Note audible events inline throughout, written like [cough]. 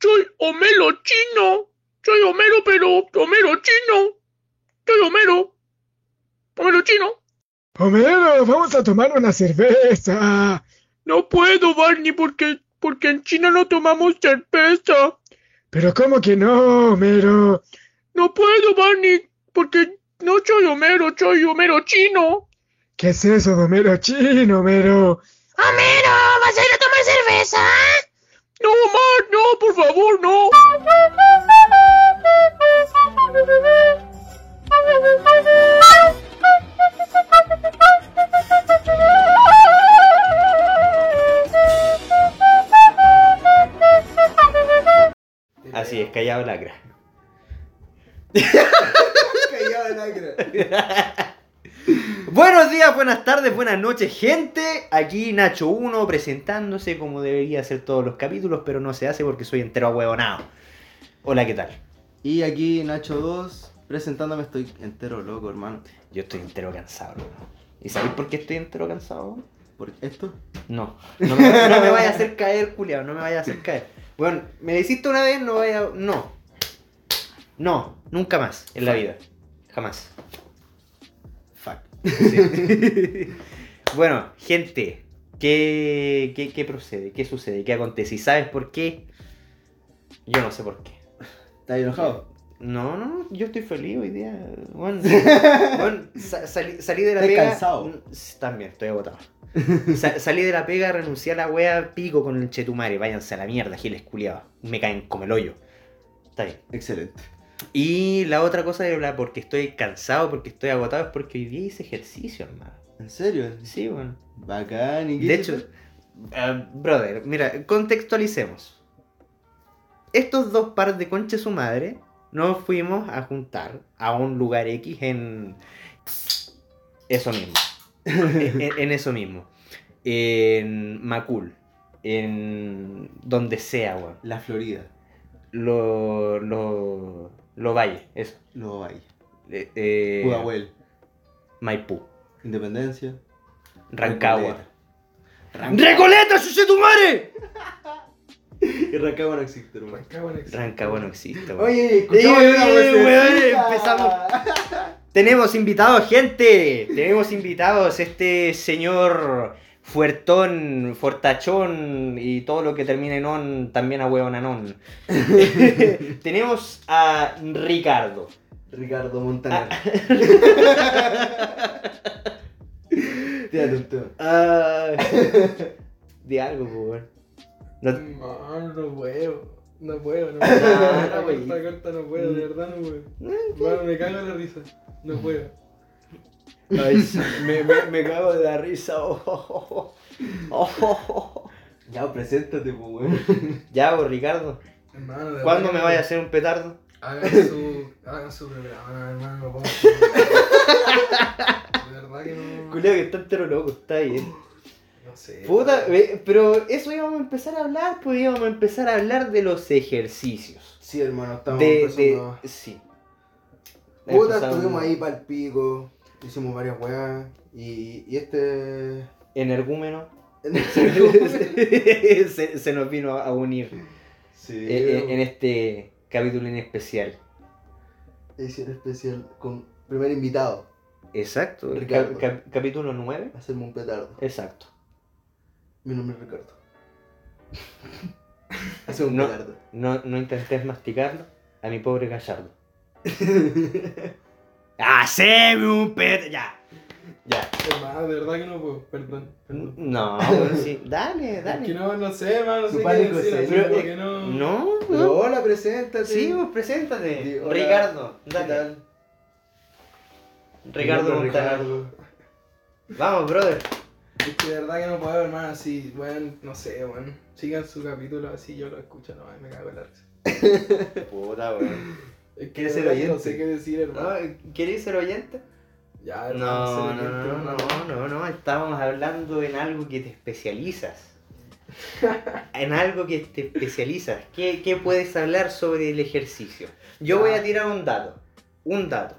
Soy Homero Chino. Soy Homero, pero Homero Chino. Soy Homero. Homero Chino. Homero, vamos a tomar una cerveza. No puedo, Barney, porque, porque en China no tomamos cerveza. Pero ¿cómo que no, Homero? No puedo, Barney, porque no soy Homero, soy Homero Chino. ¿Qué es eso, de Homero Chino, Homero? Homero, ¿vas a ir a tomar cerveza? No, Omar, no, por favor, no. Así es, callado lacra. Callado el lacra. Buenos días, buenas tardes, buenas noches, gente. Aquí Nacho 1 presentándose como debería ser todos los capítulos, pero no se hace porque soy entero ahueonado. Hola, ¿qué tal? Y aquí Nacho 2, presentándome estoy entero loco, hermano. Yo estoy entero cansado. weón. ¿Y sabéis por qué estoy entero cansado? ¿Por esto? No. No me, no me vaya a hacer caer, culiao, no me vaya a hacer caer. Bueno, me lo hiciste una vez, no vaya. No. No, nunca más en la vida. Jamás. Fuck. Sí. [laughs] bueno, gente, ¿qué, qué, qué procede? ¿Qué sucede? ¿Qué acontece? ¿Y sabes por qué? Yo no sé por qué. ¿Estás enojado? No, no, no, yo estoy feliz hoy día. weón. Weón, sa- salí, salí de la Estás pega. cansado. Mm, s- También, estoy agotado. Sa- salí de la pega, renuncié a la wea, pico con el chetumare. Váyanse a la mierda, giles culiados. Me caen como el hoyo. Está bien. Excelente. Y la otra cosa de la porque estoy cansado, porque estoy agotado, es porque hoy día hice ejercicio, hermano. ¿En serio? Sí, bueno. Bacán. ¿y qué De hiciste? hecho, eh, brother, mira, contextualicemos. Estos dos par de conche su madre nos fuimos a juntar a un lugar X en. Eso [laughs] mismo. en, en- en eso mismo. En Macul. En. donde sea, weón. La Florida, Lo. Lo. Lo Valle, eso. Los Valles, Eh, eh, Pudahuel, Maipú. Independencia, Rancagua. Ranca- ¡Recoleta, chuche tu madre! Y Rancagua no existe, hermano. Rancagua no existe, weón. Oye, escuchamos oye, una oye, vocecita. weón, Tenemos invitados, gente. Tenemos invitados. Este señor fuertón, fortachón y todo lo que termine en on, también a [laughs] huevonanón. Tenemos a Ricardo. Ricardo Montaner. Ah. [laughs] Tírate un tema. Ah. [laughs] de algo, por favor. No- No, no puedo. No [laughs] puedo, no Ah, güey. puedo. Corta, corta, no puedo, de verdad no puedo. Mm, Bueno, me cago en la risa. No puedo. Mm. Ay, sí, me, me- me cago de la risa. oh, oh, oh, oh, oh. Ya, preséntate, pues, weón. [laughs] Ya, pues, Ricardo. Hermano, de ¿Cuándo verdad, me vaya a hacer un petardo? Hagan su, hagan su programa, hermano, no puedo. De verdad que no. Culeo que está entero loco, está bien. No sé. Puta, ve- pero eso íbamos a empezar a hablar, pues íbamos a empezar a hablar de los ejercicios. Sí, hermano, estamos De, empezando. de, sí. pues Puta, Empezamos estuvimos ahí para el pico, hicimos varias weas, y, y este... Energúmeno. [laughs] sí, se, se nos vino a unir eh, eh, en en este capítulo en especial. edición especial con primer invitado, Exacto. el Ricardo. cap- cap- capítulo 9. hacerme un petardo. Exacto. Mi nombre [laughs] es Ricardo. Hacer un No. petardo. [laughs] No, no intentes masticarlo a mi pobre gallardo. ¡Haceme un pet! Ya. Ya. Hermano, de verdad que no puedo. Perdón, perdón. No, bueno, sí. Dale, Es que dale. no, no sé, hermano, no Tu sé qué pánico decir. así escénico. como que no. eh, No, Pero no. hola, preséntate. Sí, pues preséntate. Sí, hola. Ricardo, ¿Qué dale. tal? Ricardo Mi nombre es Montaner. Vamos, brother. Es que de verdad que no puedo, hermano, así, bueno, no sé, bueno. Sigan su capítulo así, yo lo escucho nomás, me cago en la risa. Puta, weón. Es que ¿Quieres de ser verdad que no oyente? sé qué decir, hermano. ¿Quieres ser oyente? Ya, No, hermano, no, Ah, ser oyente, no, hermano. no, no, no. Estábamos hablando en algo que te especializas. [laughs] En algo que te especializas. ¿Qué, qué puedes hablar sobre el ejercicio? Yo voy a tirar un dato. Un dato.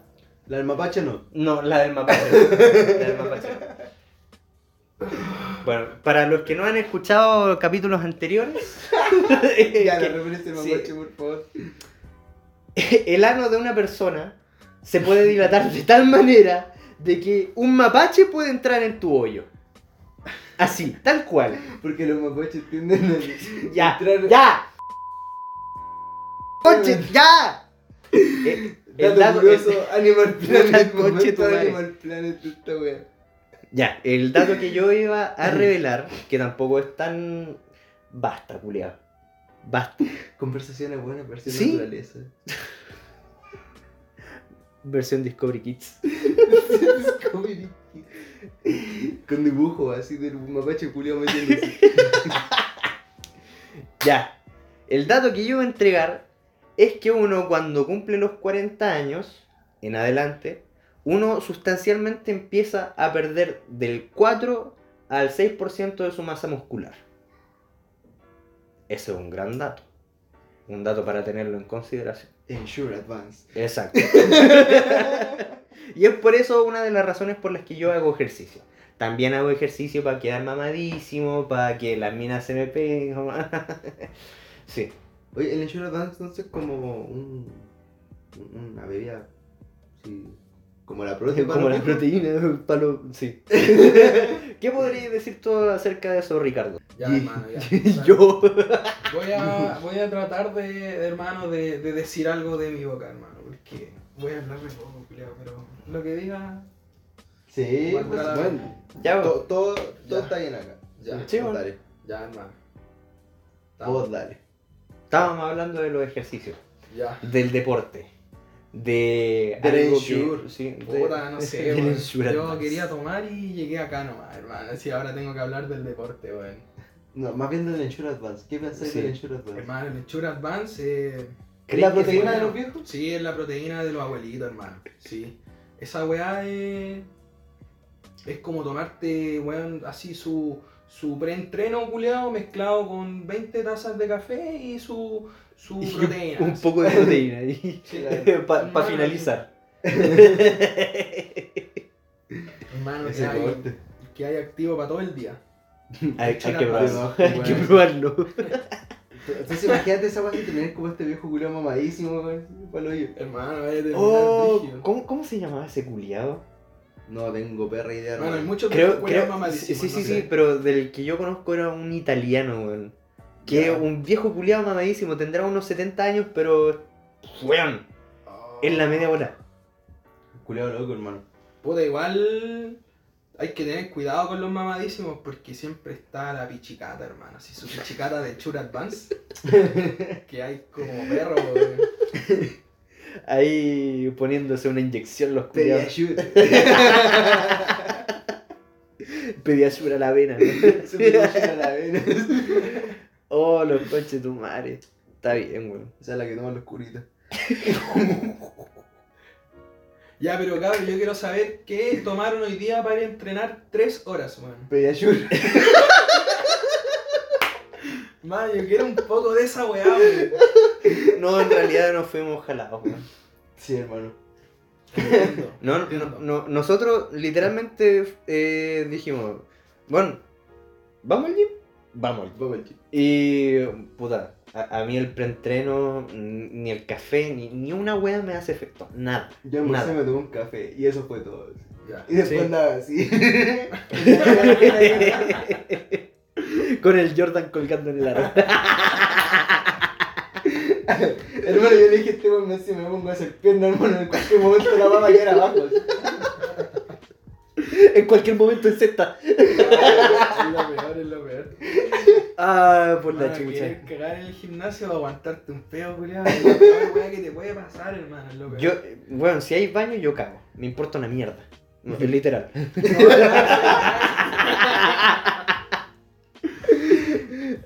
La del mapache no. No, la del mapache. La del mapache. Bueno, para los que no han escuchado capítulos anteriores, [laughs] Ya, la Que- referencia de sí. Mapache, por favor. el ano de una persona se puede dilatar de tal manera de que un mapache puede entrar en tu hoyo. Así, tal cual. Porque los mapaches tienden [laughs] a Ya, entrar- ya. Conche, ya. Eh, el Dato dato- curioso, [laughs] Animal Planet, Puta, conche tu momento madre. Animal Planet de esta wea. Ya, el dato que yo iba a revelar, que tampoco es tan... Basta, culiado. Basta. Conversaciones buenas versión Sí. naturaleza. [laughs] Versión Discovery Kids. Discovery Kids. Con dibujo así del mapache culiao metiéndose. Ya. El dato que yo voy a entregar es que uno cuando cumple los 40 años, en adelante, uno sustancialmente empieza a perder del 4 al 6% de su masa muscular. Ese es un gran dato. Un dato para tenerlo en consideración. Ensure Advance. Exacto. y es por eso una de las razones por las que yo hago ejercicio. También hago ejercicio para quedar mamadísimo, para que las minas se me peguen. [laughs] sí. Oye, el Ensure Advance entonces es como un, una bebida. Sí. Como la Es proteína. como la proteína para Sí. [laughs] ¿Qué podrías decir tú acerca de eso, Ricardo? [laughs] Ya, hermano, [laughs] ya. Yo. Voy a, voy a tratar de, de, hermano, de, de decir algo de mi boca, hermano, porque voy a hablar de poco, culiao, pero lo que diga... Sí, pues, Guardala. bueno. pues, ya, to- Todo, todo Ya. está bien acá. Ya, Sí, Vos bueno. dale. ya, hermano. Vos dale. estábamos hablando de los ejercicios, Ya. del deporte, de. Del algo ensure. sí, de- Puta, no [laughs] sé, [laughs] del weón. ensure Yo advance. quería tomar y llegué acá nomás, hermano. Así ahora tengo que hablar del deporte, weón. No, más bien del Ensure Advance. ¿Qué pensáis Sí. del Ensure Advance? Pues, Hermano, el Lechura Advance... ¿Es eh, la ¿Crees que proteína fue- de los viejos? Sí, es la proteína de los abuelitos, hermano. Sí. Esa weá es. Es como tomarte, weón, así su, su preentreno culeado mezclado con 20 tazas de café y su, su Y un- proteína. Un poco [laughs] de proteína ahí. Sí, [laughs] Para Hermano, [laughs] finalizar. Hermano, que Ese hay, corte. que hay activo para todo el día. Ah, Hay, hay que probarlo. Advance, Hay que bueno. probarlo. Entonces imagínate esa weá que tener como este viejo culo mamadísimo, weón. pa'l hoyo. Hermano, vaya a terminar Oh, brígido. ¿cómo, ¿Cómo se llamaba ese culiado? No tengo perra idea, Hermano, hay hermano. muchos Creo, culiados creo sí, mamadísimos, sí, sí, no sí, sé. pero del que yo conozco era un italiano, weón. Que Ya. un viejo culiado mamadísimo, tendrá unos 70 años, pero. Weón, en la media hora. Culeado loco, hermano. Puta, igual hay que tener cuidado con los mamadísimos porque siempre está la pichicata, hermano. Así su pichicata de Chura Advance. que hay como perro, weón. Ahí poniéndose una inyección los culiados. shoot. Pediasura a la vena. [laughs] Se me ¿no? [laughs] a [laughs] la vena. oh, los coches tu madre. Está bien, weón. Esa es la que toman los curitas. Ya, pero cabrón, yo quiero saber qué tomaron hoy día para ir a entrenar tres horas, weón. Pediasur. Man, yo quiero un poco de esa weá, weón. No, en realidad nos fuimos jalados, weón. Sí, hermano. Entiendo. No, no, no, nosotros literalmente eh, dijimos, bueno, ¿vamos al gym? Vamos al gym. Vamos al chip. Y, puta, a, a mí el preentreno, n- ni el café, ni, ni una wea me hace efecto. Nada. [laughs] Yo almorcé, Nada. me tomé un café y eso fue todo. Ya. Y después Sí. andaba [laughs] así. Con el Jordan colgando en el aro. hermano, yo le dije a este weón, me- si me pongo a hacer pierna, hermano, en cualquier momento la va a caer abajo. [laughs] en cualquier momento en cesta. Es lo peor, es lo peor. Ah, por la Hermano, chucha. querer cagar en el gimnasio o aguantarte un peo, culiado. Es la peor weá que te puede pasar, hermano. Es lo peor. Yo, eh, bueno, si hay baño, yo cago. Me importa una mierda. No, es literal.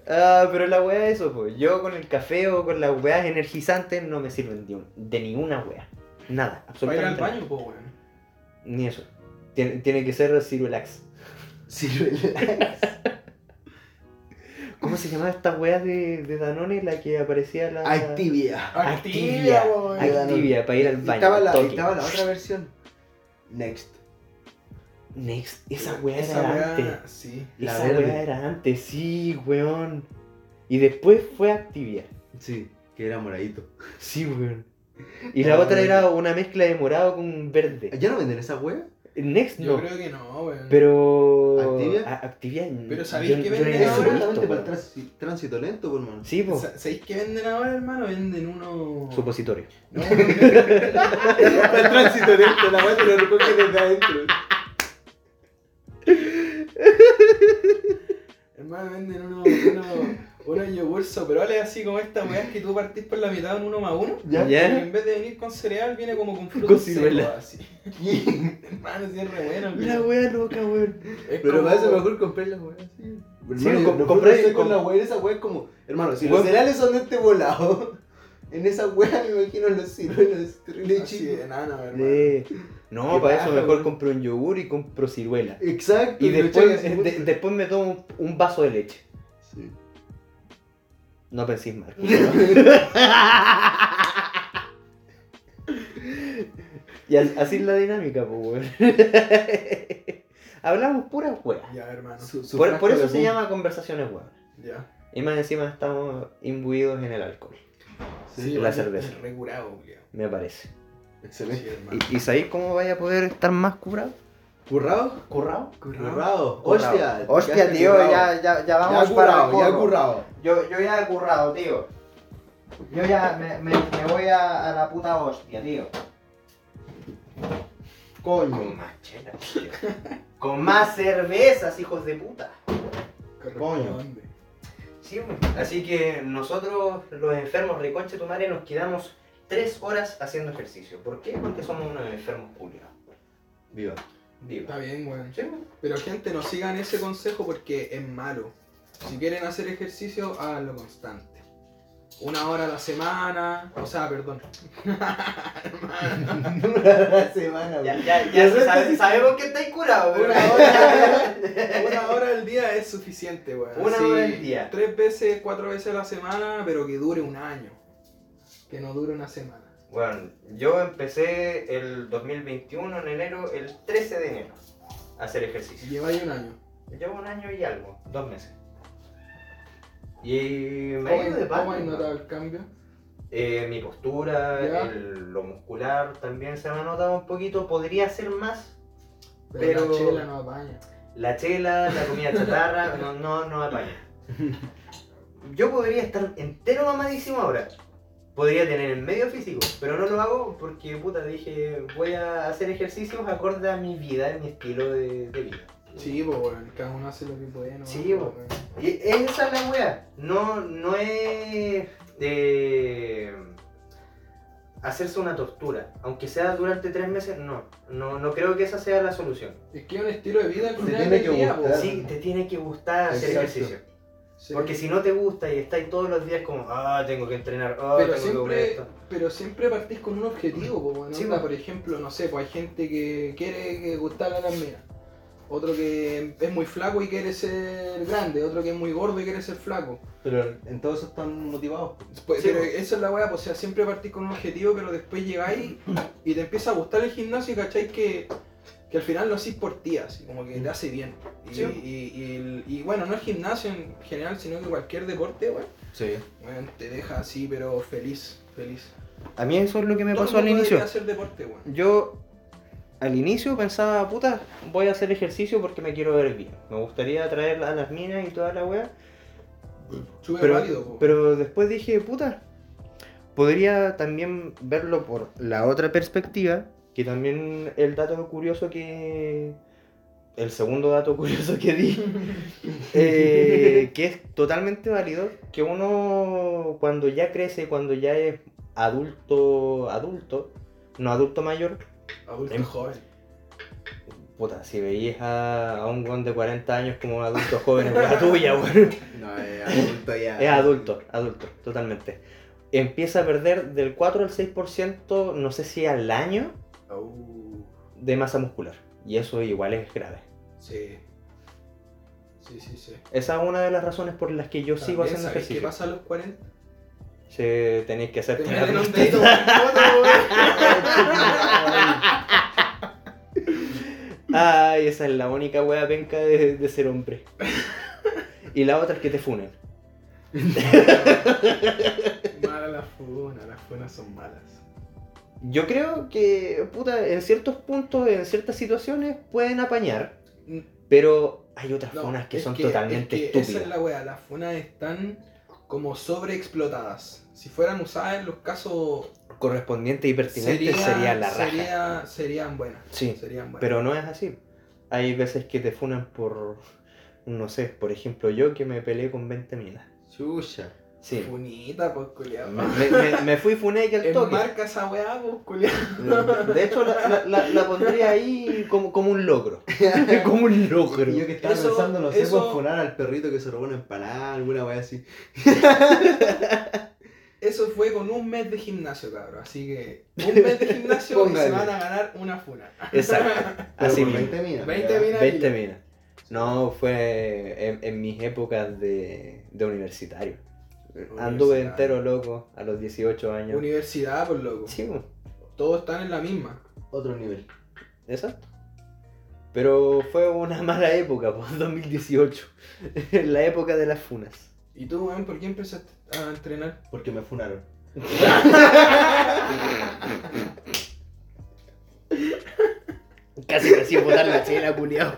Ah, pero la wea es eso, pues. Yo con el café o con las weas energizantes no me sirven de, un- de ninguna wea. Nada, Para ir al absolutamente. nada. baño, po, weón. Ni eso. Tiene, tiene que ser Cirulax. Sirve ¿Cómo se llamaba esta wea de, de Danone? La que aparecía la. Activia. Activia, weón. Activia, para ir al baño. Estaba la, toque. estaba la otra versión. Next. Next, esa wea Esa era weá, antes. Sí. La esa verde. wea era antes, sí, weón. Y después fue Activia. Sí, que era moradito. Sí, weón. Y la otra era una mezcla de morado con verde. ¿Ya no venden esa wea? Next Yo no. creo que no, weón. Pero. ¿Activia? A- Activia. n- Pero ¿sabéis yo- que yo venden no he ahora? visto, Eh, Solamente para el weón. transi- tránsito lento, pues, por [laughs] mano. Sí, po. Sa- ¿Sabéis qué venden ahora, hermano? Venden uno. Supositorio. No, venden- Para el tránsito lento, la wea te lo recoge desde adentro. [laughs] hermano, venden uno, uno, uno yogur soperoles así como esta weá que tú partís por la mitad en uno más uno. ¿Ya? Pero ¿Ya? en vez de venir con cereal, viene como con Con frutos secos ciruela. así. [laughs] Hermano, sí es re bueno. La weón. wea loca, weón. Es Pero como- para eso mejor comprar la wea así. Sí, Hermano, com- yo- compré- yo sé con com- la wea esa wea es como. Hermano, si Wea- los cereales son de este volado, [laughs] en esa wea me imagino los ciruelos terrible Así de chicos. enano, hermano. Eh, Qué No, para eso baja, mejor weón. compro un yogur y compro ciruela. Exacto. Y lo después, echáis así, de- después me tomo un- un vaso de leche. Sí. No penséis [laughs] mal. y as- así es la dinámica, pues, weón. [laughs] Hablamos puras weas. Ya, hermano. Su- su Por, frasco por eso de se boom. llama conversaciones weón. Ya. Y más encima estamos imbuidos en el alcohol, Sí, la cerveza. Es re curado, culiao. me parece. Excelente. Sí, hermano. ¿Y, y sabéis cómo vaya a poder estar más curado? ¿Currado? ¿Currado? Currado. Currado. Hostia. Hostia, te tío, currao. ya, ya, ya Ya vamos para el currado, ya curro. currado. Yo, yo ya he currado, tío. Yo ya me, me, me voy a, a la puta hostia, tío. Con Coño. más chelas, tío. Con más cervezas, hijos de puta. Coño. Sí, güey. así que nosotros, los enfermos reconche tu madre, nos quedamos tres horas haciendo ejercicio. ¿Por qué? Porque somos unos enfermos culiados. [laughs] Viva. Viva. Está bien, weón. Sí, güey. Pero gente, no sigan ese consejo porque es malo. Si quieren hacer ejercicio, háganlo constante. Una hora a la semana. O sea, perdón. la semana, Ya, güey. ya, ya sabe- sabemos que estáis curado, güey. [laughs] Una hora, una hora al día es suficiente, weón. Una Sí, hora al día. Tres veces, cuatro veces a la semana, pero que dure un año. Que no dure una semana. Bueno, yo empecé el 2021 en enero, el 13 de enero, a hacer ejercicio. Lleva ahí un año. Llevo un año y algo, dos meses. Y me ha ido de ¿Cómo pan. has notado el cambio? mi postura, Ya. el- lo muscular también se me ha notado un poquito. Podría ser más. Pero, Pero- la chela no apaña. La chela, la comida chatarra, no, no, no apaña. Yo podría estar entero mamadísimo ahora. Podría tener el medio físico, pero no lo hago porque, puta, dije, voy a hacer ejercicios acorde a mi vida, a mi estilo de, de vida. Sí, pues, weón. Cada uno hace lo que puede, ¿no? Sí, po. Y esa es la wea. No, no es eh, hacerse una tortura. Aunque sea durante tres meses, no. No, no creo que esa sea la solución. Es que es un estilo de vida al Te final tiene del que día, po. gustar. Sí, te tiene que gustar hacer Exacto. ejercicio. Sí. Porque si no te gusta y estáis todos los días como, ah, tengo que entrenar, ah, pero tengo que siempre, esto. pero siempre partís con un objetivo, po, weón. Sí, Onda, po. por ejemplo, no sé, pues hay gente que quiere que gustarle a las minas. Otro que es muy flaco y quiere ser grande, otro que es muy gordo y quiere ser flaco. Pero en todo eso están motivados. pues. Pues, Sí, pero po. eso es la weá, pues, o sea, siempre partís con un objetivo, pero después llegáis y te empieza a gustar el gimnasio y cacháis que, que al final lo hacís por ti, así como que te hace bien. Y, Sí. y- y el- y bueno, no el gimnasio en general, sino que cualquier deporte, weón, Sí. weón, te deja así, pero feliz, feliz. A mí eso es lo que me Todo el pasó al mundo inicio. debería hacer deporte, weón. Yo al inicio pensaba, puta, voy a hacer ejercicio porque me quiero ver bien. Me gustaría traer a las minas y toda la wea. Súper Pero, válido, po. pero después dije, puta, podría también verlo por la otra perspectiva, que también el dato curioso que... El segundo dato [laughs] curioso que [laughs] di, eh, que es totalmente válido, que uno cuando ya crece, cuando ya es adulto, adulto, no adulto mayor, Adulto em- joven. puta, si veías a, a un weón de 40 años como adulto joven, es [laughs] buena tuya, weón. No, es adulto ya. Es adulto, adulto, totalmente. Empieza a perder del 4 al 6%, no sé si al año, Au. Uh, de masa muscular. Y eso igual es grave. Sí. Sí, sí, sí. Esa es una de las razones por las que yo sigo También, haciendo ¿sabes ¿Qué ejercicio. pasa a los 40? Sí, tenéis que hacer Te meten [laughs] terapia. un dedito por el [laughs] poto, weón. Ay, esa [laughs] es la única wea penca de, de ser hombre. y la otra es que te funen. Mala la funa, las funas son malas. Yo creo que, puta, en ciertos puntos, en ciertas situaciones pueden apañar, pero hay otras No, funas que es son es totalmente que Esa estúpidas. es la wea, las funas están como sobreexplotadas. Si fueran usadas en los casos Correspondiente y pertinente sería, sería, la raja. sería- serían buenas. Sí, serían buenas. Pero no es así. Hay veces que te funan por, no sé, por ejemplo, yo que me peleé con 20 minas. Chucha. Sí. Funita, pues culiado. Me, me- me- me fui funé [laughs] al toque. Enmarca esa weá, pues culiado. De hecho, la, la- la- la pondría ahí como, como un logro. [laughs] como un logro. Y yo que estaba Eso- pensando, no sé, eso- por funar al perrito que se robó una empanada, alguna wea así. Eso fue con un mes de gimnasio, cabrón. Así que un mes de [laughs] gimnasio y se Póngale. van a ganar una funa. [laughs] Exacto. Pero Así por mismo. 20 minas. 20 ya. minas. 20 minas. No, fue en, en mis épocas de, de universitario. Anduve Universidad. entero loco a los 18 años. Universidad, por loco. Sí, bueno, Todos están en la misma. Otro nivel. exacto. Pero fue una [laughs] mala época, pues, 2018. La época de las funas. ¿Y tú, weón, por qué empezaste a entrenar? Porque me funaron. Casi recién botar la chela, culiao.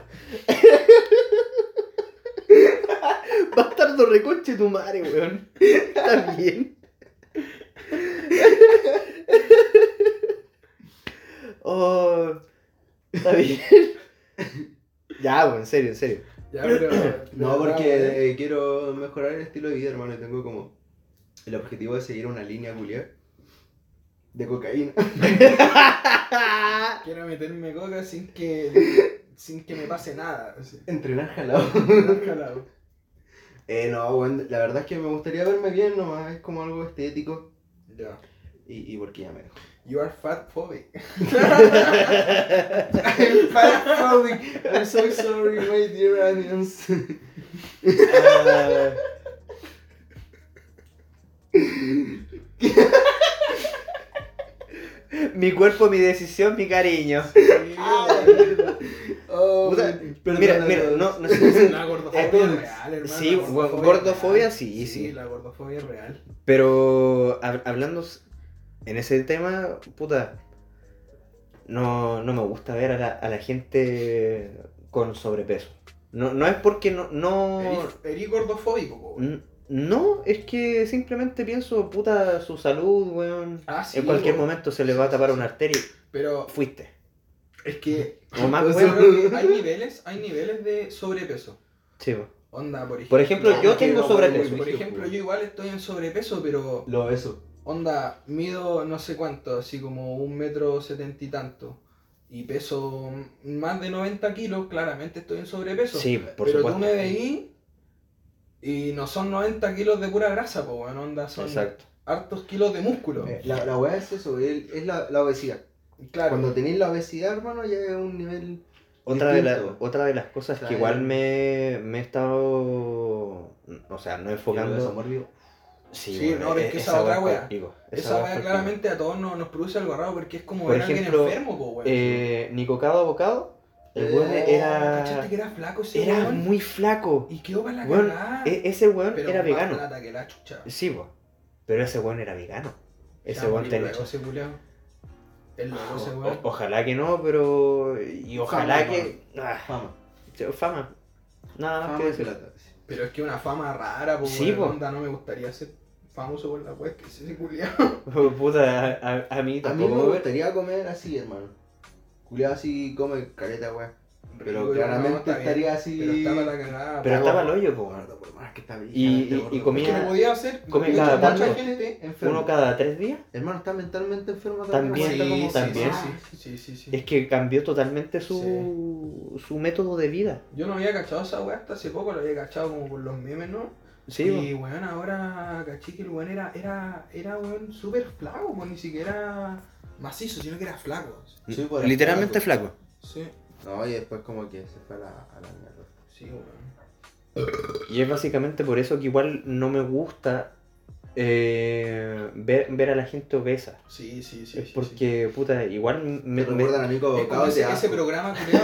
[laughs] Bastardo reconche tu madre, weón. Está bien. [laughs] Oh, está bien. Ya, weón, en serio, en serio. [clears throat] Ya, pero, No, pero, weón, porque eh, quiero mejorar el estilo de vida, hermano. Y tengo como el objetivo de seguir una línea culiar de cocaína. [laughs] Quiero meterme coca sin que, sin que me pase nada. así. [laughs] Entrenar jalado. [laughs] Jalado. Eh, no, weón, la verdad es que me gustaría verme bien nomás. Es como algo estético. Ya. Y, y porque ya me [laughs] dejo. You are fat [laughs] phobic. I'm so sorry, my dear [laughs] audience. Ah, mi cuerpo, mi decisión, mi cariño. Ah, [laughs] Oh, Puta, perdón, mira, mira, perdón. no, no [laughs] sé. La gordofobia Eh, es real, hermano. sí, la weón, es gordofobia real. sí, sí. la gordofobia es real. Pero hab- hablando s- en ese tema, puta, no, no me gusta ver a la, a la gente con sobrepeso. No, no es porque no, no, Eres eres gordofóbico, po, weón. n- no, es que simplemente pienso, puta, su salud, weón. Ah, sí, en cualquier weón. momento se le va a tapar una arteria y Pero fuiste. es que, [laughs] O más, yo [laughs] weón. creo que hay niveles, hay niveles de sobrepeso. Sí, weón. Onda, por ejemplo. Por ejemplo, No, yo porque tengo no, sobrepeso. weón. Por ejemplo, yo igual estoy en sobrepeso, pero Lo beso. onda, mido no sé cuánto, así como un metro setenta y tanto. Y peso más de 90 kilos, claramente estoy en sobrepeso. Sí, por pero supuesto. tú me veí y no son 90 kilos de pura grasa, po, weón, onda, son Exacto. hartos kilos de músculo. Eh, La, la weá es eso, el- es la, la obesidad. claro. Cuando tenéis la obesidad, hermano, ya es un nivel. Otra de, la- distinto. otra de las cosas O sea, que igual el- me, me he estado, o sea, no Yo lo beso enfocando, mórbido. Sí, Sí, bueno, no, pero es e- que esa otra es wea. contigo, Esa es weá contigo. claramente a todos nos, nos produce algo raro porque es como Por ver a alguien ejemplo, enfermo, po, weón. Eh, Nicocado a Bocado, el Eh, weón Oh, era, ¿Cachaste que era flaco ese era weón? muy flaco. Y quedó para la Weón, cagada. E- ese weón Pero era más vegano. plata que la chucha. Sí, po. pero ese weón era vegano. Ese Ya, weón el tenía... Oh, loco ese culiao. El loco ese o- weón. ojalá que no, pero... Y ojalá Fama, que... Ah, Fama. fama. Nada más Fama que y decir. plata. sí. Pero es que una fama rara, po, Sí, weón. po. Onda, no me gustaría ser famoso por la web que es ese culiao. [laughs] Puta, a, a- a mí A mí tampoco me me- gustaría comer así, hermano. Culiado así come caleta, weá. Pero Ridículo, no, claramente está bien. estaría así. Pero estaba la cagada. Pero po, estaba weón. el hoyo, po. Gordo, por más que está Y- brígidamente y- gordo. y Es comía- que no podía hacer. Come de hecho, cada mucha tanto. gente- enferma. Uno cada tres días. Hermano, está mentalmente enfermo También, Está como- también. Sí, sí, sí, sí. Es que cambió totalmente su, su método de vida. Yo no había cachado esa weá hasta hace poco, lo había cachado como por los memes, ¿no? Sí, po. y weón, ahora caché que el weón era, era, era weón súper flaco, pues ni siquiera macizo, sino que era flaco. Sí, por- Literalmente flaco. Sí, No, y después como que se fue a la, a la mierda. sí, weón. Y es básicamente por eso que igual no me gusta eh, ver, ver a la gente obesa. Sí, sí, sí. es sí, sí. porque, puta, igual me, Me me- recuerdan a Nico Es como Bocado y ese, te ese [laughs] asco. programa culiao,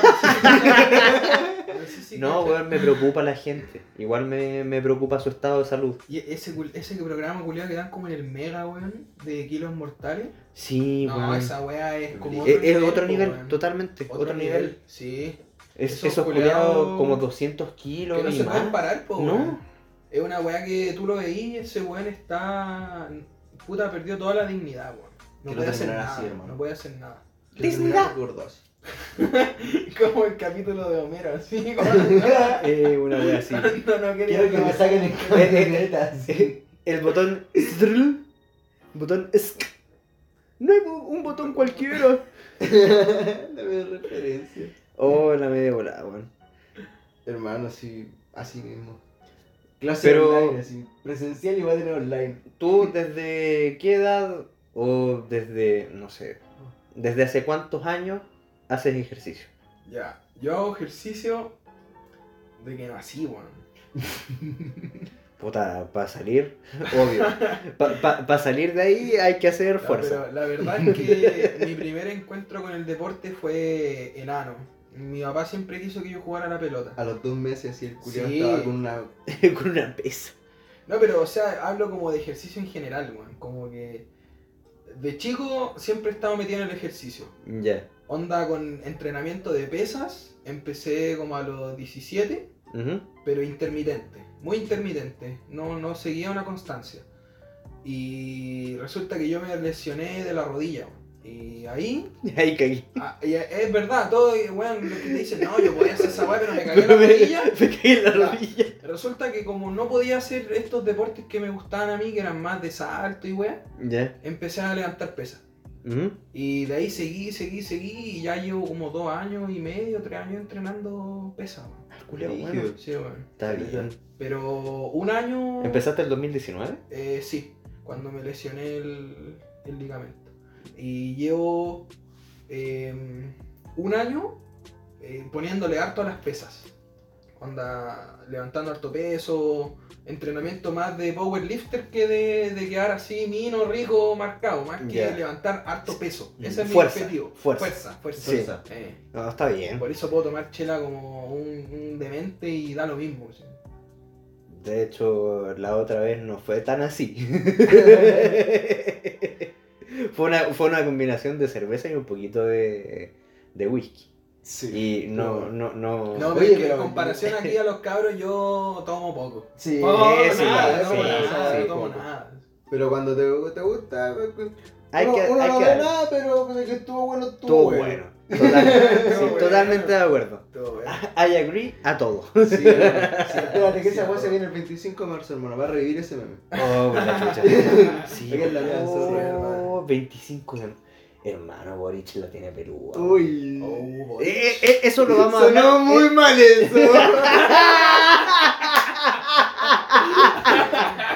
así, sé si No, cacha. weón, me preocupa la gente. Igual me, me preocupa su estado de salud. Y ese, cul- ese programa culiado que dan como en el Mega, weón, de Kilos Mortales. Sí, no, weón. esa weá es como. Es, es otro po, nivel, weón. totalmente. Otro, nivel. Sí. Es- Esos esos culiados- culiados como 200 kilos que no y se más. pueden parar, po, No. weón. Es una weá que tú lo veís y ese weón está. Puta, perdió toda la dignidad, weón. No Quiero puede hacer terminar nada. así, hermano. no puede hacer nada. [laughs] Disneyland. Gordo así. como el capítulo de Homero, así. [laughs] Como... [laughs] Eh, una wea [laughs] así. no, no quería Quiero que me saquen en [laughs] camioneta así. El botón strl, botón sk. No hay bo- un botón cualquiera. Dame referencia. Oh, la media volada, weón. Hermano, así, así mismo. Clase Pero- online, así. Presencial y va a tener online. ¿Tú desde qué edad o desde, no sé, desde hace cuántos años haces ejercicio? Ya, yo hago ejercicio de que nací, weón. Puta, para [laughs] salir, obvio. Para salir de ahí hay que hacer Ya, fuerza. pero la verdad [laughs] es que mi primer encuentro con el deporte fue enano. Mi papá siempre quiso que yo jugara a la pelota. A los dos meses, así el culiado Sí. estaba con una. [laughs] Con una pesa. No, pero o sea, hablo como de ejercicio en general, weón. Como que de chico siempre he estado metido en el ejercicio. Ya. Onda con entrenamiento de pesas, empecé como a los 17. Ujú. pero intermitente, muy intermitente, no, no seguía una constancia. Y resulta que yo me lesioné de la rodilla. weón. Y ahí, Ahí caí. ah, y es verdad, todo, weón, los que te dicen, no, yo podía hacer esa weá, pero me cagué [laughs] la rodilla. Me caí en la Ya. rodilla. Resulta que como no podía hacer estos deportes que me gustaban a mí, que eran más de salto y weá, Ya. empecé a levantar pesas. Ujú. Y de ahí seguí, seguí, seguí, y ya llevo como dos años y medio, tres años entrenando pesas. weón. Ah, culiao, Brígido. bueno. Sí, weón. Está bien. Pero un año... ¿Empezaste el 2019? Eh, sí, cuando me lesioné el, el ligamento. Y llevo eh, un año eh, poniéndole harto a las pesas. Onda, levantando harto peso, entrenamiento más de powerlifter que de, de quedar así mino, rico, marcado, más que Ya. levantar harto peso. Ese es Fuerza, mi objetivo. fuerza. fuerza. fuerza. Sí. Eh, No, está bien. por eso puedo tomar chela como un, un demente y da lo mismo. sí. De hecho, la otra vez no fue tan [laughs] así. fue, una, fue una combinación de cerveza y un poquito de, de whisky. Y Sí. no, no, no. No, Oye, pero es que pero- en comparación aquí a los cabros yo tomo poco. Sí, No, Eso, nada, no sí, tomo nada, sí, no tomo poco. nada. Pero cuando te, te gusta, pues, pues, Hay uno, que, uno hay no que ve darle. nada, pero pues, el que estuvo bueno, estuvo, Todo bueno. bueno. [laughs] Totalmente, sí, Todo bueno. totalmente de acuerdo. Todo bien. I agree a [laughs] todo. Sí, hermano, sí, Espérate, que sí, esa weá se hermano. viene el 25 de marzo, hermano. Va a revivir ese meme. Oh, la [laughs] chucha. Sí, Oigan, la alianza, oh, sí, hermano. 25 de... Hermano, Boric la tiene peluda. Uy. Oh, boy. Eh, eh, eso lo vamos a Sonó hablar. ¿eh? muy mal eso.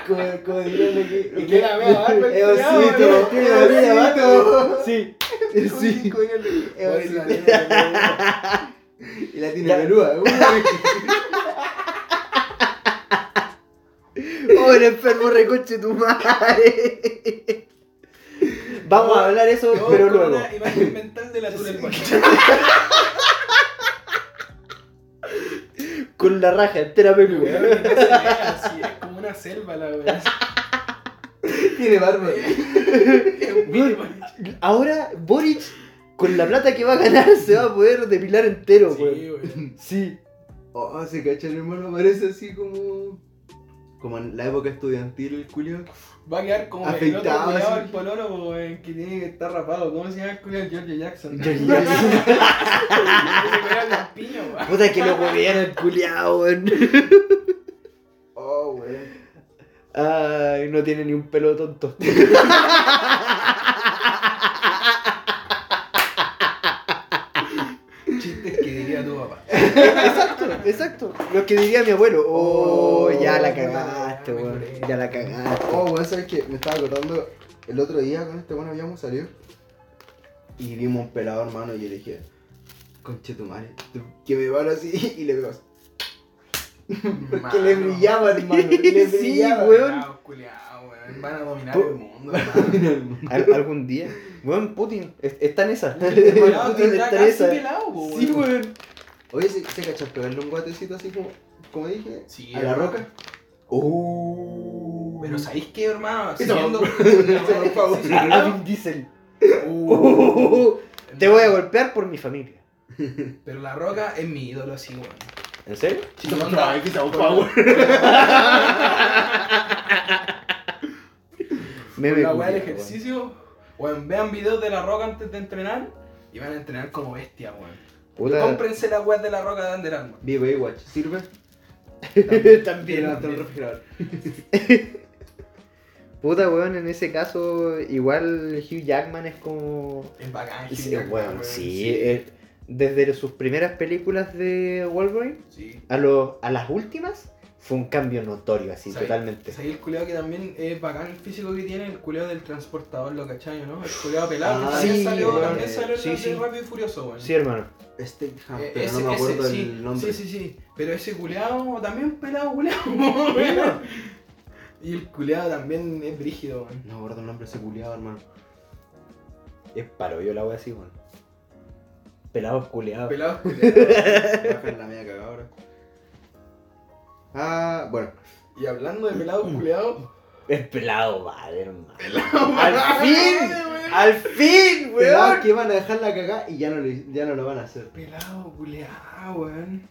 como, como dirían aquí. Y que la vea, barba, el Eh, culiao, osito, hermano. tiene barba, vato. Sí. Eh, Sí. Sí, como dirían aquí, eh, Boris la osito. tiene peluda. Y la tiene Ya. peluda. Uy. [laughs] Oh, el enfermo recoche tu madre. Vamos a hablar eso, Yo pero con luego. una imagen mental de la tula del Boris. Con la raja entera peluda. Weón, que no se ve así, Es como una selva la weá. [laughs] Tiene barba. Ahora Boric, con la plata que va a ganar, se va a poder depilar entero, Sí, güey. weón. Sí. Oh, se cachan, hermano. Parece así como. Como en la época estudiantil, el culio. Va a quedar como el otro Afeitado, culiao, así. el polólogo weón, que tiene que estar rapado. ¿Cómo se llama el culiao? Giorgio Jackson. [laughs] Giorgio Jackson. Ese culiao es lampiño, weón. Puta que lo huevean al culiao, weón. Oh, weón. Ay, no tiene ni un pelo tonto. Chistes que diría tu papá. exacto, exacto. Lo que diría mi abuelo. Oh, Oh, ya la puta cagaste, la weón. weá, Ya la cagaste. Oh, weón, ¿sabes qué? Me estaba acordando el otro día con este bueno habíamos salido y vimos un pelado hermano y yo le dije, conche tu madre, tú- que me van así [laughs] y le veo así. Porque le Mano. brillaba, hermano, le Sí, brillaba. weón. Culiao, culiao, weón. Van a dominar Pu- el mundo, hermano. Al- algún día. Weón, Putin. es- Está en esa. El pelado Putin está está en casi esa. pelado, po, ¿eh? Sí, weón. weón. Oye, ¿se, se cachas pegarle un guatecito así como, como dije? Sí, ¿A la hermano. roca? ¡Oh! Pero ¿sabéis qué, hermano? Eso, Siguiendo... por favor. Sí, sí, A- a sí. Vin Diesel. Uh, [laughs] Te voy a golpear por mi familia. Pero La Roca es mi ídolo, así, weón. ¿En serio? Sí, Toma, onda, ay, que sea un favor. Meme La weá culiao, del ejercicio, weón, vean videos de La Roca antes de entrenar y van a entrenar como bestia, weón. Puta. Cómprense la weá de La Roca de Under Armour. Vi Baywatch, ¿sirve? [laughs] También, hasta también. el refrigerador. Puta, weón, en ese caso, igual Hugh Jackman es como. Es bacán, Sí, genial, weón, weón, sí. eh, desde sus primeras películas de Wolverine Sí. a, lo- a las últimas, fue un cambio notorio, así, Sí. totalmente. Ahí el culeado que también es bacán el físico que tiene, el culeado del transportador, lo cachaño, ¿no? El culeado pelado, Ah, que también sí, salió, weón, también eh, salió en sí, la sí. de Rápido y Furioso, weón. Sí, hermano. Steadham, Eh, este, pero ese, no me ese, acuerdo sí, el nombre. Sí, sí, sí. Pero ese culeado también pelado, [laughs] culeado. y el culeado también es brígido, weón. No me acuerdo el nombre ese culiado, hermano. Es paro, yo la voy así, weón. Pelados culeados. Pelado es culeado. Bajan la media cagada ahora. Ah, bueno. y hablando de pelado culeado, Es pelado, vale, hermano. Al fin, al fin, Pelados weón. que van a dejar la cagada y ya no, lo- ya no lo van a hacer. pelado culeado, weón.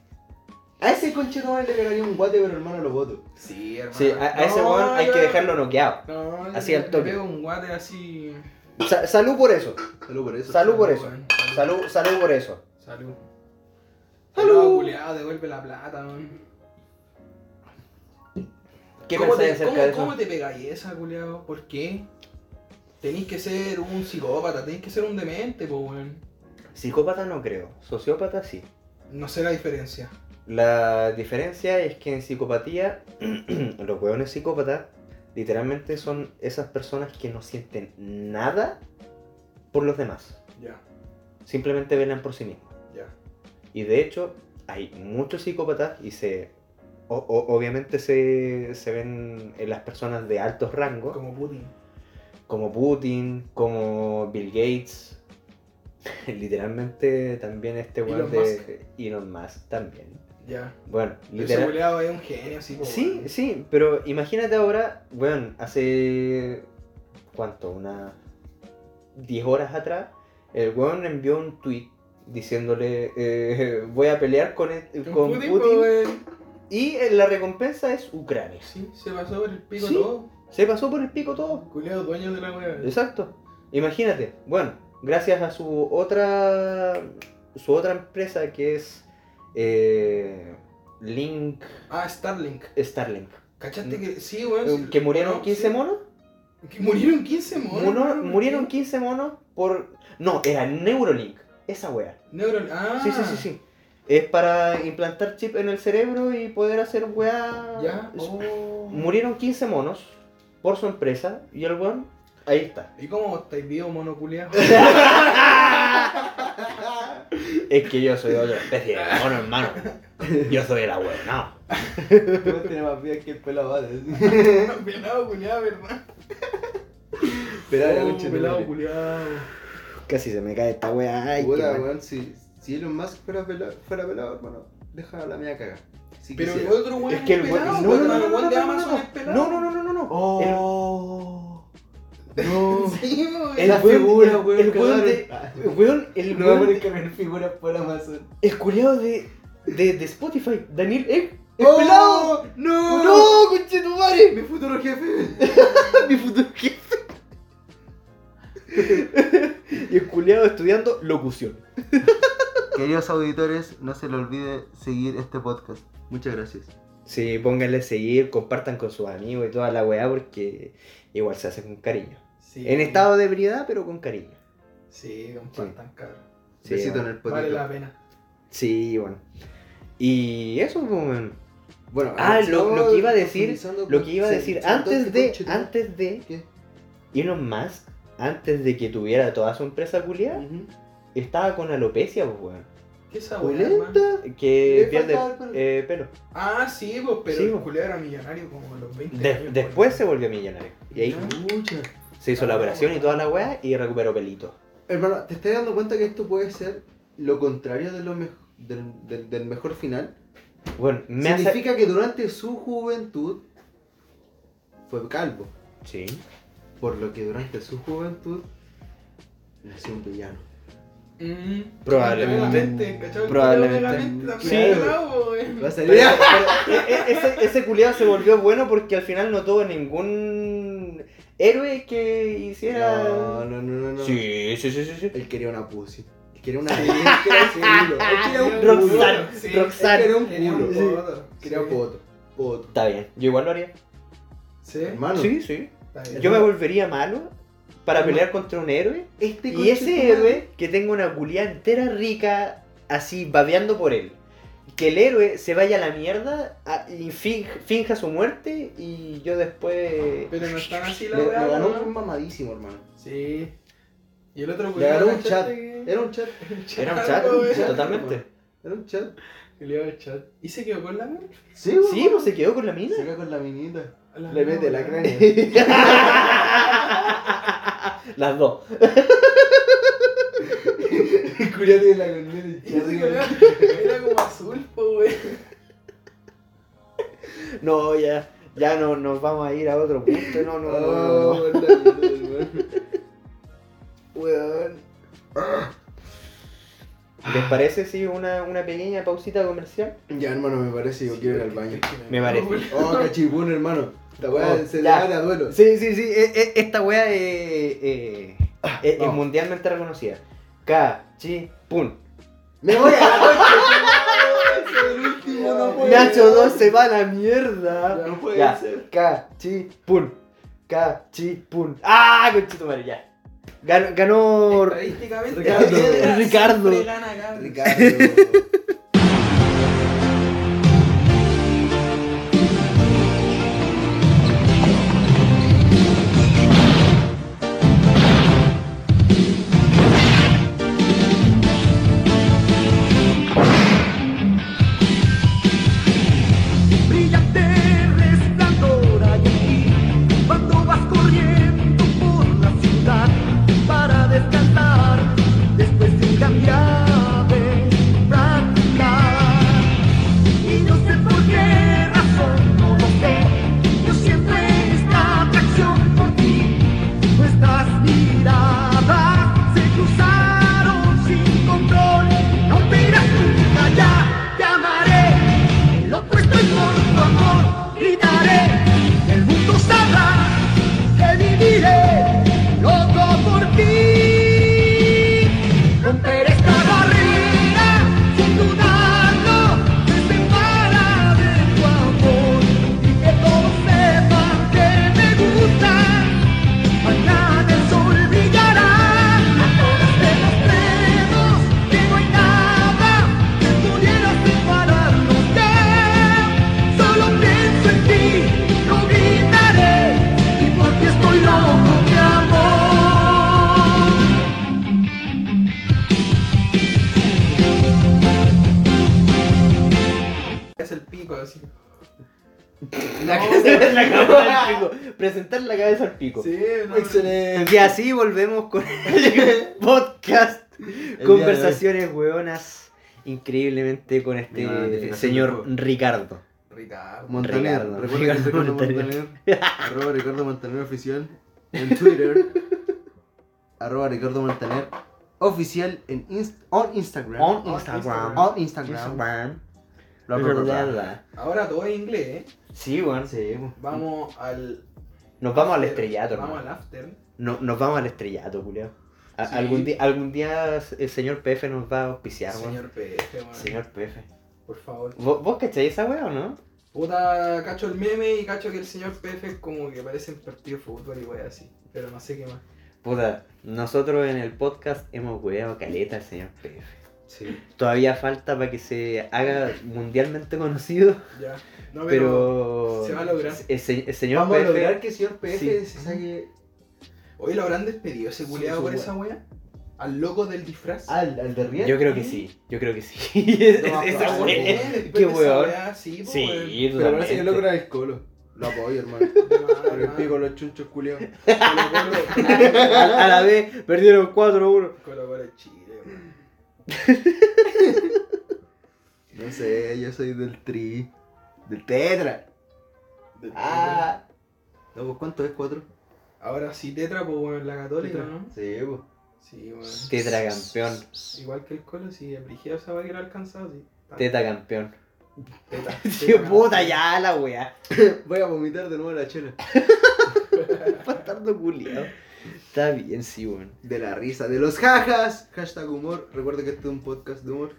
A ese conche tomar le pegaría un guate, pero hermano lo voto. Sí, hermano. Sí, a, a ese No, weón hay yo- que dejarlo noqueado. No, así le- al toque. le pego un guate así. Sa- salud por eso. Salud por eso. Salud por eso. weón. Salud, salud por eso. Salud. Salud. Pelado culeado, devuelve la plata, weón. ¿Qué ¿Cómo pensáis te, acerca cómo, de eso? cómo te pegáis esa, culeado? ¿Por qué? Tenéis que ser un psicópata, tenéis que ser un demente, pues, weón. Psicópata no creo, sociópata sí. No sé la diferencia. La diferencia es que en psicopatía, [clears throat] los hueones psicópatas literalmente son esas personas que no sienten nada por los demás. Ya, Simplemente velan por sí mismos. ya. Y de hecho, hay muchos psicópatas y se. o- o- obviamente se, se ven en las personas de altos rangos, Como Putin. como Putin, como Bill Gates. [laughs] Literalmente también este Elon hueón de Elon Musk también. Ya. Bueno, Ese literalmente. culeado es un genio, así, pues. Sí, weón. sí, pero imagínate ahora, weón, hace. ¿Cuánto? Unas 10 horas atrás, el weón envió un tweet diciéndole: eh, [laughs] Voy a pelear con, e- Un con Putin, Putin, pues, weón. y eh, la recompensa es Ucrania. Sí, se pasó por el pico Sí. todo. Se pasó por el pico todo. Culeado dueño de la weón. Exacto. Imagínate, bueno, gracias a su otra. Su otra empresa que es. eh, Link. Ah, Starlink. Starlink. ¿Cachaste que.? Sí, weón. eh, Ah, sí, Que murieron no, 15 sí. monos. Que murieron 15 monos. Mono- hermano, murieron ¿por qué? 15 monos por. No, era Neurolink. Esa wea. Neural. Ah, Sí, sí, sí, sí. Es para implantar chip en el cerebro y poder hacer wea. Ya. Es- Oh. Murieron 15 monos por su empresa y el weón. Ahí está. ¿Y cómo estáis vivo, mono culeado? [laughs] Es que yo soy de otra especie de mono, hermano. Yo soy el abuelo, no. Puedes tener más vida que el pelado vale. pelado culeado, ¿verdad? Pelado, Oh, conche tu pelado madre. culeado. Casi se me cae esta wea. Ay, Puta, qué mal. weón, si, si Elon Musk fuera pelado, fuera pelado, hermano, deja la media cagada. Si Pero el quisiera. otro weón Es que el weón. pelado, No, no, weón, no, el no, weón no, de no, no, Amazon es pelado. no, no, no, no, no, no. Oh. No. [laughs] Sí, weón. El La weón- figura, el- weón, el weón de- cagaron. Ah. El [laughs] weón, el No va a weón poder cargar figuras por Amazon. El culiado de, de, de Spotify, Daniel Ek, el ¡Oh! pelado. ¡No! ¡No, conchetumare! Mi futuro jefe. [laughs] Mi futuro jefe. y el culiado estudiando locución. Queridos auditores, no se le olvide seguir este podcast. Muchas gracias. Sí, pónganle a seguir, compartan con sus amigos y toda la weá porque igual se hace con cariño. Sí. En estado de ebriedad, pero con cariño. Sí, compartan, cabrón. Sí, Besito en bueno. el potito. Vale la pena. Sí, bueno. Y eso, pues, weón. Bueno, Ah, lo, lo que iba a decir, profundizando lo con- que iba a se- decir, se- antes de, conchetumare. antes de ¿Qué? Elon Musk, antes de que tuviera toda su empresa culiada, Ujú. Estaba con alopecia, pues, weón. ¿Qué es esa weá, hermano? ¿Polenta? Que Le pierde faltaba el pelo. eh, [laughs] pelo. Ah, sí, pues, pero Sí, el pues. culeado era millonario como a los 20 De- años, después se weón. volvió millonario. Y ahí Ya. Mucha. se Ah. hizo la operación y toda la weá y recuperó pelito. Hermano, te estás dando cuenta que esto puede ser lo contrario de lo, mej- del, del- del mejor final, Bueno, me hace... significa que durante su juventud fue calvo. Sí. Por lo que durante su juventud nació un villano. Mm. Probablemente. ¿cachai? Probablemente. Pero obviamente también Sí. es bravo, güey. Va a salir. Pero- pero e- e- ese ese culiado se volvió bueno porque al final no tuvo ningún héroe que hiciera. [laughs] No, no, no, no. no. Sí, sí, sí, sí. sí. Él quería una pussy. Él quería [laughs] una pussy. Él quería seguirlo. Él quería un culo. Roxanne. Roxanne, Sí, Él Roxanne. quería un Tenía culo. un poto, Quería sí. poto. Poto. Está bien, yo igual lo haría. Sí, Hermano. Sí, sí. está bien. Yo me volvería malo para Hermano. pelear contra un héroe. Este Y conche tu ese madre- héroe que tenga una culia entera rica, así babeando por él. Que el héroe se vaya a la mierda a- y fin- finja su muerte y yo después... Pero no están así Le, la le weá, ganó ¿no? un mamadísimo, hermano. Sí. Y el otro Le ganó un chat. ¿cachaste que- Era un chat. [laughs] Era un algo, güey. chat, totalmente. Era un chat. Que le dio el chat. ¿Y se quedó con la mina? Sí, güey. Sí, pues se quedó con la mina. Se cae con la minita. A la Le mina, mete [laughs] la güey. cránea. [laughs] Las dos. Culiate de la condena del Y ese chat. que era como azul, po, [laughs] güey. No, ya, ya no, nos vamos a ir a otro punto. No, no, no, no, no. Oh, la mierda, hermano. Weón. ¿Les parece si una, una pequeña pausita comercial? [laughs] Ya, hermano, me parece. Yo quiero ir al baño. Me parece. Oh, cachipún, hermano. Esta weá Oh, se le ya. gana duelo. Sí, sí, sí. e- e- esta wea eh, eh, es, es Ah, vamos. mundialmente reconocida. Cachipun. Me voy a la [laughs] concha. Soy el último, no puede Nacho ser. 2 se va a la mierda. No puede Ya. ser. Cachipun. Cachipun. ¡Ah! Conchito madre, ya. Ganó. ganó... Estadísticamente. Ricardo. [laughs] Ricardo. Siempre gana Gaby. Ricardo. brillante resplandor hay en ti cuando vas corriendo por la ciudad para descansar después de un cambiar de practicar y no sé por qué razón no lo sé yo siempre esta atracción por ti nuestras miradas se cruzaron sin control no miras nunca ya te amaré Loco estoy por tu amor, gritaré, el mundo sabrá que viviré, loco por ti. Romper esta barrera, sin dudarlo, me separa de tu amor y que todos sepan que me gustas. Mañana el sol brillará, a todos demostremos que no hay nada que pudiera separarnos de Solo pienso en ti, lo gritaré, y porque estoy loco de amor Es el pico, [laughs] así. [laughs] La cabeza, [laughs] la cabeza al pico. Presentar la cabeza al pico. Sí, no. Y así volvemos [laughs] con el podcast. Conversaciones hueonas increíblemente con este Una notificación de señor juego. Ricardo. Ricardo. Montaner, Ricardo. recuerda que Ricardo Ricardo Montaner. Montaner, arroba Ricardo Montaner oficial en Twitter, arroba Ricardo Montaner oficial en inst- on Instagram, On Instagram. on Instagram, bla, bla, bla, bla. Ahora todo es inglés, ¿eh? Sí, weón. Sí, po. Vamos al. Nos vamos al after, estrellato, Vamos al hermano. after. No- Nos vamos al estrellato, culeo. A- Sí. Algún, día, algún día el señor PF nos va a auspiciar, weón. Señor PF, weón. Señor PF. Por favor. ¿Vos, vos cacháis esa weón, no? Puta, cacho el meme y cacho que el señor PF es como que parece un partido de fútbol y wey así. Pero no sé qué más. Puta, nosotros en el podcast hemos weado caleta al señor PF. Sí. Todavía falta para que se haga mundialmente conocido, Ya. No, pero. pero... se va a lograr. El, se- el señor Vamos a PF lograr que el señor PF se saque Hoy lo habrán despedido ese Sí, culiado sí, por weón. esa wea. Al loco del disfraz. al, al de Riel. Yo creo que sí, yo creo que sí. [laughs] Es- No, es- pero es- bueno, es- después qué de esa weón. wea, Sí, pues, Sí, Pero parece que totalmente. logra el colo. Lo apoyo, hermano. Pero el pico los chunchos culiados. A, a la vez perdieron 4-1. Colo Colo Chile, weón. No sé, yo soy del tri. Del tetra. Ah. No, pues ¿cuánto es? ¿Cuatro? Ahora sí, Tetra, pues bueno, la católica, ¿no? Sí, pues. Sí, bueno. Tetra campeón. Igual que el colo, sí, Brigida se va a quedar alcanzado, sí. Teta campeón. Teta. [laughs] Sí, puta, ya la weá. Voy a vomitar de nuevo la chela. [laughs] Bastardo culiao. Está bien, sí, weón. De la risa, de los jajas. Hashtag humor. Recuerda que este es un podcast de humor.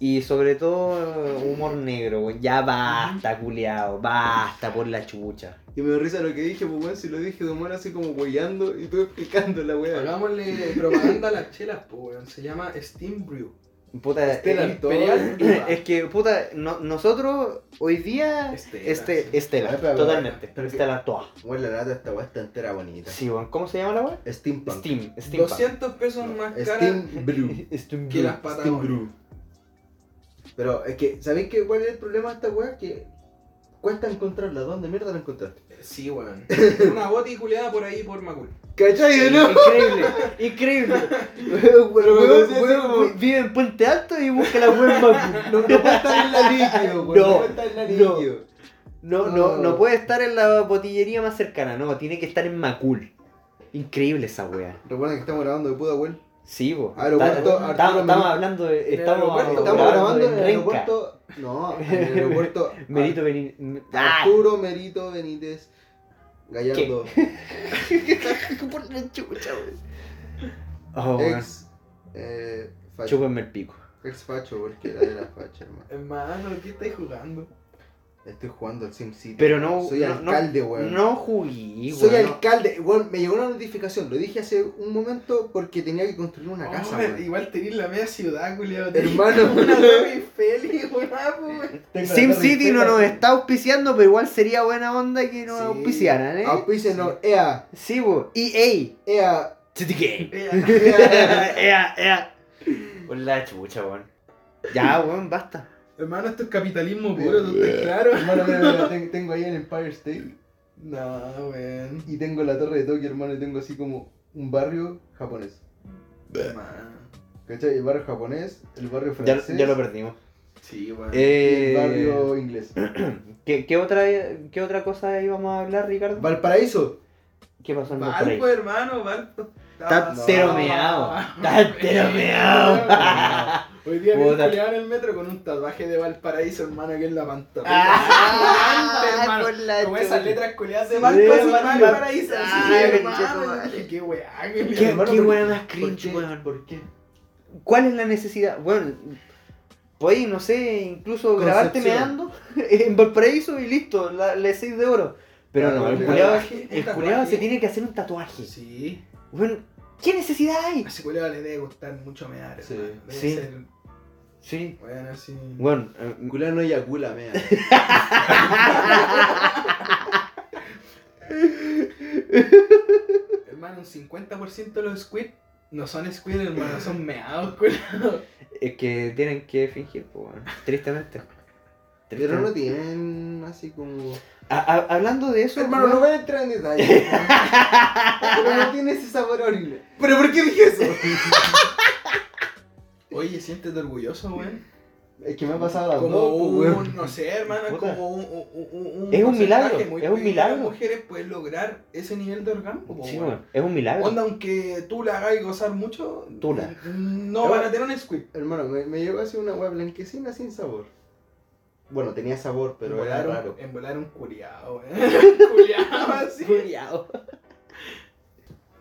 Y sobre todo, humor negro, weón. Ya basta, culiao. Basta por la chucha. Y me dio risa lo que dije, pues bueno, si lo dije de humor así como weyando y tú explicando la wea. Hagámosle propaganda a las chelas, pues, weón. Se llama Steam Brew. Este Puta, Estela, eh, todo. Imperial Diva. [laughs] es que, puta, no- nosotros hoy día. Estela, Este, sí. A Estela, ver, pero- totalmente. pero- Estela toa. Bueno, la lata esta wea está entera bonita. Sí, weón. ¿Cómo se llama la weá? Steampunk. Steam. Steam. 200 pesos más cara Steam Brew. Steam. que [laughs] las Steam patagonas. Brew. Pero es que, ¿sabéis qué, cuál es el problema de esta wea? Que cuesta encontrarla. ¿Dónde mierda la encontraste? Sí, [laughs] weón. Una boti culeada por ahí por Macul. ¿Cachai de [laughs] nuevo? Eh, Increíble, increíble. [laughs] Pero Weón, weón, weón, weón, weón, weón. vive en Puente Alto y busca la web [laughs] Mapu. No, no puede estar en la líquido, weón. No, No, puede estar en la líquido. No, no, no puede estar en la botillería más cercana, no, tiene que estar en Macul. Increíble esa wea. Recuerden que estamos grabando de puta, weón. Sí, vos. Aeropuerto Arturo Merino. Estamos hablando de. Estamos, aeropuerto, Estamos Grabando grabando en el Renca. aeropuerto. No, en el aeropuerto. [laughs] Merito Benítez. Ah, Arturo Merito Benítez Gallardo, por la chucha, wey. Oh, weón. ex. Eh, facho. Chúpenme el pico. Ex facho, porque era de la facha, hermano. Hermano, ¿qué estáis jugando? Estoy jugando al SimCity. Pero no. Soy no, no- alcalde, weón. No jugué, Soy weón. no. alcalde, weón. Me llegó una notificación, lo dije hace un momento porque tenía que construir una Oh, casa, me- weón. igual tenéis la media ciudad, culiado. Hermano. Una Torre Eiffel, [laughs] weón. ah, weón. Tengo la torre SimCity no entera. nos está auspiciando, pero igual sería buena onda que nos Sí. auspiciaran, Ah, ¿eh? Auspícenos, pues EA, Sí, E vos. EA. EA. City Game. [laughs] Vea. EA. Ea, ea. Por la chucha, weón. E Ya, weón, basta. Hermano, esto es capitalismo puro, ¿tú estás claro? Hermano, mira, mira, ten- tengo ahí el Empire State No, weón. y tengo la torre de Tokio, hermano, y tengo así como un barrio japonés. Hermano. ¿Cachai? El barrio japonés, el barrio Ya, francés ya lo perdimos. Sí, weón. y el Eh, barrio inglés. ¿qué, qué otra, ¿Qué otra cosa íbamos a hablar, Ricardo? Valparaíso. ¿Qué pasó en Monterrey? Valpo, hermano, Valpo. Está No. cero [laughs] meado. Está cero meado. Hoy día me Puta. peleaban en el metro con un tatuaje de Valparaíso, hermano, aquí en la [laughs] pantalla. Ah, hermano. por la Como chucha. esas letras culiadas de Sí, Valpo, así, Valpo. Valparaíso. así, Ah, hermano, conchetumare. dije, Qué weá, ¿Qué, qué Hermano, qué ¿por- weón más ¿Por cringe, qué? weón? ¿Por qué? ¿Cuál es la necesidad? Bueno, podéis, no sé, incluso grabarte Concepción. meando [laughs] en Valparaíso y listo, la, le 6 de oro. Pero no, Ah, el un culiado tatuaje, el un culiao se tatuaje. tiene que hacer un tatuaje. Sí. Bueno, ¿qué necesidad hay? A ese culiado le debe gustar mucho mear. Sí. hermano. Debe Sí. ser, Sí. weón, así. Bueno, eh, Culá no eyacula, mea. Hermano, un 50% de los squid no son squid, hermano, son meados, culiao. es que tienen que fingir, pues, bueno, tristemente. Pero no Tristemente. tienen así como. A- a- hablando de eso, Hermano, no weón, voy a entrar en detalle. [laughs] Pero no tiene ese sabor horrible. ¿Pero por qué dije eso? Oye, siéntete orgulloso, weón. Es que me ha pasado las como dos, pues, un, weón. no sé, hermano, es Puta. como un, un- un, Es un porcentaje milagro, es un pequeño de milagro. mujeres pueden lograr ese nivel de orgasmo, po, sí, weón. weón, es un milagro. Onda, [laughs] aunque tú la hagas gozar mucho, Tú la. no Yo- van a tener un squid. Hermano, me, me llegó así una hueá blanquecina sin sabor. Bueno, tenía sabor, pero en era volar un- raro. En volar un curiado, [laughs] weón. curiado así. Culiao.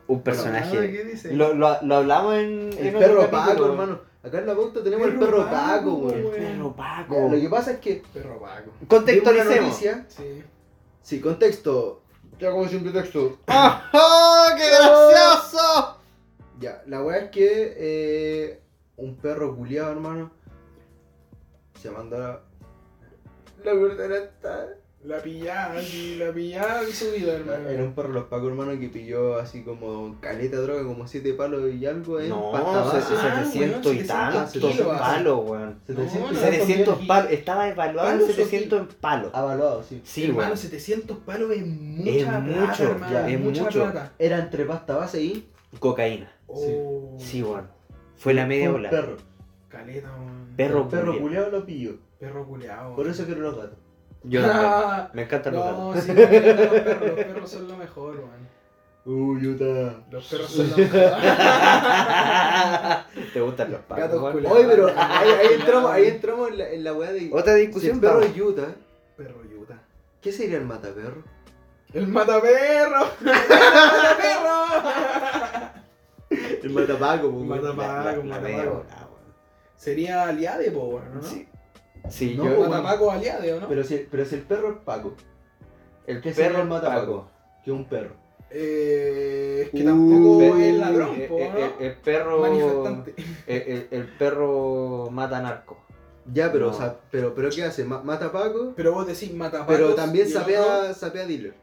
Un personaje. Hermano, ¿Qué dice? Lo, lo, lo hablamos en. El en otro perro capítulo, Paco, weón. hermano. Acá en la pauta tenemos el Perro perro Paco, Paco, weón. weón. Perro Paco. Ya, Lo que pasa es que. Perro vago. vimos una Contextualicemos. noticia- Sí. Sí, contexto. Ya como siempre texto. ¡Ajá! ¡Qué gracioso! Ya, la weá es que eh, un perro culiado, hermano, se mandó la... La gordera está... La pillada, sí, la pillada en su vida, Mm. hermano. Era un perro de los Paco, hermano, que pilló así como caleta de droga, como siete palos y algo en pasta No, se- base. se- Ah, 700 weón, y 700 tantos kilos, palos, weón. No, no, 700 millones. palos. Estaba evaluado en ¿Palos o 700 en palos. Ah, Avaluado, sí. Sí, hermano, weón. 700 palos es mucha Es plata, mucho, hermano, ya, es mucha mucho. plata. Era entre pasta base y... Cocaína. Oh, Sí, weón. Fue la media un ola. perro. Caleta, weón. Perro El perro culiao. culiado lo pilló. Perro culeado. Por [laughs] eso quiero los gatos. Yo Ah, Me encantan los gatos. No, sí, los perros, los perros son lo mejor, weón. Uh, Utah. Los perros son lo [laughs] mejor. Te gustan los Gatos pacos. weón. culiados. Oye, pero ahí, [laughs] ahí entramos, ahí entramos en la, en la weá de. Otra si el discusión, perro perro. es Utah, Perro yuta. ¿qué sería el mataperro? ¡El mataperro! [laughs] El matapaco, El pues. matapaco. La- la Matapaco. veo, la- weón. Sería aliade, po, weón, ¿no? Sí. Sí, No, yo. weón. Matapaco aliade, ¿o no? Pero si, pero si el perro es Paco, El ¿qué perro sería el paco. matapaco? Que un perro. Eh, es que Uh, tampoco pe- es ladrón, Eh, po, eh, eh, ¿no? el perro. Manifestante. El, el- el perro mata narco. Ya, pero, No. o sea, pero, pero ¿qué hace? Ma- mata Paco, Pero vos decís matapacos pero también y el otro- sapea, sapea dealer.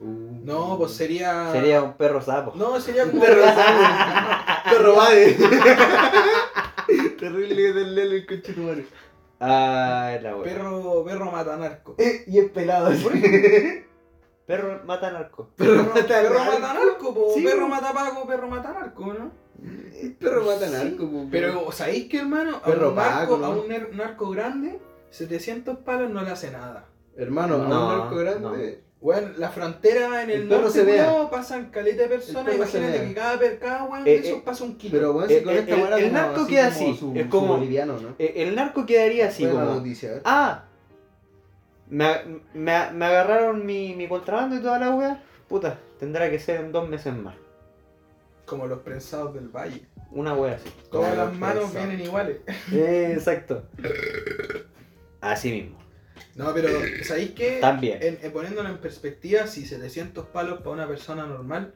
Uh. No, pues sería... Sería un perro sapo. No, sería [laughs] como... Perro ah, Perro vade. [laughs] Terrible del lelo el coche de tu madre. Ah, es la wea. [laughs] Perro, [laughs] perro matanarco. Eh, y es pelado. así. [laughs] Perro mata narco. Perro, perro matanarco. matanarco, po. Sí, perro po. matapaco, perro matanarco, ¿no? Perro mata narco, pues. Pero, ¿sabéis que hermano? A Perro un, narco, paco, a ¿no? un nar- narco grande, 700 palos no le hace nada. Hermano, a No, un narco grande. Bueno, la frontera en el, El perro norte, se vea. culiao, pasan caleta de personas, perro se imagínate vea. que cada, per- cada weón Eh, de esos eh, pasa un kilo. Pero bueno, si Eh, con eh, esta el- weá era el como narco así queda como así, su- es su como- boliviano, ¿no? Eh, El narco quedaría así Buena como. noticia, a ver. Ah, me, me- me agarraron mi, mi contrabando y toda la wea. Puta, tendrá que ser en dos meses más. Como los prensados del valle. Una wea [laughs] así. Todas Como las los manos prensados. vienen iguales. Eh, exacto. Así mismo. No, pero ¿sabéis qué? También. En- eh, poniéndolo en perspectiva, si 700 palos para una persona normal,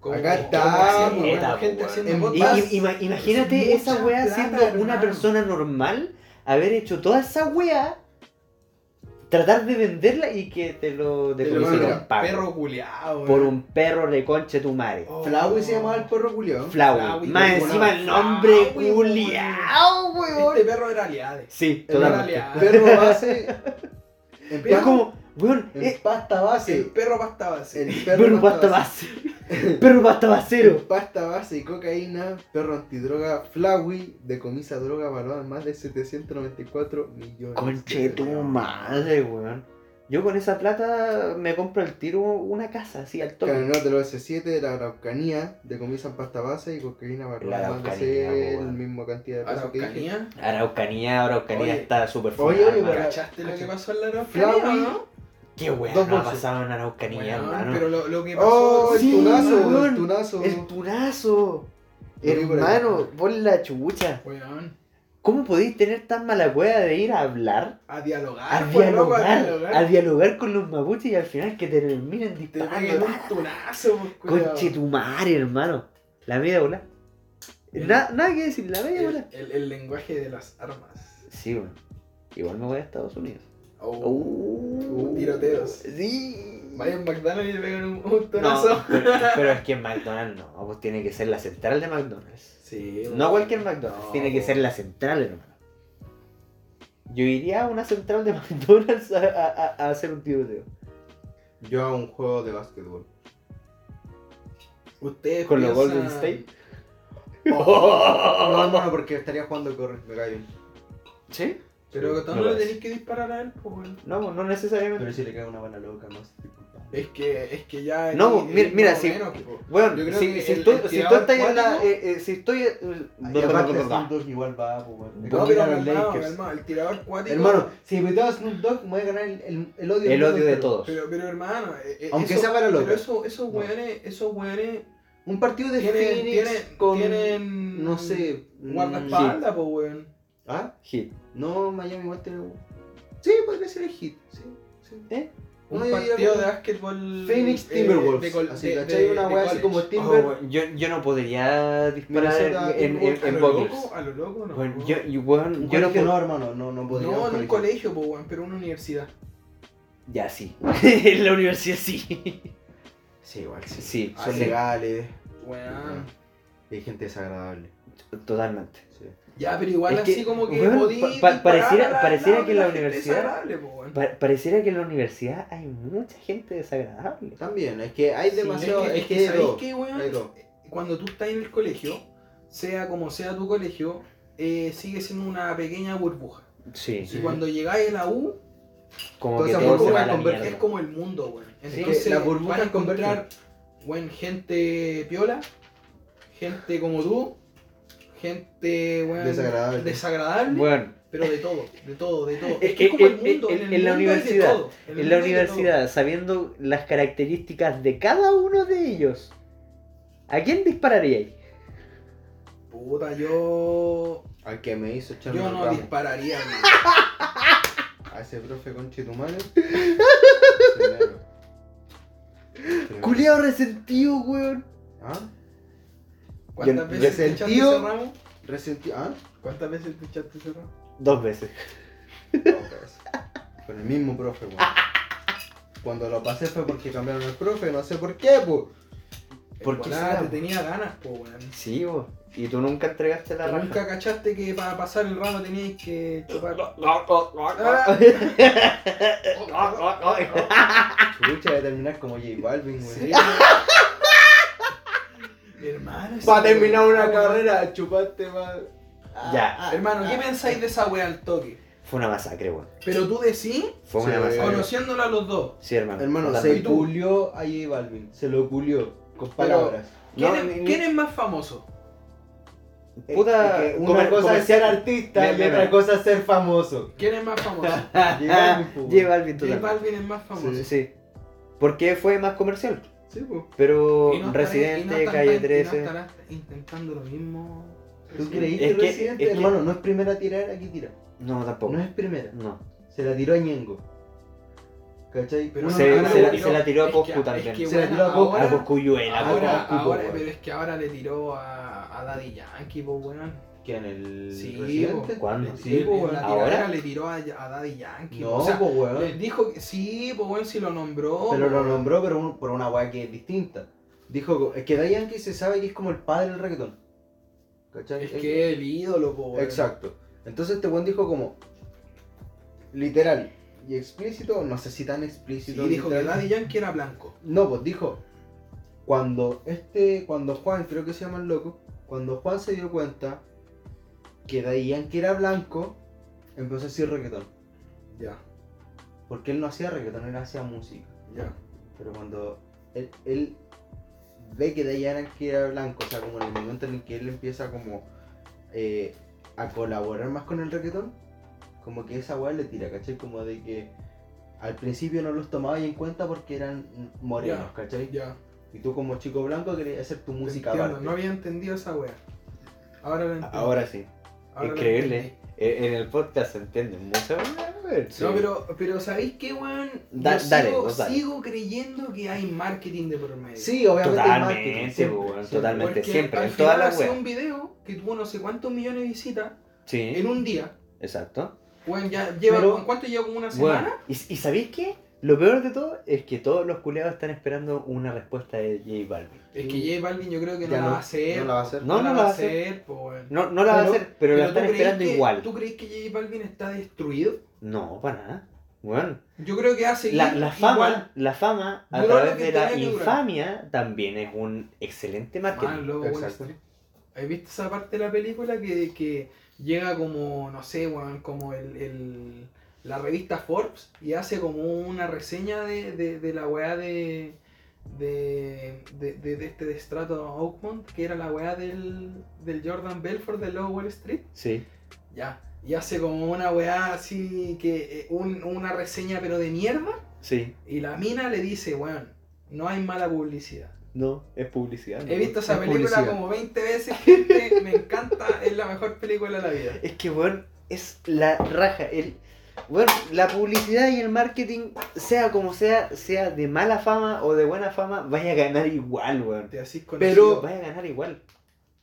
como, Acá está, como haciendo- weón. como gente Weón. haciendo En- Y- podcast, y- ima- imagínate es esa mucha wea plata, siendo una hermano. persona normal, haber hecho toda esa wea, tratar de venderla y que te lo Te lo decomisan manden a un pago. perro culiado. por un perro de conche tu madre. Oh. Flaui se llamaba el perro culiao. Flau. Flaui, Más weón. encima el nombre Flaui, weón. culiao, weón. Este perro era aliade. Sí, El totalmente. aliado. Perro base. En Es pasta, como, weón, en eh, pasta El base. perro pastaba así. El perro pasta base. Perro pasta En basero. Pasta base y cocaína, perro antidroga, Flaui, decomisa droga valuada en más de 794 millones. Conche [laughs] tu madre, weón. Yo con esa plata me compro al tiro una casa, así al toque. Canonero del OS7 de la Araucanía, decomisan pasta base y cocaína La valuada en más Araucanía, de po, la weón. misma cantidad de pesos que dije. Araucanía. Araucanía, Araucanía Oye. está súper Oye, fuerte, oye, hermano. pero- ¿Cachaste lo que pasó en la Araucanía, Flaui, no? Qué weón dos no ha bolsas. pasado en Araucanía, Weón, hermano. Pero lo, lo que pasó. ¡Oh, el Sí, tunazo! weón. ¡El tunazo! El tunazo. Lo vi por ahí. Hermano, por la chucha. Weón, ¿Cómo podéis tener tan mala cueva de ir a hablar? a A dialogar. pues, loco, dialogar, a dialogar con los mapuches y al final que te terminen Te peguen disparando. un tunazo, pues, culiao. Conchetumare, hermano. La media bola. Na- nada que decir, la media bola. El, el- el lenguaje de las armas. Sí, bueno. Igual me voy a Estados Unidos. Oh, Uh, tiroteos. Sí. Vayan McDonald's y le pegan un, un No, tunazo. pero, pero es que en McDonald's no, pues tiene que ser la central de McDonald's. Sí, No cualquier McDonald's, No, tiene que po. ser la central, hermano. Yo iría a una central de [laughs] McDonald's a, a- a- a hacer un [laughs] tiroteo. Yo a un juego de [laughs] básquetbol. Ustedes Con los piensan- Golden State. No, hermano, porque estaría jugando corre, me callo. ¿Sí? Pero Sí, que me no le parece. tenéis que disparar a él, pues, weón. No, pues, no necesariamente. Pero si le cae una bala loca, no sé. Es que, es que ya. No, es- mira- es mira, más o si- menos, pues. Bueno, Yo creo si, que si el- tú, el si tú tirador estás en la. acuático- eh, eh, si estoy. eh, Y aparte Snoop Dogg igual va, pues, weón. No, Domina pero a los calmado, Lakers. calmado, el tirador cuático. Hermano, si me a Snoop Dogg, me voy a ganar el, el- el odio el del odio de mundo, todos. Pero, pero hermano, eh, eh, Aunque eso- sea para loca. Pero eso- esos No. weones, esos weones pero- Un partido de tienen, Phoenix tienen, con, tienen no sé... mm, guardaespaldas, po weón. Heat. ¿Ah? Hit. Oh, No, Miami igual tiene... Sí, podría ser el hit, sí. sí. ¿Eh? Un No, yo diría partido como de básquetbol. Phoenix eh, Timberwolves. de col- así, de- ¿cachai? de- Una de wea así college. como Oh, Timber... bueno, yo, yo no podría Minnesota, disparar en, en, en, Timberwolves, en ¿A lo Bogers. loco? ¿A lo loco? No, Bueno, po. yo, y, bueno, Un yo no colegio puedo- no, hermano, no, no podría. no, un en un colegio, po, weón, pero en una universidad. Ya sí. [laughs] en la universidad sí. Sí, igual, sí. Sí, Son sí, legales. Ah. Weón. Y hay gente desagradable. totalmente. Sí. Ya, pero igual Es así que, como que weón, podí pa- pa- disparar pareciera- a la- pareciera a que la gente universidad- desagradable, po, weón. Pa- pareciera que en la universidad hay mucha gente desagradable. También, es que hay Sí, demasiado... es que, hay ¿sabéis dos, qué, weón? hay dos. cuando tú estás en el colegio, sea como sea tu colegio, eh, sigue siendo una pequeña burbuja. Sí, Y cuando llegáis a la U, como Todas que esas todo se va a burbujas la convergen- es mierda. como el mundo, weón. Sí, Entonces, las burbujas van a encontrar convergen. weón, gente piola, gente como tú, gente weón, Desagradable. desagradable, Bueno, pero de todo, de todo, de todo. Es Es que es que como el en- mundo, en- en, el en la mundo hay de universidad, todo, el en la mundo hay de todo. universidad, sabiendo las características de cada uno de ellos, ¿a quién dispararíais? Puta, yo. Al que me hizo echarme Yo el no ramo. dispararía, weón. A ese profe [laughs] conchetumare. Culeado resentido, weón. ¿Ah? ¿Cuántas Yo- veces te echaste resentido. ese ramo? Resentí. ¿Ah? ¿Cuántas veces te echaste ese ramo? Dos veces. Con el mismo profe, weón. Cuando lo pasé fue porque cambiaron el profe, no sé por qué, pues. ¿Por ¿Por qué qué será, te weón? tenía ganas, po, weón? Sí, weón. Y tú nunca entregaste la [laughs] raja. Nunca cachaste que para pasar el ramo tenías que [laughs] chupar. Ah, Chucha de terminar como J Balvin, weón. Mi hermano. ese Para terminar weón, una weón. carrera, chupaste más. Ya, Hermano, ¿qué pensáis de esa wea al toque? fue una masacre, weón. Pero tú decís, Fue una Sí, masacre. bueno. conociéndola a los dos. Sí, hermano. Hermano, Totalmente. se culió a J Balvin. Se lo culió. Con palabras. ¿Quién, No, es, ni- ni- quién es más famoso? Puta, Es que comer- una cosa es comercial. ser artista Me- y me- otra me- cosa es ser famoso. ¿Quién es [laughs] más famoso? Lleva Lleva Alvin J totalmente. Balvin es más famoso. Sí, sí. Porque fue más comercial. Sí, pues. Pero Y no estará- y no Residente, estará- Calle y no 13. estará intentando lo mismo. ¿Tú Residente? creíste Es que- Residente? es que- Hermano, no es primera a tirar, aquí tira. No, tampoco. No es primera. No. Se la tiró a Ñengo. ¿Cachai? Pero Uno se- gana se la- uno. se la tiró a Es Coscu que- es también. que, Se la bueno, tiró a Coscu. A ahora- Coscuyuela. Ahora, Coscu, po, ahora, weón. pero es que ahora le tiró a, a Daddy Yankee, po, weón. ¿Quién? ¿El Sí, Residente? po. ¿Cuándo? Sí, El- po, el- weón. La ¿Ahora? tiradera le tiró a, a Daddy Yankee. No, po. o sea, po, weón. le dijo que sí, po, weón, si lo nombró. Pero po, lo weón. nombró pero un- por una weá que es distinta. Dijo es que Daddy Yankee se sabe que es como el padre del reggaetón. ¿Cachai? Eh, Es que el ídolo, po, weón. Exacto. Entonces este weón dijo como. Literal. Y explícito, no sé si tan Y explícito. dijo que literal. Daddy Yankee era blanco. No, pues dijo. Cuando este. Cuando Juan, creo que se llama el loco. Cuando Juan se dio cuenta que Daddy Yankee era blanco, empezó a decir reggaetón. Ya, Porque él no hacía reggaetón, él hacía música. ya. Pero cuando él, él ve que Daddy que era blanco, o sea, como en el momento en el que él empieza como eh, a colaborar más con el reggaetón, como que esa weá le tira, ¿cachai? Como de que al principio no los tomaba en cuenta porque eran morenos, Ya, ¿cachai? Ya. Y tú como chico blanco querías hacer tu música Entiendo, aparte. No había entendido esa wea. Ahora lo entiendo. Ahora sí. Ahora lo Increíble. E-, entendí. En en el podcast se entiende mucho. No, pero, pero ¿sabéis qué, weón? Da- Yo dale, sigo, vos dale. sigo creyendo que hay marketing de por medio. Sí, obviamente el marketing, Totalmente, siempre, po, weón, siempre. totalmente, Porque siempre, al en todas final las hace weas. un video que tuvo no sé cuántos millones de visitas Sí, en un día. exacto. Bueno, ya lleva, Pero- ¿cuánto lleva? ¿Como una Bueno, semana? ¿y, y sabéis qué? Lo peor de todo es que todos los culeados están esperando una respuesta de J Balvin. Es que J Balvin yo creo que no Ya la no, va a hacer. no la va a hacer. No, no la va a hacer. po, weón. No, no la va a Pero- hacer, pero, la ¿tú están crees esperando que- igual. ¿Tú crees que J Balvin está destruido? No, para nada. Bueno, Yo creo que hace la, la fama, igual. la fama a Yo creo través que de la tenía que durar. infamia también es un excelente marketing. Malo, Ah, weón. Exacto. ¿Has visto esa parte de la película que, que llega como, no sé, weón, como el, el- la revista Forbes y hace como una reseña de, de, de la weá de, de, de, de- de este de Strato Oakmont, que era la weá del, del Jordan Belfort de Low Wall Street? Sí. Ya. Y hace como una weá así, que eh, un- una reseña pero de mierda. Sí, Y la mina le dice, weón, no hay mala publicidad. no, es publicidad. He ¿no? visto esa Es película publicidad. como 20 veces, gente, me encanta, es la mejor película de la vida. Es que, weón, es la raja. El, weón, la publicidad y el marketing, sea como sea, sea de mala fama o de buena fama, vaya a ganar igual, weón. Te así con Pero- Vaya a ganar igual.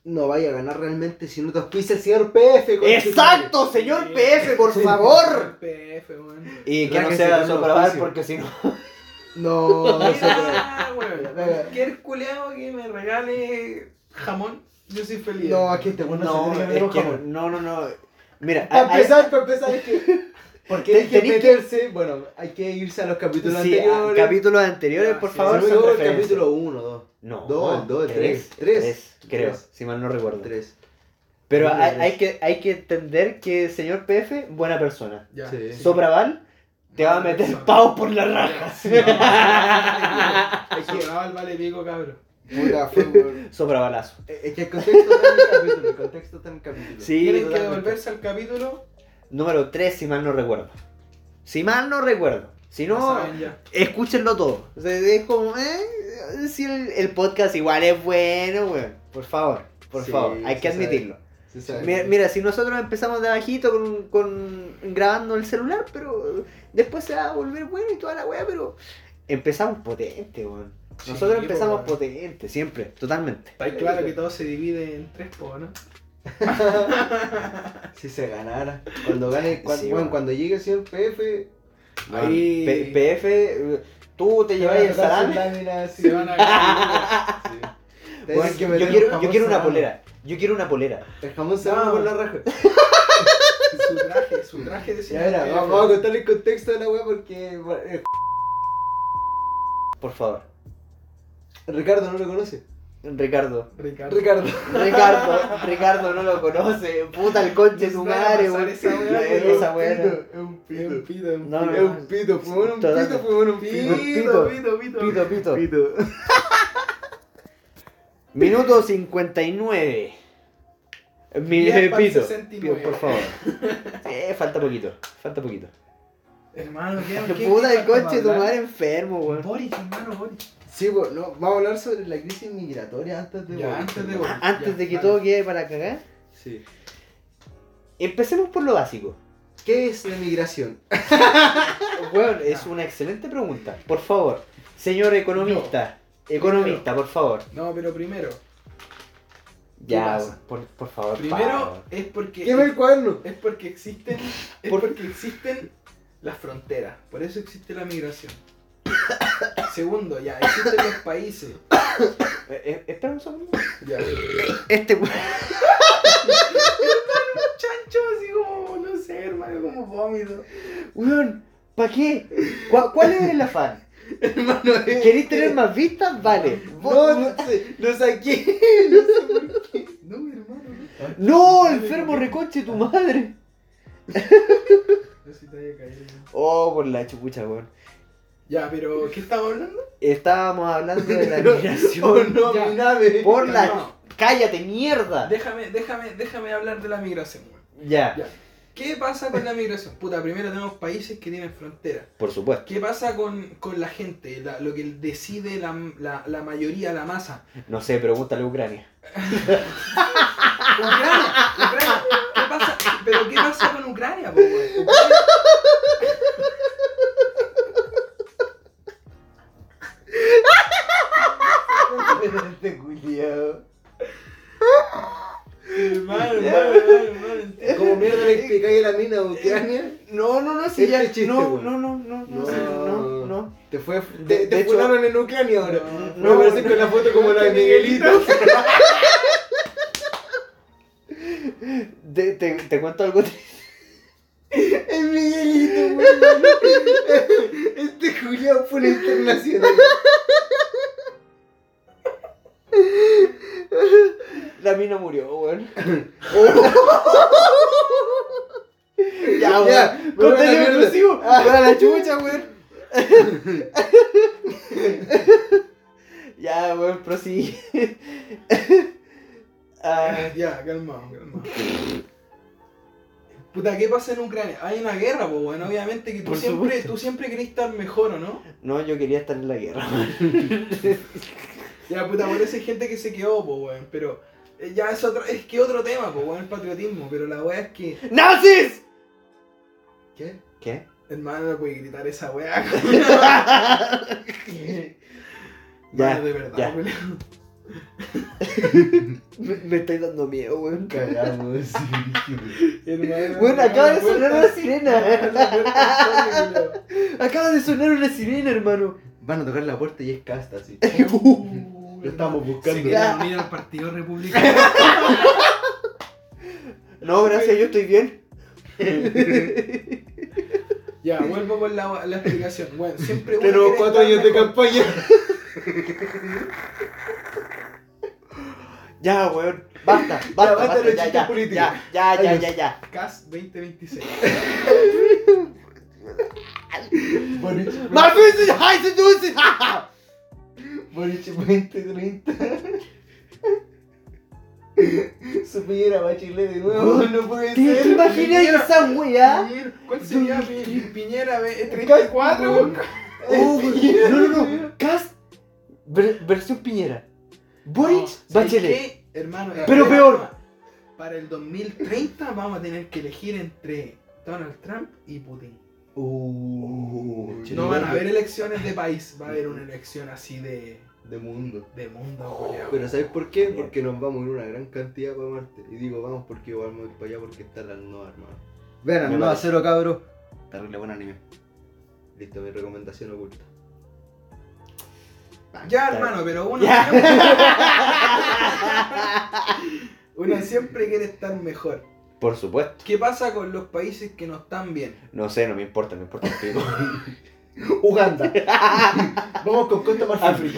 No vaya a ganar realmente si no te auspicia el señor PF. con- ¡Exacto, señor PF, por favor! PF, weón. Y que Raja no ese sea gran soprabar oficio. porque si no. [laughs] No, no se puede. Mira, weón, cualquier culeado que me regale jamón, yo soy feliz. No, es que este weón no, No, se es tiene que, que ver no, no, no. Mira, Para hay- empezar, para empezar, es [laughs] que. Porque hay que Tenés que- meterse. Bueno, hay que irse a los capítulos sí, a- anteriores. capítulos anteriores, Ah, por sí, favor, Sobre son todo el referencias. capítulo 1, 2. No, Dos, dos, tres, tres, creo, tres. si mal no recuerdo. 3. Pero Muy hay, bien. hay que, hay que entender que señor PF, buena persona. Ya. Sí. Sopraval te va a meter Persona. pavo por la Ya, raja. sí, [laughs] no, vale, pico. Sobraba el vale pico, cabrón. [laughs] Puta, fue, weón. Sopravalazo. Es que el contexto está en el capítulo, el contexto está en el capítulo. Sí, Tienen que totalmente. devolverse al capítulo. Número 3, si mal no recuerdo. Si mal no recuerdo. Si No. no, saben ya. escúchenlo todo. O sea, es como, eh, si el, el podcast igual es bueno, weón. Por favor, por Sí, favor, hay que se sabe. admitirlo. Se sabe. Mira, mira, si nosotros empezamos de abajito con, con- grabando el celular, pero después se va a volver bueno y toda la weá, pero empezamos potente, weón. Nosotros Sí, empezamos po, weón. potente, siempre, totalmente. Está claro que todo se divide en tres, po, ¿no? Si se ganara. Cuando gane, cuando, Sí, bueno, weón. cuando llegue 100 PF, Weón, Ahí- P- PF, eh, tú te llevas el salame. Se van a ganar. Weón, yo, quiero, yo quiero una polera. Yo quiero una polera. El jamón salame No. por la raja. su traje, su traje de Ya era, señor vamos, vamos a contarle el contexto de la weá porque bueno, eh, Por favor. Ricardo no lo conoce. Ricardo. Ricardo. Ricardo. [laughs] Ricardo, Ricardo no lo conoce. Puta el conche su Nos van a pasar madre, weón. esa weá, Es pero Esa Es weá. un pito, es un Es un pito. pito, es un No, pito. Es un pito, fue un Totalmente. pito, fue un pito, pito. Pito, pito, Pito, pito. pito. Pito. Minuto 59. Mi, Diez pa'l pito. 69. Pito, por favor. Eh, falta poquito. Falta poquito. Hermano, ¿qué? qué- Puta qué el falta conche tu para madre hablar? enfermo, weón. Boric, hermano, Boric. Sí, pues, no, vamos a hablar sobre la crisis migratoria antes de Ya, Boric. antes de Boric. Antes Ya, de que dale. todo quede para cagar, Sí. empecemos por lo básico. ¿Qué es la migración? Weón, es una excelente pregunta. Por favor, señor economista. Economista, por favor. No, pero primero. Ya, pasa? weón, por, por favor. pa. Primero es porque. ¿Qué me el cuaderno? Es porque existen. Es Por- porque existen las fronteras. Por eso existe la migración. Segundo, ya, existen los países. Eh, eh, espera un segundo. Ya. Este weón. Chancho, así como, no sé, hermano, como vómito. Weón, ¿pa' qué? ¿Cuál, cuál es el afán? [laughs] Hermano, ¿Queréis tener más vistas? Vale. No, Vos- no sé, lo saqué. No, hermano, no. ¿Ah? No, enfermo reconche tu madre. No sé si te haya caído. Oh, por la chupucha, weón. Ya, pero ¿qué estamos hablando? Estábamos hablando de [laughs] la Oh migración. no, Ya. mi nave. Por la. No. Cállate, mierda. Déjame, déjame, déjame hablar de la migración, weón. Ya, Ya. ¿Qué pasa con la migración? Puta, primero tenemos países que tienen fronteras. por supuesto. ¿Qué pasa con, con la gente? La- lo que decide la, la, la mayoría, la masa. No sé, pregúntale a Ucrania. Ucrania, Ucrania. ¿Qué pasa? ¿Pero qué pasa con Ucrania, po, weón? Ucrania- Este culiao. Hermano, hermano, hermano, hermano, entiendo. Como mierda le explicáis a la mina de Ucrania, No, no, no, sí, ya- no, no, Este no, no, sí, no, no. te fue. De- Te, de te hecho- funaron en Ucrania ahora. No, No, no, me parece no. con la foto como la de Miguelito. Te, te, te cuento algo. Es Miguelito, weón. Este culiao fue una internacional. La mina murió, [laughs] weón. ya, weón. Ya, me voy a la Contenido mierda. exclusivo. Para la chucha, weón. [laughs] ya, weón, prosigue. [laughs] Ah, Ya, calmado, calmado. Puta, ¿qué pasa en Ucrania? Hay una guerra, po, bueno, obviamente que tú Por siempre, supuesto. tú siempre querés estar mejor, ¿o no? no, yo quería estar en la guerra, [laughs] weón. Ya, puta, por eso hay gente que se quedó, po, weón, pero eh, ya es otro, es que otro tema, po, weón, el patriotismo, pero la weá es que, ¡Nazis! ¿Qué? ¿Qué? hermano, no puede gritar esa weá. [laughs] Ya, Hermano, de verdad, ya. culiao. [laughs] Me, me estoy dando miedo, weón. Cagamos, Hermano, Weón, weón, acaba de weón, sonar weón, una sirena. weón, [laughs] weón, weón. Acaba de sonar una sirena, hermano. Van a tocar la puerta y es casta, así. Uh, Lo estamos buscando. Se quieren unir al Partido Republicano. No, gracias, yo estoy bien. [laughs] Ya, vuelvo con la, la explicación. Bueno, siempre uno Tenemos quiere cuatro estar años de mejor. campaña. Ya, weón. Basta, basta, basta basta, los ya, chistes ya, políticos. ya, ya, ya, Adiós. ya, ya. CAS 2026. Boric, Más veces, ay, se dulce, jaja. Boric 2030. Supiera va a Chile de nuevo, no puede ¿Te ser. imaginas esa weá? Piñera, ¿Cuál sería Pi- Pi- Piñera ve- eh, Casi, 34? Oh, weón. no, no, no. Cast ver- versión Piñera. Boric, Bachelet. ¿Sabes qué, Hermano, Pero peor. Para el 2030 vamos a tener que elegir entre Donald Trump y Putin. Uh, No van a haber elecciones de país, va a haber una elección así de, De mundo. de mundo, Oh, culiao. Pero ¿sabes por qué? Porque nos vamos en una gran cantidad para Marte. Y digo vamos porque igual me voy para allá porque está la nueva, hermano. Me Vean, parece. cero cabros. Terrible buen anime. Listo, mi recomendación oculta. Ya, hermano, pero uno, Ya. [laughs] siempre, uno siempre quiere estar mejor. Por supuesto. ¿Qué pasa con los países que no están bien? No sé, no me importa, me importa un pico. [laughs] [laughs] Uganda. vamos con Costa Marfil.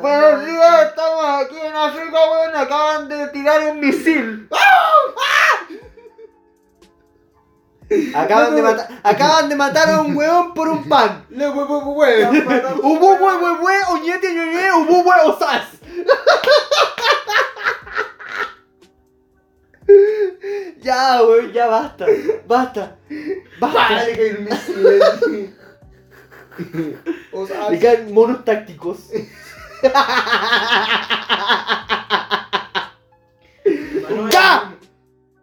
Buenos días, estamos aquí en África, weón. Acaban de tirar un misil. [laughs] Acaban, de matar, acaban de matar a un weón por un pan. Le hue hue hue [laughs] hue. Ubu hue hue hue, oñete ñoñe, ubu hue osas. [laughs] Ya, weón, ya basta. Basta. Basta. Dale, que hay un misil. O sea, Le caen monos tácticos. Hermano, ¡Ya!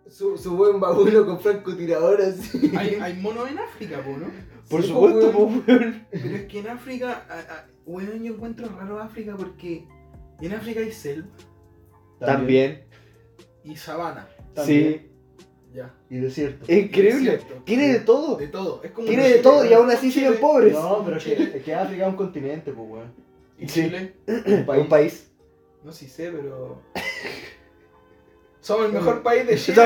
su, su buen babulo con francotirador así. Hay, hay- hay monos en África, po, ¿no? Por Sí, supuesto, po, po, weón. Pero es que en África, a- a- weón, yo encuentro raro África porque en África hay selva También. y sabana. Sí. Ya. Y desierto. Es increíble. Desierto. Tiene de todo. De todo. Es como Tiene Chile, de todo y weón. aún así siguen Chile- pobres. No, pero es que, es que África es un continente, pues, [clears throat] weón. ¿Y Sí. Chile? Un país. Un país. No si sé, [laughs] pero. Somos el mejor país [laughs] de Chile.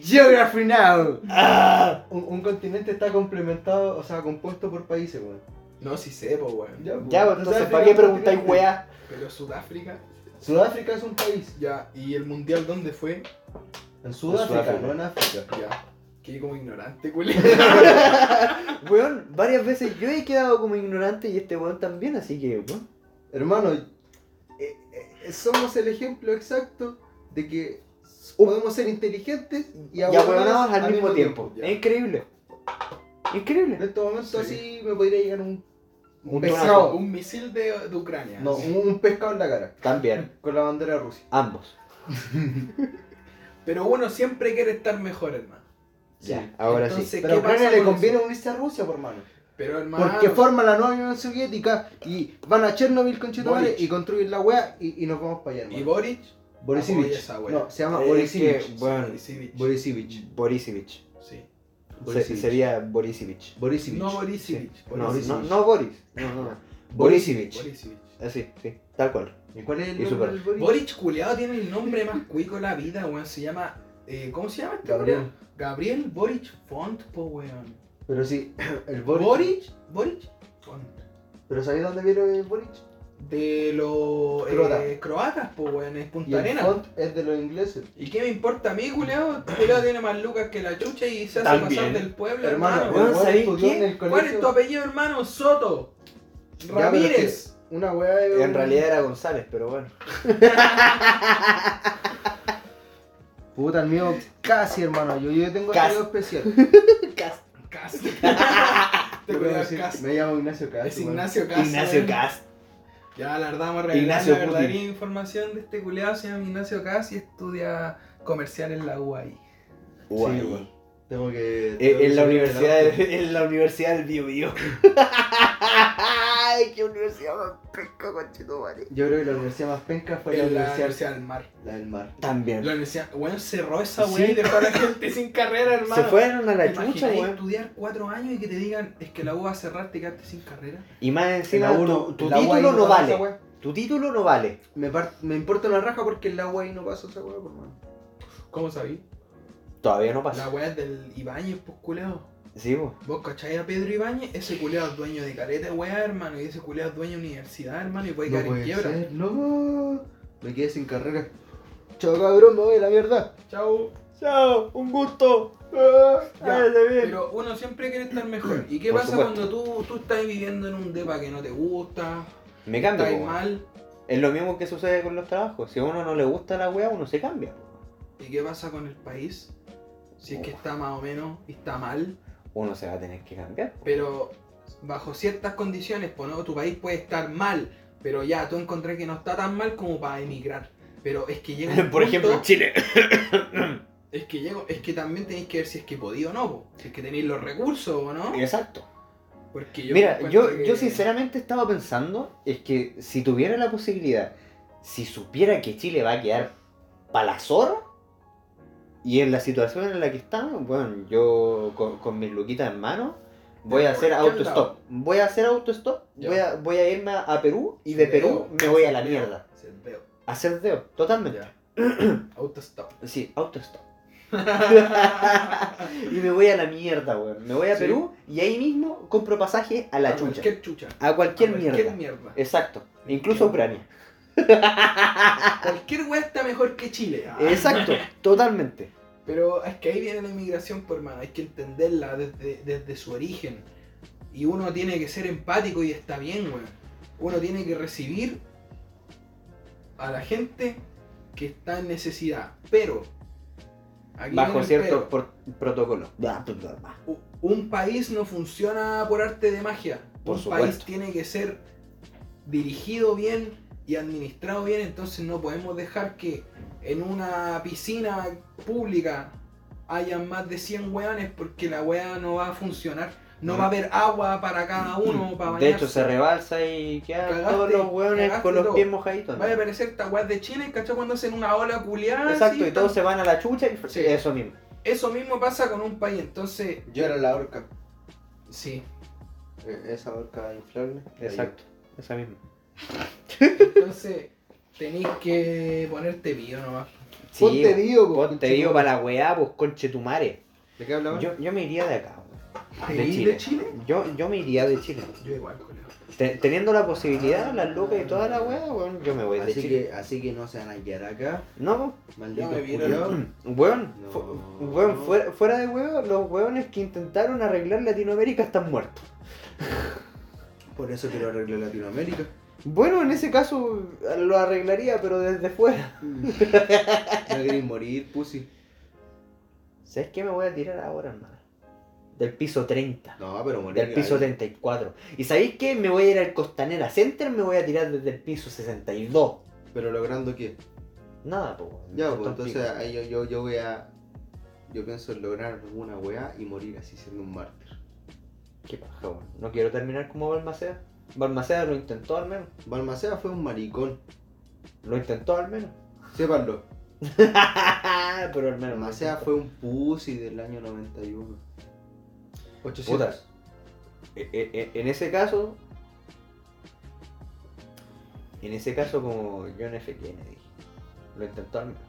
Geography Now. Ah. Un, un continente está complementado, o sea, compuesto por países, weón. No si sé, po, weón. Ya, pues. Ya, pues, entonces, África ¿para qué es un preguntáis continente. weá? Pero Sudáfrica, Sudáfrica es un país. ya. ¿Y el mundial dónde fue? En Sudáfrica, Sudáfrica. no en África. Ya. Quedé como ignorante, culé. [laughs] Weón, varias veces yo he quedado como ignorante y este weón también, así que, weón. Hermano, eh, eh, somos el ejemplo exacto de que podemos ser inteligentes y Uh. Ya ahueonados weonados al mismo tiempo. tiempo, ya. Es increíble. En Increíble. este momento Sí. así me podría llegar un, un Un pescado. [laughs] Un misil de, de Ucrania. No, un, un pescado en la cara. También. Con la bandera de Rusia. Ambos. Pero uno siempre quiere estar mejor, hermano. Ya, ahora sí. Entonces, Pero a ¿qué pasa Ucrania le con conviene eso? unirse a Rusia, por hermano. Pero hermano. Porque forman la nueva Unión Soviética y van a Chernobyl con Chetumare Boric. y construyen la wea y, y nos vamos para allá, ¿Y hermano. Boric? apoya Borisivich. esa wea. No, se llama Es que, Borisivich. bueno, Borisivich. Borisivich. Borisevich. Sí. Se- Sería Borisevich. Borisivich. No Borisivich. No, Borisevich. no, no Boris. No, no, no. Borisevich. Borisevich. Así, sí. Tal cual. ¿Y cuál es el Y nombre super. del Boris? Boric culeado tiene el nombre más cuico de la vida, weón. Se llama. Eh, ¿Cómo se llama este Gabriel. culiao? Gabriel Boric Font, po, weón. Pero sí, [coughs] el Boris. Boric. Boric Font. ¿Pero sabéis dónde viene el Boric? De los eh, Croata. croatas, po, weón. Es Y Punta el Arenas. font es de los ingleses. ¿Y qué me importa a mí, culeado? Culeado tiene más lucas que la chucha y se hace También. pasar del pueblo, hermano. Hermano, weón, el Boris ¿sabéis estudió qué? en el ¿Cuál es tu colegio. apellido, hermano? Soto. Ya, pero Ramírez. es que Una wea de. En realidad era González, pero bueno. Puta, el mío casi, hermano. Yo, yo tengo Casi. algo especial. [laughs] Cas. Te Te voy a culeas decir, Cas. Me llamo Ignacio Casi. Es Ignacio Cas. Ignacio weón. Cast. Ya, la verdad, vamos a revelar Ignacio la verdadera Putin. información de este culeado. Se llama Ignacio Cas y estudia comercial en la UAI. Guay. Eh, weón. Tengo que. tengo En, que en la salir universidad adelante. del- en la universidad del Bio Bio. Ay, qué universidad más pesca, conchetumare. Yo creo que la universidad más penca fue la, En la universidad. Universidad del Mar. La del mar. También. La universidad, weón, cerró esa Sí. weá y dejó a la gente sin carrera, hermano. Se fueron a ¿Te la chucha, imaginas weón. estudiar cuatro años y que te digan, es que la U va a cerrar, te quedaste sin carrera? Y más En encima, tu, uno- tu la UAI título no pasa esa vale. wea. Tu título no vale. Me, par- me importa una raja porque en la UAI no pasó esa weá, por mano. ¿Cómo sabí? Todavía no La pasa. weá es del Ibañez, pues, culeado. Sí, po. Vos cachai a Pedro Ibáñez, ese culeado es dueño de careta, weá, hermano, y ese culeado es dueño de universidad, hermano, y puede No caer en puede quiebra. ser, no. Me quedé sin carrera. Chao, cabrón, me voy a la mierda. Chao. Chao, un gusto. Ya, pero uno siempre quiere estar mejor. ¿Y qué Por pasa supuesto. cuando tú, tú estás viviendo en un depa que no te gusta? Me cambio, Estás po, weón. mal. Es lo mismo que sucede con los trabajos. Si a uno no le gusta la weá, uno se cambia. po. ¿Y qué pasa con el país? Si es que está más o menos y está mal, Uno se va a tener que cambiar. po. pero bajo ciertas condiciones, pues no, tu país puede estar mal, pero ya tú encontrás que no está tan mal como para emigrar. Pero es que llega [laughs] un Por ejemplo, punto- Chile. Es que llego, es que también tenéis que ver si es que podí o no, po. si es que tenéis los recursos o no. Exacto. Porque yo Mira, encuentro yo, que- yo sinceramente estaba pensando, es que si tuviera la posibilidad, si supiera que Chile va a quedar para la zorra, y en la situación en la que estamos, bueno, yo con, con mis luquitas en mano, voy a por hacer cualquier autostop. lado. Voy a hacer autostop, Ya. voy a, voy a irme a, a Perú, y de Veo, Perú me voy a la veo, mierda. se veo. A hacer dedo, totalmente. [coughs] Ya. Autostop. Sí, autostop. [laughs] y me voy a la mierda, weón. Me voy a Sí. Perú y ahí mismo compro pasaje a [laughs] la A chucha. Cualquier chucha. A cualquier A mierda. mierda. Exacto. Incluso a Ucrania. Cualquier weá está mejor que Chile. ah. Exacto. Totalmente. Pero es que ahí viene la inmigración, pues hermano, hay que entenderla desde, desde su origen. Y uno tiene que ser empático y está bien, weón. Uno tiene que recibir a la gente que está en necesidad. Pero, aquí viene Bajo el ciertos pero. por- protocolos. U- un país no funciona por arte de magia. Por un supuesto. país tiene que ser dirigido bien y administrado bien, entonces no podemos dejar que en una piscina pública hayan más de 100 weones porque la wea no va a funcionar. No va a haber agua para cada uno para Mm, De bañarse. hecho, se rebalsa y quedan Cagaste, todos los hueones cagaste con los todo. pies mojaditos. ¿no? Vaya a aparecer esta wea de Chile, ¿cachai? Cuando hacen una ola culiada. Exacto, así, y todos tan- se van a la chucha y Sí. eso mismo. Eso mismo pasa con un país, entonces, Yo era la orca. sí. Eh, Esa orca inflable. Exacto, esa misma. Entonces, [laughs] tenéis que ponerte bio nomás. Sí, Ponte po. vivo, po, Ponte conche vivo tu para la weá, pues conchetumare. ¿De qué hablamos? Yo, yo me iría de acá, weón. ¿Te De ir Chile. de Chile? yo, yo me iría de Chile. Yo igual, colega. Te- Teniendo la posibilidad, las lucas y toda la weá, weón, yo me voy pues, de Así Chile. que, así que no se van a quedar acá. No, Maldito Ya me vieron. culiao. Weón, No. fu- weón, fuera, fuera de huevo, los huevones que intentaron arreglar Latinoamérica están muertos. Por eso quiero arreglar Latinoamérica. Bueno, en ese caso eh, lo arreglaría, pero desde fuera. [laughs] no queréis morir, pussy. ¿Sabes qué me voy a tirar ahora, hermano? Del piso 30. No, pero morir. Del piso ahí. 34. ¿Y sabéis qué? Me voy a ir al Costanera Center, me voy a tirar desde el piso 62. Pero logrando qué? Nada, pues. Ya, pues entonces ahí yo, yo, yo voy a. Yo pienso en lograr alguna weá y morir así siendo un mártir. Qué paja, weón. No quiero terminar como Balmaceda. Balmaceda lo intentó al menos. Balmaceda fue un maricón, Lo intentó al menos. [laughs] sépanlo. pero al menos. lo Balmaceda intentó. fue un pussy del año 91. 800. Puta. E- e- e- En ese caso. En ese caso, como John F. Kennedy. Lo intentó al menos.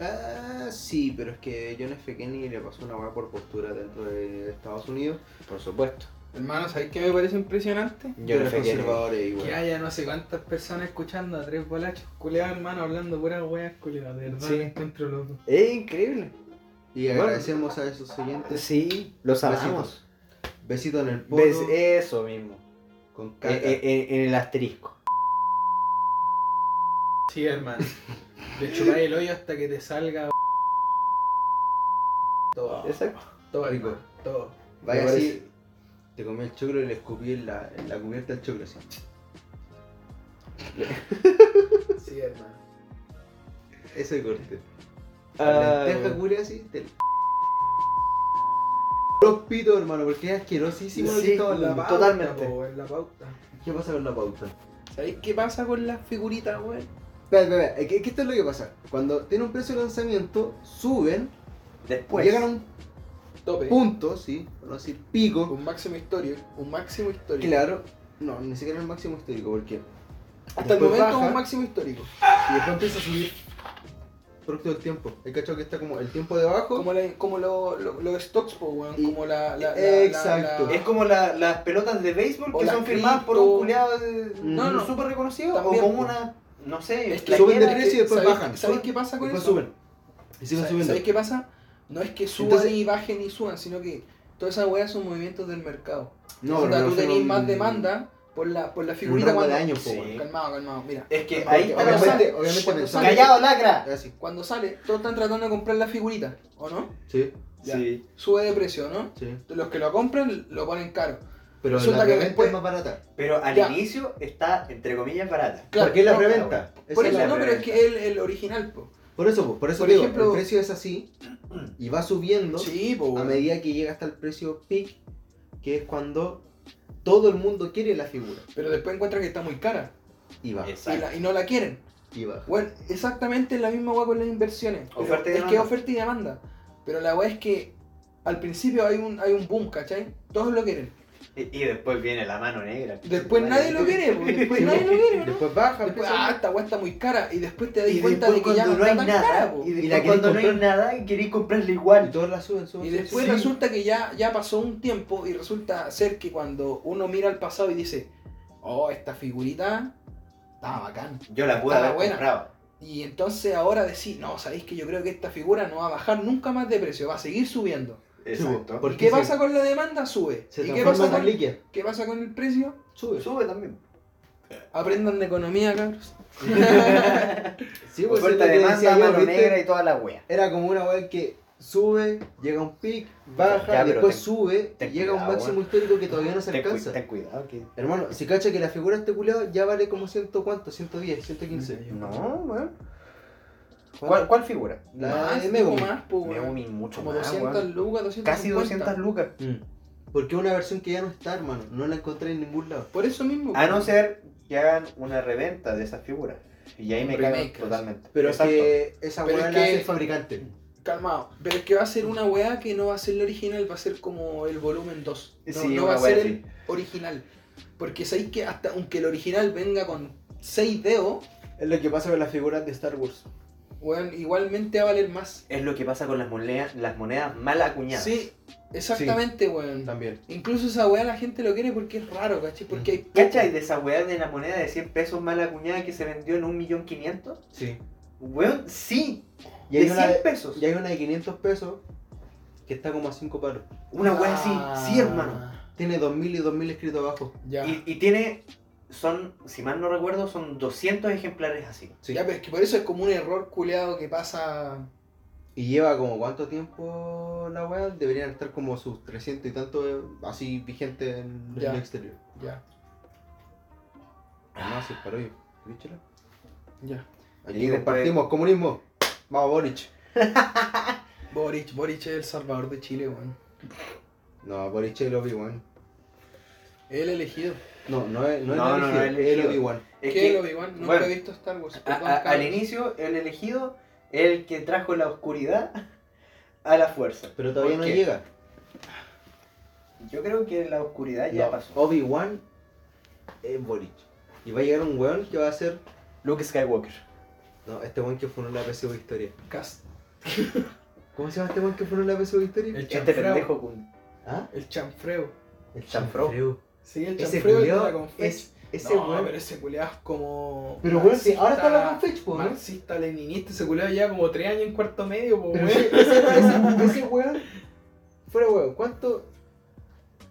Ah, sí, pero es que John F. Kennedy le pasó una weá por postura dentro de Estados Unidos. Por supuesto. Hermano, ¿sabes qué me parece impresionante? Yo John los F. Kennedy. conservadores igual. Que haya no sé cuántas personas escuchando a tres bolachos culeados, hermano, hablando puras weas culeadas. De verdad, Sí. me encuentro loco. Es increíble. Y Bueno. agradecemos a esos oyentes. Sí, los amamos. Besitos. Besito en el polo ¿Ves? Eso mismo. con E- caca. e- e- en el asterisco. Sí, hermano. Le chupar el hoyo hasta que te salga. Todo, Exacto. todo rico, todo. Vaya me así, te comí el choclo y le escupí en la, en la cubierta el choclo. así. Sí, hermano. Ese corte. Ah, lenteja bueno. culia así del los pitos hermano porque es asquerosísimo lo Sí, que estaba la hablando. pa- Totalmente. po, en la pauta. ¿qué pasa con la pauta? ¿Sabéis qué pasa con las figuritas, weón? espera espera espera, es que, es que esto es lo que pasa cuando tiene un precio de lanzamiento suben Después. llegan a un Tope. punto sí por no decir pico Un máximo histórico. Un máximo histórico. claro no ni siquiera el máximo histórico porque Hasta el Después momento baja. un máximo histórico. y después empieza a subir producto del tiempo. Hay cachado que está como el tiempo debajo. Como, la- como lo- lo- los stocks, po, weón. Y- Como la. la- la- Exacto. la- la- Es como la- las pelotas de béisbol O que las son firmadas por cripto. un culeado de- No, no. súper reconocido También, o con po. una, no sé, Es que suben de playera precio y después ¿sabéis- bajan. ¿Sabéis qué pasa con Después eso? suben. Y siguen ¿Sabes- subiendo. ¿Sabes qué pasa? No es que suban Entonces- y bajen y suban, sino que todas esas weas son movimientos del mercado. No, Onda, pero tú son tenéis un- más demanda por la, por la un figurita rango de cuando- años, po, Sí. weón. Calmado, calmado, mira. Es que ahí Obviamente- está la obviamente, cosa. obviamente Cuando pensaba- sale- Callado, lacra. Ah, sí. Cuando sale, todos están tratando de comprar la figurita, ¿o no? Sí, Ya. Sí. Sube de precio, ¿no? sí. Los que lo compran lo ponen caro. Pero Resulta la que reventa después- es más barata. Pero al Ya. inicio está, entre comillas, barata. Claro, Porque es la no, preventa. Esa Por es eso la no, pero es preventa. que el, el original, po. Por eso, pues, por eso Por digo, ejemplo- el precio es así y va subiendo Sí, po. a weón. medida que llega hasta el precio peak, que es cuando todo el mundo quiere la figura. Pero después encuentran que está muy cara. Y baja, Y, Exacto. la- y no la quieren. y baja. Bueno, exactamente la misma weá con las inversiones. Pero Oferta y es que demanda. oferta y demanda. Pero la weá es que al principio hay un, hay un boom, ¿cachai? Todos lo quieren. Y, y después viene la mano negra. Después Vale. nadie lo quiere, [laughs] po. después Sí, nadie lo quiere, ¿no? Después baja, Después, empieza a- ah, esta weá está muy cara. Y después te das Y cuenta de después que ya no cuando no hay está tan cara, nada, po. y Y después la cuando no queréis hay nada, y queréis comprarla igual. y todas la suben, suben. Y suben, después suben. resulta que ya, ya pasó un tiempo y resulta ser que cuando uno mira al pasado y dice, oh, esta figurita estaba Ah, bacán. Yo la pude Estaba haber buena. comprado. Y entonces ahora decís, no, sabéis que yo creo que esta figura no va a bajar nunca más de precio, va a seguir subiendo. Sí, Exacto. po. ¿Y Porque qué se- pasa con la demanda? Sube. Se ¿Y qué transforma pasa, en con, reliquia. qué pasa con el precio? Sube. Sube también. Aprendan de economía, cabros. Sí, pues, es Oferta lo que decía demanda, yo, mano ¿viste? negra y toda la wea. Era como una web que sube, llega a un peak, baja, Ya, pero después ten- sube, y ten llega a un cuidado, máximo weón. histórico que todavía no se Ten cu- alcanza. Ten cuidado que. Hermano, si cacha que la figura de este culeado ya vale como ciento cuánto, 110, 115. No, weón. ¿Cuál, cuál figura? La Más, de tipo, Megumin. más, po, Ah, Me weón. uní mucho Como más, 200 weón. lucas, 250. Casi 200 lucas. Mm. Porque es una versión que ya no está, hermano. No la encontré en ningún lado. Por eso mismo. A Ah, no weón. ser que hagan una reventa de esas figuras. Y ahí me cago Remake, así. totalmente. Pero Exacto. es que esa Pero weá es la que- hace el fabricante. Calmado, pero es que va a ser una weá que no va a ser la original, va a ser como el volumen 2. No, Sí, no va a una weá ser así. el original. Porque sabéis que hasta aunque el original venga con 6 dedos, Es lo que pasa con las figuras de Star Wars. weón, igualmente va a valer más. Es lo que pasa con las monedas, las monedas mal acuñadas. Sí, exactamente, weón. También. Incluso esa weá la gente lo quiere porque es raro, ¿cachai? Porque Mm. hay. ¿Cachai? De esa weá de la moneda de 100 pesos mal acuñada que se vendió en 1.500.000. Sí. Weón, sí. Y hay, de una 100 de, pesos. y hay una de 500 pesos que está como a 5 palos. Una weá Ah, así. Sí, hermano. Tiene 2000 y 2000 escrito abajo. Ya. Y, y tiene, son, si mal no recuerdo, son 200 ejemplares así. Sí. Ya, pero es que por eso es como un error culeado que pasa. Y lleva como cuánto tiempo la weá. Deberían estar como sus 300 y tanto eh, así vigente en Ya. el exterior. Ya, No, se paró yo. ¿Víchelo? ya. Aquí Y después- compartimos comunismo. Vamos, Boric. Boric, Boric es el salvador de Chile, weón. No, Boric es el Obi-Wan. El elegido. No, no es, no es No, el no, no elegido, es el es el elegido. Obi-Wan. Es ¿Qué que- es el Obi-Wan? Nunca bueno, he visto Star Wars. A- Perdón, a- al cabros. inicio, el elegido es el que trajo la oscuridad a la fuerza. Pero todavía ¿Por no qué? llega. Yo creo que la oscuridad ya No, pasó. Obi-Wan es Boric. Y va a llegar un weón que va a ser. Luke Skywalker. No, este weón que fue en la PSU de historia. Cast. ¿Cómo se llama este weón que fue en la PSU de historia? El Este chanfreo. pendejo con... ¿Ah? El chanfreo. El Chanfro. Chanfreo. Sí, el Ese chanfreo está culiao con fech. es. Ese no, weón. pero ese culeado es como. Pero weón, si ahora está la marxista- fanfetch, po, ¿no? Marxista, leninista, ese culeado lleva como 3 años en cuarto medio, po, Pero weón. ese, ese, ese weón. Fuera weón, ¿cuánto?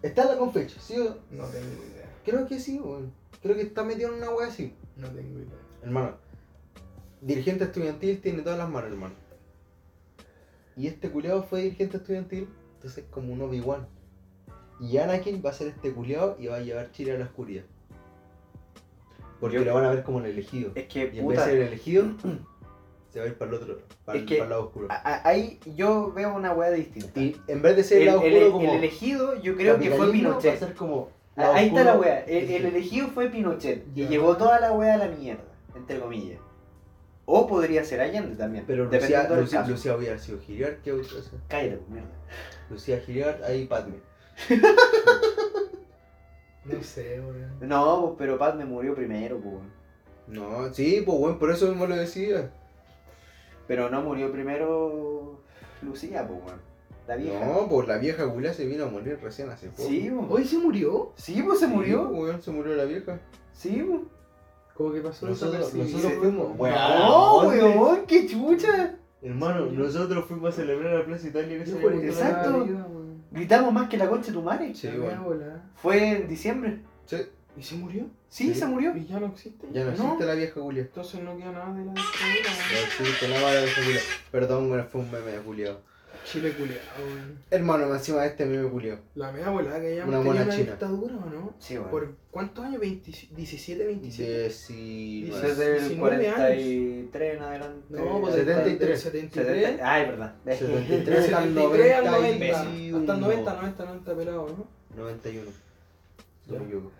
Está la confech, ¿sí o No tengo idea. Creo que sí, weón. Creo que está metido en una wea así. No tengo idea. Hermano, dirigente estudiantil tiene todas las manos, hermano. Y este culeado fue dirigente estudiantil, entonces es como un Obi-Wan. Y Anakin va a ser este culeado y va a llevar Chile a la oscuridad. Porque Yo- lo van a ver como el elegido. Es que, Y en vez puta, de ser el elegido, [clears throat] se va a ir para el otro, para, Es el, que- para el lado oscuro. a- a- ahí yo veo una weá distinta. Y en vez de ser el El, lado el- oscuro como. el elegido yo creo que fue capitalismo, Va a Pinochet. ser como. Ah, Ahí está la lado weá. El, oscuro. el elegido fue Pinochet. Ya. Y llevó toda la weá a la mierda, entre comillas. O podría ser Allende también. Pero Lucía, dependiendo del Lucía, caso. Lucía hubiera sido Giriard, ¿qué otra cosa? Cállate, pues, mierda. Lucía Giriard, ahí Padme. No sé, weón. No, pues, pero Pat me murió primero, pues. weón. No, sí, pues bueno, por eso mismo lo decía. Pero no murió primero Lucía, pues, weón. La vieja. No, pues la vieja Gula se vino a morir recién hace poco. sí, po. ¿Hoy se murió? Sí, pues se murió. weón, se murió la vieja. Sí, pues. ¿Cómo que pasó? Nosotros- Desapercibido. nosotros fuimos. Bueno, No, ¿dónde? weón, qué chucha. Hermano, nosotros fuimos a celebrar la Plaza Italia en Yo ese por momento. Exacto. entrar a la vida, weón. Gritamos más que la concha de tu madre. Sí, Me voy a bueno. volar. Fue en diciembre. Sí, ¿Y se murió? Sí, Sí. se murió. ¿Y ya no existe? ya no existe la vieja Julia. Entonces no queda nada de la No dictadura. existe nada de la vieja Julia. Perdón, bueno, fue un meme de Julio. Chile culeado, weón. Hermano, más encima de este meme Julio. La media volada que Una ya tenía mona una china. dictadura, ¿o no? Sí, weón. ¿Por cuántos años? 20 ¿17, 27? Diecinueve. Desde el 19 años. 43 en adelante. No, pues del- 73. del 73. 70. Ay, verdad. eh, 73 73 al al 90 90. Hasta el 90, 90, 90 pelado, ¿no? 91. Ya. Don Yugo. [laughs]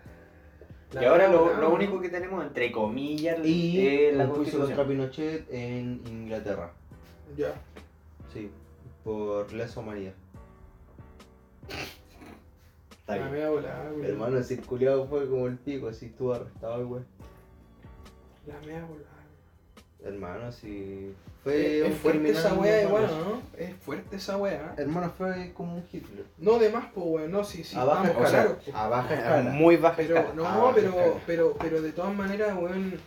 Y ahora lo, lo único que tenemos, entre comillas, Y Eh, es la concurso contra constitución. Pinochet en Inglaterra. Ya. Sí, por Leso María. Está La bien. media volada, weón. Hermano, si el culiado fue como el pico, si estuvo arrestado, güey. La media volada. Hermano, si Es- fue Eh, es un fuerte criminal. esa weá hermano. igual, ¿no? Es fuerte esa weá. Hermano, fue como un Hitler. No de más, pues weón, no, sí, sí, a baja estamos escala. claros. po. a baja escala. Muy baja Pero, escala. no, ah, pero, escala. pero, pero de todas maneras, weón,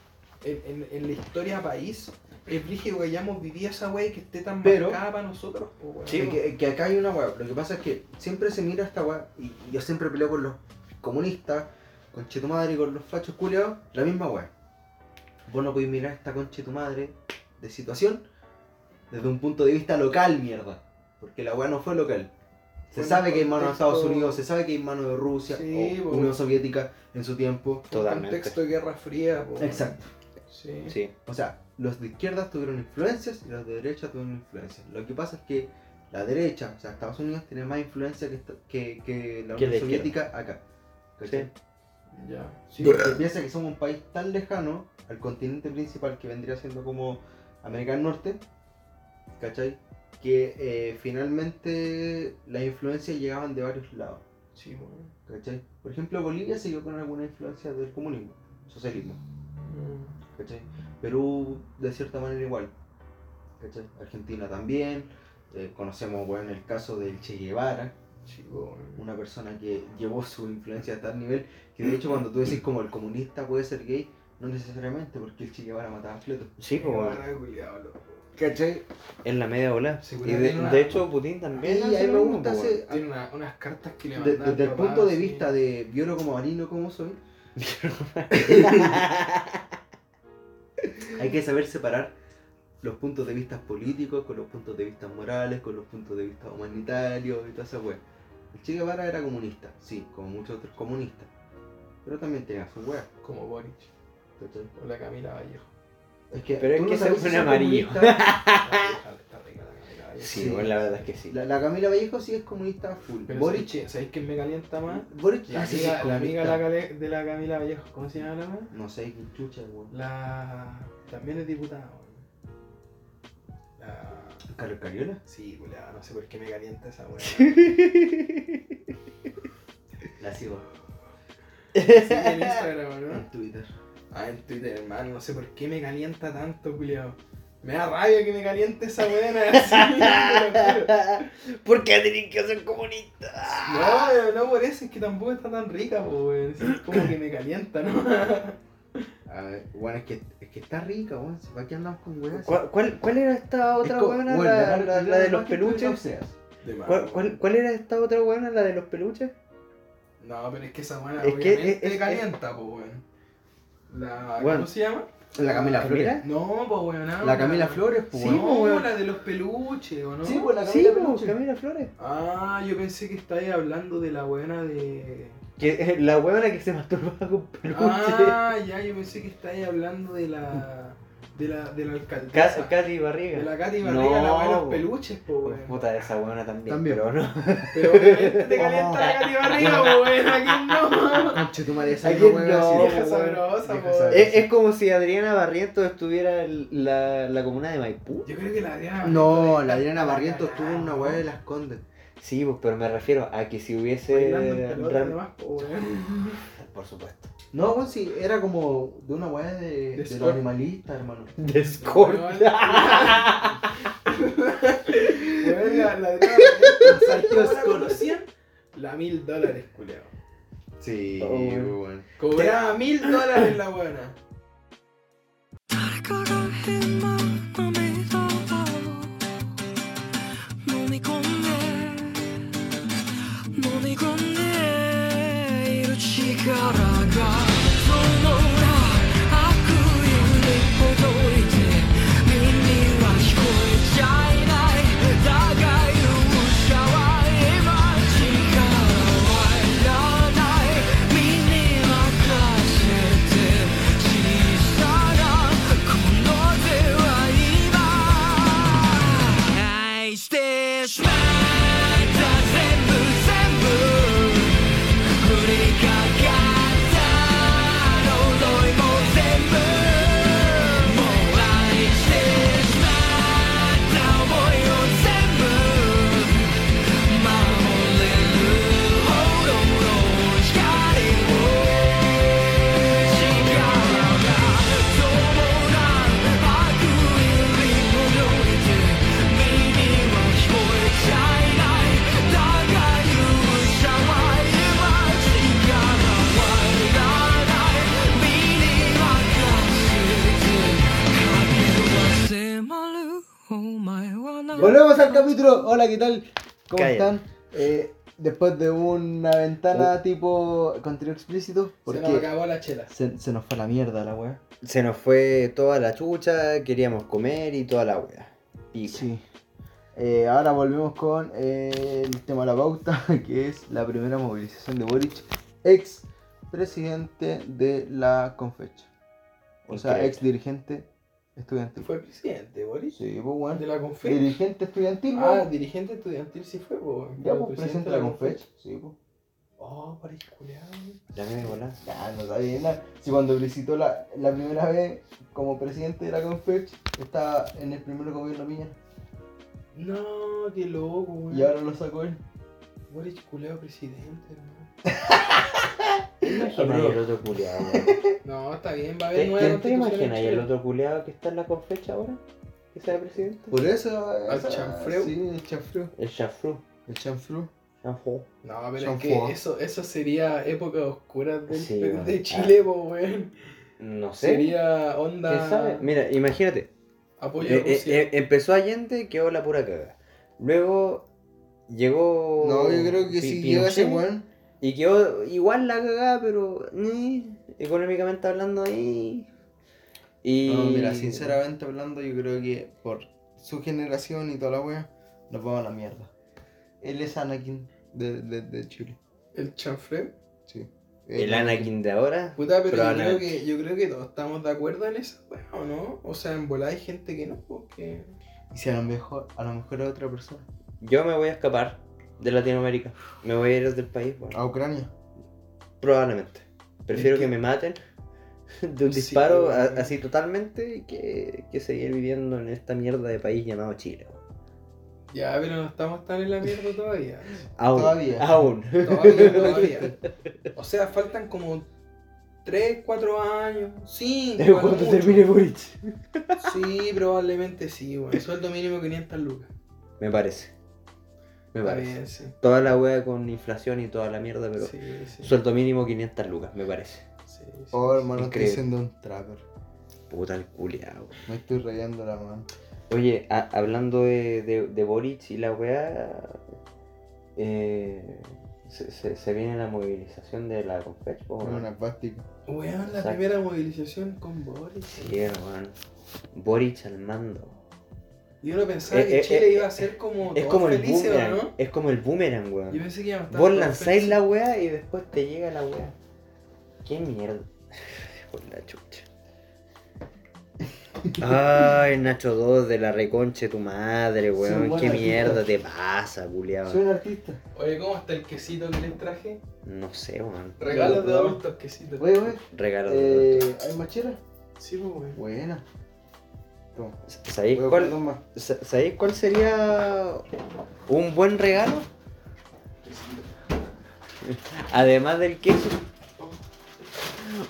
en, en, en la historia país, es brígido que hayamos vivido esa weá y que esté tan Pero- marcada para nosotros, pues weón. Sí, Es que, que acá hay una weá. Lo que pasa es que siempre se mira esta weá. Y yo siempre peleo con los comunistas, conche tu madre, con los fachos culeados. La misma weá. Vos no podés mirar esta conche tu madre de situación desde un punto de vista local, mierda. Porque la weá no fue local. Se Fue en sabe un que hay mano de contexto- Estados Unidos, se sabe que hay mano de Rusia, Sí, o po. Unión Soviética en su tiempo. Un Totalmente. contexto de guerra fría, pues. Exacto. Sí. Sí. O sea, los de izquierdas tuvieron influencias y los de derecha tuvieron influencias. Lo que pasa es que la derecha, o sea, Estados Unidos tiene más influencia que, esta- que, que la Que Unión la Soviética acá. ¿Cachai? Ya. Sí, Porque piensa que somos un país tan lejano al continente principal que vendría siendo como América del Norte, ¿cachai? Que eh, finalmente las influencias llegaban de varios lados, sí, weón. ¿cachai? Por ejemplo, Bolivia siguió con alguna influencia del comunismo, socialismo. Mm. ¿cachai? Perú de cierta manera igual, ¿cachai? Argentina también, eh, conocemos bueno, el caso del Che Guevara, Sí, weón. una persona que llevó su influencia a tal nivel que de hecho cuando tú decís como el comunista puede ser gay, no necesariamente porque el Che Guevara mataba a fletos, Sí, pues, weón. Guevara, culiao, loco. ¿cachai? Es la media bola. Y Seguramente de, una- de hecho, Putin también. Y a hace mí lo me mismo, gusta pues, ese... Tiene una- unas cartas que le de- mandan desde el papá, punto de así. vista de biólogo como marino como soy, [laughs] hay que saber separar los puntos de vista políticos con los puntos de vista morales, con los puntos de vista humanitarios y toda esa wea. El Che Guevara era comunista, sí, como muchos otros comunistas, pero también tenía su wea. Como Boric ¿cachai? o la Camila Vallejo. Es que, Pero es tú que ese sabes es si un son amarillo. [laughs] comunistas. Boris Sí, Sí. bueno, la verdad es que sí. La, la Camila Vallejo sí es comunista full. Boric, ¿sabéis quién me calienta más? Boric, La ah, sí, sí, amiga, es la amiga comunista. de la Cale- de la Camila Vallejo, ¿cómo se llama la weá? No sé qué chucha, weón. La. También es diputada, weón. La. ¿Carlos Cariola? Sí, culiao, no sé por qué me calienta esa [laughs] weá. La sigo en Instagram, ¿no? en Twitter. Ah, en Twitter, hermano, no sé por qué me calienta tanto, culiao. Me da rabia que me caliente esa weá, [laughs] así, te lo juro. ¿Por qué tienen que ser comunistas? No, pero no por eso, es que tampoco está tan rica, po, weón. Es como que me calienta, ¿no? [laughs] A ver, bueno, es que, es que está rica, weón. ¿Para qué andamos con weas? ¿Cuál, cuál, cuál era esta Es otra como- buena? weón, La, la- Carlos la Cariola de es los más que tú no peluches. seas. De más, ¿Cuál, weón. cuál, cuál era esta otra buena? La de los peluches. No, pero es que esa buena Es que obviamente es- es- calienta, po, weón. La... Weón. ¿Cómo se llama? La Camila Flores. Camila. No, po, weón. no, La Camila Flores, pues. Sí, weón. po, weón. la de los peluches, ¿o no? Sí, pues la Sí, Camila pues, Flores. Camila Flores. Ah, yo pensé que estabais hablando de la buena de... Que es la huevona que se masturbaba con peluches. Ah, ya, yo pensé que estáis hablando de la... De la, de la alcaldesa. Ca- Katy Barriga. de la Katy Barriga, la buena de los No, peluches, po, weón. Puta, esa huevona también. También. Pero no. Pero obviamente te calienta la Katy Barriga, po, weón. Aquí no. Conche tu madre, esa ¿A es quién una wea no? así. Vieja weón. sabrosa, Vieja po. sabrosa. Es, es como si Adriana Barrientos estuviera en la, la comuna de Maipú. Yo creo que la Adriana... No, la Adriana Barrientos tuvo una wea de las Condes. Sí, pues, pero me refiero a que si eh, hubiese. Bailando en pelota, Ram- nomás, po, [laughs] weón. Por supuesto. No, weón, sí, era como de una wea de, de los Scott. [laughs] animalistas, hermano. Discord. Weón. la, la de cada vez que saltó, la conocían, la mil dólares, culiao. Sí, Oh, weón. Cobraba mil dólares la buena. Volvemos al capítulo. Hola, ¿qué tal? ¿Cómo Calla. están? Eh, después de una ventana tipo contenido explícito, Se porque nos acabó la chela. se, se nos fue la mierda la weá. Se nos fue toda la chucha, queríamos comer y toda la wea. Y Sí. Eh, ahora volvemos con eh, el tema de la pauta, [laughs] que es la primera movilización de Boric, ex presidente de la Confecha. O sea, Increíble. ex dirigente estudiantil. Fue presidente, Boris. Sí, pues weón. De la Confech. Dirigente estudiantil, Ah, weón. dirigente estudiantil sí fue, po. Ya, Pero pues presidente de la Confecha. Sí, pues. Eh, Oh, Boris culiao. la mía volá. Ya, no sabía nada. Si cuando visitó la, la primera vez como presidente de la Confech, estaba en el primer gobierno Piña. No, qué loco, weón. Y ahora lo sacó él. Boris culiao presidente, hermano. ¿Te imaginas Apruebo. ahí el otro culeado? No, está bien, va a ¿Te, haber nueva eh, te, te constitución en imaginas ahí el Chile. otro culeado que está en la confecha ahora? ¿Que sea presidente? Por eso. Al esa- chanfreo. Sí, el chanfreo. El chafru. El chanfreo. Chanfru. No, pero Son es que fuego. eso, eso sería época oscura del- Sí, de, weón. de Chile, po, weón. No sé. Sería ¿Quién sabe? onda Mira, imagínate. apoyo Eh, a eh, Rusia. eh, empezó Allende, quedó la pura caga. Luego llegó. No, yo creo que Oh, Pi- si llega ese Pinochet, weón. Y quedó igual la cagada, pero. eh, económicamente hablando, eh. Y. No, mira, sinceramente hablando, yo creo que por su generación y toda la wea, nos vamos a la mierda. Él es Anakin de, de, de Chile. Eh, El chanfreo. Sí. El Anakin de ahora. Puta, pero, yo, Probablemente. creo que, yo creo que todos estamos de acuerdo en eso, weón, ¿o no? O sea, en volada hay gente que no, porque... Y si a lo mejor, a lo mejor es otra persona. Yo me voy a escapar de Latinoamérica. Me voy a ir del país, bueno. A Ucrania. Probablemente. Prefiero Es que que- me maten de un Sí, disparo a- güey. así totalmente que, que seguir viviendo en esta mierda de país llamado Chile. güey. Ya, pero no estamos tan en la mierda [laughs] todavía. Aún. Todavía. Aún. [laughs] [laughs] Todavía, todavía. O sea, faltan como 3, 4 años, 5. Cuando termine Boric. Sí, probablemente sí, weón. Sueldo mínimo 500 lucas. Me parece. Me Está parece. bien, sí. Toda la wea con inflación y toda la mierda, pero Sí, sí. sueldo mínimo 500 lucas, me parece. sí, sí, Oh, hermano, Increíble. estoy siendo un trapper. Puta el culiao. Me estoy rayando la mano. Oye, a- hablando de, de, de Boric y la weá, eh, se, se- se viene la movilización de la Confech, po, Con ¿no? una plástica. Weón, la Exacto. primera movilización con Boris. Sí, hermano. Boric al mando. Yo no pensaba Eh, que eh, Chile eh, iba a ser como Es todos como el felices, ¿o boomerang. ¿no? Es como el boomerang, Yo weón. pensé que iba a estar Vos todos lanzáis felices. la weá y después te llega la weá. Qué mierda. [laughs] Por la chucha. Ay, Nacho 2 de la reconche tu madre, weón. buena Qué artista. mierda te pasa, culiao. Soy un artista. Oye, ¿cómo está el quesito que les traje? No sé, weón. Regalos de no. adultos, quesitos. Oye, oye. Regalo de Eh, ¿Hay machera? Sí, pues, weón. Buena. Toma. ¿Sabéis Oye, cuál, perdón, ma. sa- ¿Sabéis cuál sería un buen regalo? Además del queso,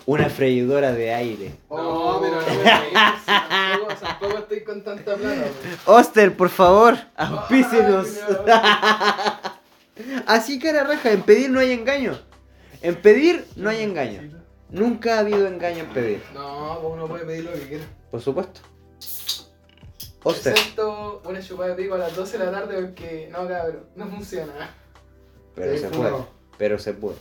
una freidora de aire. oh, No, pero no me reí. Tampoco, tampoco estoy con tanta plata, [laughs] weón. Oster, por favor, auspícenos. Ay, culiao. Así cara raja, en pedir no hay engaño. En pedir no hay engaño. Nunca ha habido engaño en pedir, No, pues uno puede pedir lo que quiera. por supuesto. Oster, Excepto una chupada de pico a las 12 de la tarde porque no, cabrón, no funciona. pero se puede, pero se puede.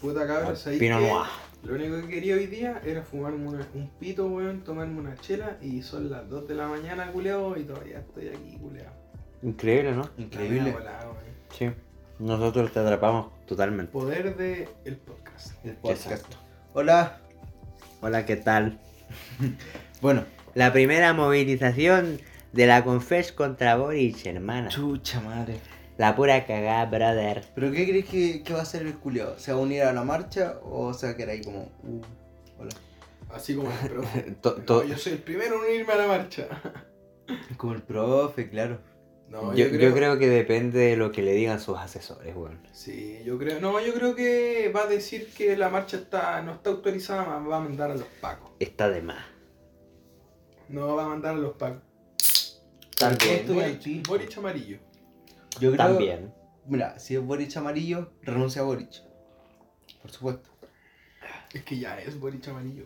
Puta cabrón, ahí. Pinot Noir. Lo único que quería hoy día era fumarme una- un pito, weón, tomarme una chela y son las 2 de la mañana, culeado, y todavía estoy aquí, culeado. Increíble, ¿no? La wea volada, weón. Sí. Nosotros te atrapamos totalmente. Poder de el podcast. El podcast. Exacto. Hola. Hola, ¿qué tal? Bueno, La primera movilización de la Confes contra Boric, hermana. chucha madre. La pura cagada, brother. ¿Pero qué crees que, que va a hacer el culiao? ¿Se va a unir a la marcha o se va a quedar ahí como, uh, hola? Así como el profe. To- No, to- yo soy el primero en unirme a la marcha. [laughs] Como el profe, claro. No, yo, yo creo que depende de lo que le digan sus asesores, weón. Sí, yo creo. No, yo creo que va a decir que la marcha está no está autorizada, ma- va a mandar a los pacos. Está de más. No va a mandar a los pacos. También. Boric, Boric amarillo. Yo creo, También. Mira, si es Boric amarillo, renuncia a Boric. Por supuesto. Es que ya es Boric amarillo.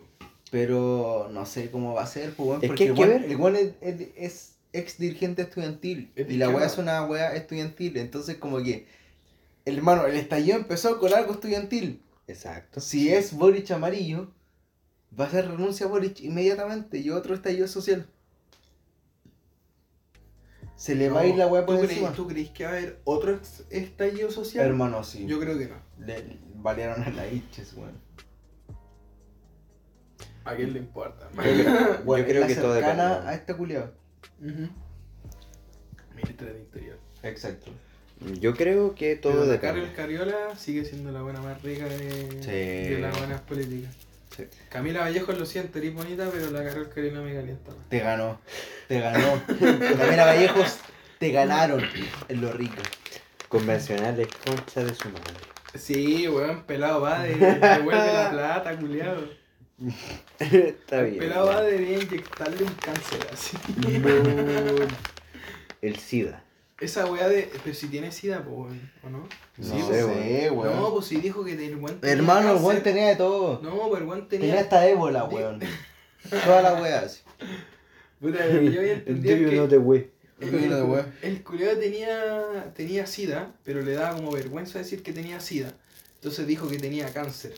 Pero no sé cómo va a ser, pues, weón, Es que porque hay que igual, ver. igual es, es- es ex dirigente estudiantil. Es de y la weá izquierda. es una weá estudiantil. Entonces, como que, hermano, el estallido empezó con algo estudiantil. Exacto. Si es Boric amarillo, va a ser renuncia a Boric inmediatamente y otro estallido social. Se le va a ir la weá ¿Tú por crees- encima. ¿Tú crees que va a haber otro ex- estallido social? Hermano, sí. Yo creo que no. Le balearon a la Iches, [laughs] weón. ¿A quién le importa? Bueno, creo es que la todo depende, cercana weón. a esta culiao. [laughs] Ujú. Ministra de Interior. Exacto. Yo creo que todo Pero la depende. Carol Cariola sigue siendo la buena más rica de, Sí. de las buenas políticas. Sí. Camila Vallejo lo siento, eres bonita, pero la Carol Cariola me calienta más. Te ganó. Te ganó. Camila Vallejos, te ganaron. En lo rico. Convencionales, concha de su madre. [laughs] Sí, weón, pelado va [laughs] de. Devuelve la plata, culiado. Está El bien. pelado weón. va debería inyectarle un cáncer [laughs] así. El SIDA. Esa weá de. Pero si tiene sida, pues, weón, ¿o no? No pues, sé, weón. No, pues si dijo que el guante. tenía Hermano, el weón cáncer. tenía de todo. No, pero el guante tenía. Tenía hasta ébola, [laughs] weón. Toda la weá. así. Puta, [laughs] yo había entendido que- güey. Yo creo que no, weón. El culiado tenía, tenía sida, pero le daba como vergüenza decir que tenía sida. Entonces dijo que tenía cáncer.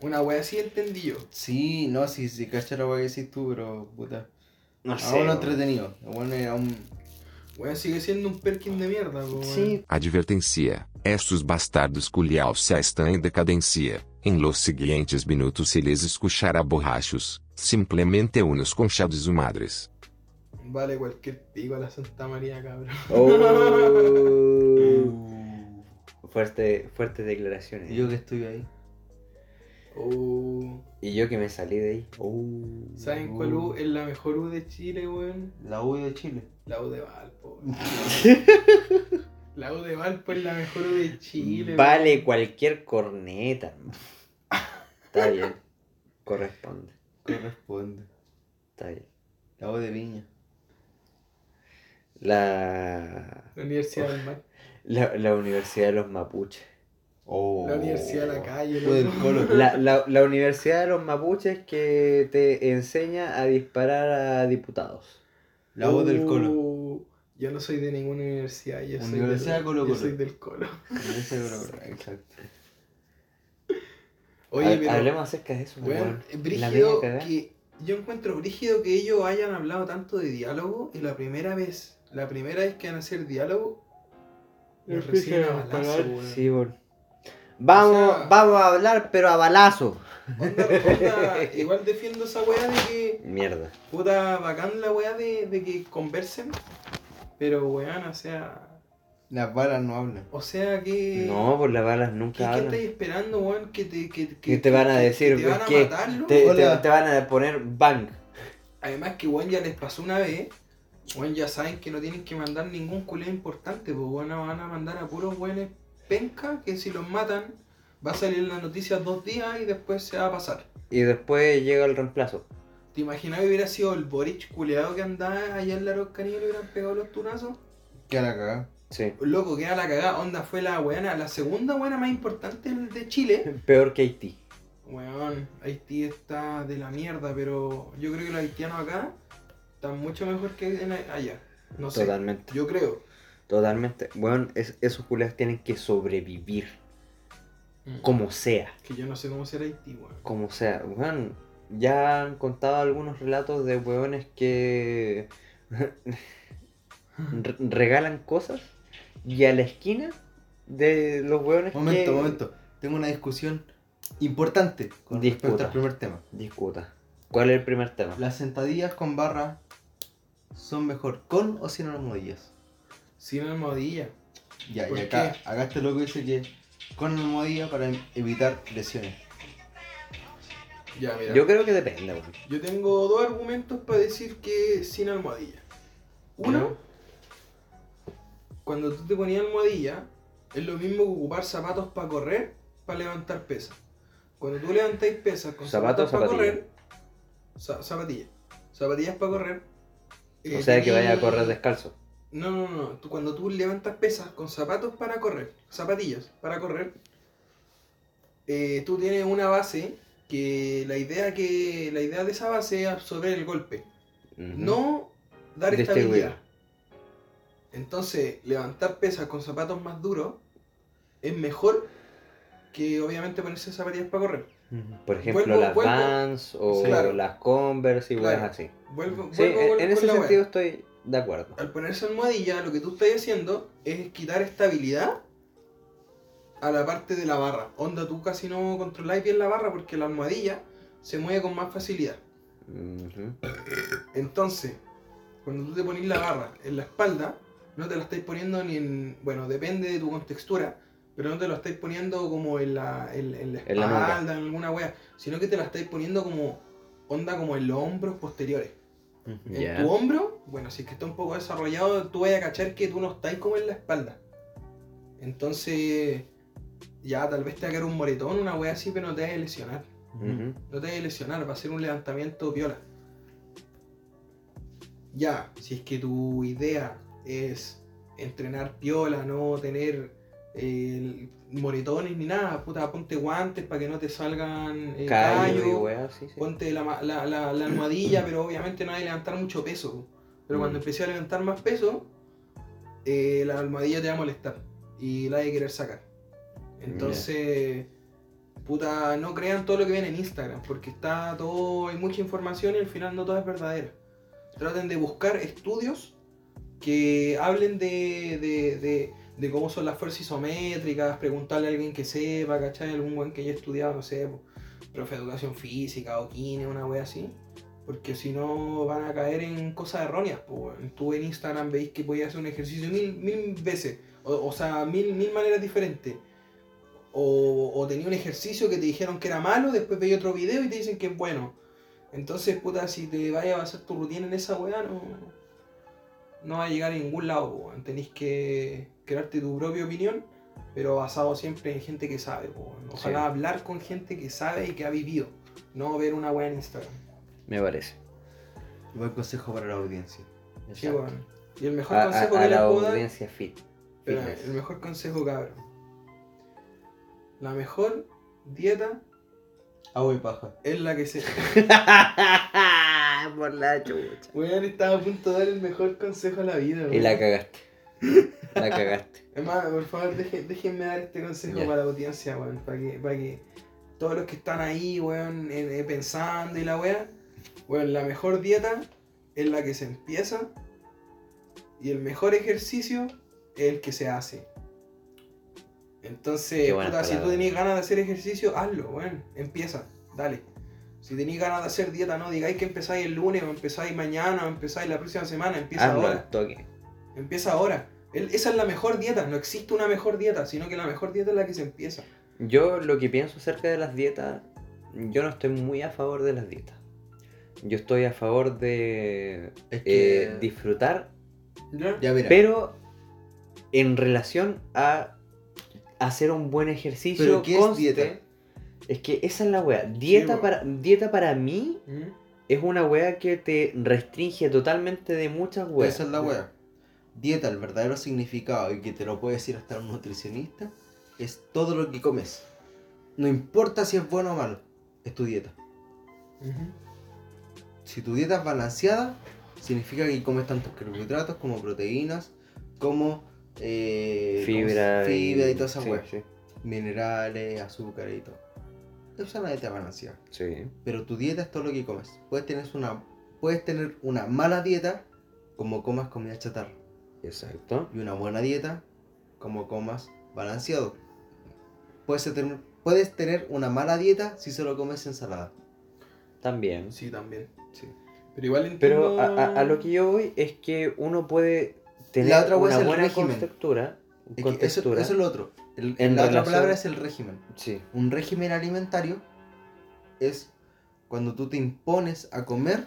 Una wea así entendí yo. Sí, no, sí, sí, cacha la weá que decís tú, pero puta. No Aún sé. no weón. entretenido. El weón era un. Weón sigue siendo un perkin de mierda, po, weón. Sí, Advertência: Estes bastardos culiaus se estão em decadência. Em los seguintes minutos se lhes escuchará borrachos, simplemente unos conchados madres. Vale cualquier pico a la Santa María, cabrón. Oh. [laughs] Fuerte, fuertes declaraciones. Yo que estoy ahí. Oh. Y yo que me salí de ahí. Oh. ¿Saben Uh. cuál U es la mejor U de Chile, weón? La U de Chile. La U [laughs] de Valpo. weón. la U de Valpo es la mejor U de Chile. weón. Vale cualquier corneta, hermano. Está bien. Corresponde. Corresponde. Está bien. La U de Viña. La, La Universidad del Mar. la, la Universidad de los Mapuches. Oh. La Universidad de la Calle. U del loco. Colo. La, la- la Universidad de los Mapuches que te enseña a disparar a diputados. La U del Colo. Uh, Yo no soy de ninguna universidad, yo, soy, Universidad del, Colo yo Colo. soy del Colo. Ese era- Exacto. Oye, Ha- pero, Hablemos acerca de eso. weón, weón. La media brígido cagada. que, yo encuentro brígido que ellos hayan hablado tanto de diálogo y la primera vez, la primera vez que van a hacer diálogo, los reciben a balazo, weón. Sí, weón. Vamos, O sea- vamos a hablar, pero a balazo. Onda- onda, igual defiendo esa weá de que, Mierda. puta, bacán la weá de, de que conversen, pero weón, o sea, Las balas no hablan. o sea que... No, por las balas ¿Qué, qué nunca hablan. estáis esperando, weón? Que te, que, que, ¿Qué te van a que- decir? que te van a ¿Qué? matar, loco? Te, te, Hola. te van a poner bank. Además que weón ya les pasó una vez. Weón ya saben que no tienen que mandar ningún culé importante, pues weón van a mandar a puros weones penca que si los matan va a salir en las noticias dos días y después se va a pasar. Y después llega el reemplazo. ¿Te imaginas que hubiera sido el Boric culeado que andaba allá en la Roscanilla y le hubieran pegado los tunazos? ¿Qué la cagada? Sí. [laughs] Loco, queda la cagada. Onda fue la weana, la segunda weana más importante de Chile. Peor que Haití. Weón, Haití está de la mierda, pero yo creo que los haitianos acá están mucho mejor que en a- allá. No sé. Totalmente. Yo creo. Totalmente. Bueno, es- esos culiados tienen que sobrevivir. Mm. Como sea. Que yo no sé cómo será Haití, weón. Como sea. Bueno, ya han contado algunos relatos de hueones que [laughs] re- regalan cosas y a la esquina de los hueones Momento, que momento. Tengo una discusión importante con respecto Disputa. al primer tema. discuta. ¿Cuál es el primer tema? ¿Las sentadillas con barra son mejor con o sin almohadillas? Sin almohadilla. Ya, ¿Por y acá, acá este loco dice que con almohadilla para evitar lesiones. Ya, mira. Yo creo que depende, weón. Yo tengo dos argumentos para decir que sin almohadilla. Uno, cuando tú te ponías almohadilla, es lo mismo que ocupar zapatos para correr, para levantar pesas. Cuando tú levantáis pesas con ¿Zapatos zapatos, o para zapatillas? correr, za- zapatillas, zapatillas para correr. eh, O sea que vaya a tenés- correr descalzo. No, no, no. Tú, cuando tú levantas pesas con zapatos para correr, zapatillas para correr, eh, tú tienes una base que la idea que la idea de esa base es absorber el golpe, Ujú. no dar Distribuir. estabilidad. Entonces, levantar pesas con zapatos más duros es mejor que obviamente ponerse zapatillas para correr. Por ejemplo, Vuelvo- las vuelvo. Vans o Sí, claro. las Converse y Claro. weas así. Vuelvo, Sí, vuelvo en, con- en con ese la wea. sentido estoy de acuerdo. al ponerse almohadilla, lo que tú estás haciendo es quitar estabilidad a la parte de la barra. Onda, tú casi no controláis bien la barra porque la almohadilla se mueve con más facilidad. Ujú. Entonces, cuando tú te pones la barra en la espalda, no te la estáis poniendo ni en. Bueno, depende de tu contextura, pero no te la estáis poniendo como en la, en, en la En la nuca. espalda, en alguna wea, sino que te la estáis poniendo como. Onda como en los hombros posteriores. En Ya. tu hombro, bueno, si es que está un poco desarrollado, tú vayas a cachar que tú no estás como en la espalda. Entonces, ya tal vez te va a caer un moretón, una wea así, pero no te vas a lesionar. Ujú. No te vas a lesionar, va a ser un levantamiento viola. Ya, si es que tu idea es entrenar piola, no tener eh, moretones ni nada, puta, ponte guantes para que no te salgan eh, Callo y callos. weas, sí, sí. Ponte la, ma- la, la, la almohadilla, pero obviamente no hay que levantar mucho peso. Pero cuando Mm. empecé a levantar más peso, eh, la almohadilla te va a molestar y la hay que querer sacar. Entonces, puta, no crean todo lo que ven en Instagram, porque está todo, hay mucha información y al final no todo es verdadera. Traten de buscar estudios que hablen de, de, de, de cómo son las fuerzas isométricas, preguntarle a alguien que sepa, ¿cachai? Algún buen que haya estudiado, no sé, po, profe de educación física o kine, una wea así. Porque si no van a caer en cosas erróneas. po, weón. Tú en Instagram veis que podías hacer un ejercicio mil, mil veces, o, o sea, mil, mil maneras diferentes. O, o tenía un ejercicio que te dijeron que era malo, después veis otro video y te dicen que es bueno. Entonces, puta, si te vayas a hacer tu rutina en esa weá, no, no va a llegar a ningún lado. po, weón. Tenéis que crearte tu propia opinión, pero basado siempre en gente que sabe. po, weón. Ojalá Sí. hablar con gente que sabe y que ha vivido, no ver una weá en Instagram. Me parece. Buen consejo para la audiencia. Sí, weón. Y el mejor A, a- consejo a que les la puedo dar. audiencia fit. espérame, fitness. el mejor consejo, cabrón. La mejor dieta Agua y paja. es la que se. [laughs] Por la chucha. Weón, estaba a punto de dar el mejor consejo a la vida, Y weón. la cagaste. La cagaste. Es más, por favor, deje- déjenme dar este consejo Ya. para la audiencia, weón. Para que, para que todos los que están ahí, weón, en- eh, pensando y la weá. Weón, la mejor dieta es la que se empieza. Y el mejor ejercicio es el que se hace. Entonces, Qué buenas puta, si tú palabras. tenés ganas de hacer ejercicio, hazlo, weón. Empieza, dale. Si tenéis ganas de hacer dieta, no digáis que empezáis el lunes, o empezáis mañana, o empezáis la próxima semana, empieza Hazlo ahora. al toque. Empieza ahora. El- esa es la mejor dieta. No existe una mejor dieta, sino que la mejor dieta es la que se empieza. Yo lo que pienso acerca de las dietas, yo no estoy muy a favor de las dietas. Yo estoy a favor de Es eh, que- disfrutar, ¿Ya? Ya mira. pero en relación a hacer un buen ejercicio. ¿Pero qué es conste- dieta? Es que esa es la wea. Dieta, weón. para, dieta para mí ¿Mm? es una wea que te restringe totalmente de muchas weas. Esa es la wea. Dieta, el verdadero significado, y que te lo puede decir hasta un nutricionista, es todo lo que comes. No importa si es bueno o malo, es tu dieta. Si tu dieta es balanceada, significa que comes tantos carbohidratos como proteínas, como eh, Fibra, como fibra y todas esas sí, weas. sí, Minerales, azúcar y todo. Esa es una dieta balanceada. sí. Pero tu dieta es todo lo que comes. Puedes tener una, puedes tener una mala dieta como comas comida chatarra. exacto. Y una buena dieta como comas balanceado. Puedes tener, puedes tener una mala dieta si solo comes ensalada. También. Sí, también. Sí. Pero igual entiendo... Eh, Pero a, a- a lo que yo voy es que uno puede tener La otra wea una es el buena régimen. contextura. Es que eso, contextura. eso es lo otro. El- En la otra relación- palabra es el régimen. Sí, Un régimen alimentario es cuando tú te impones a comer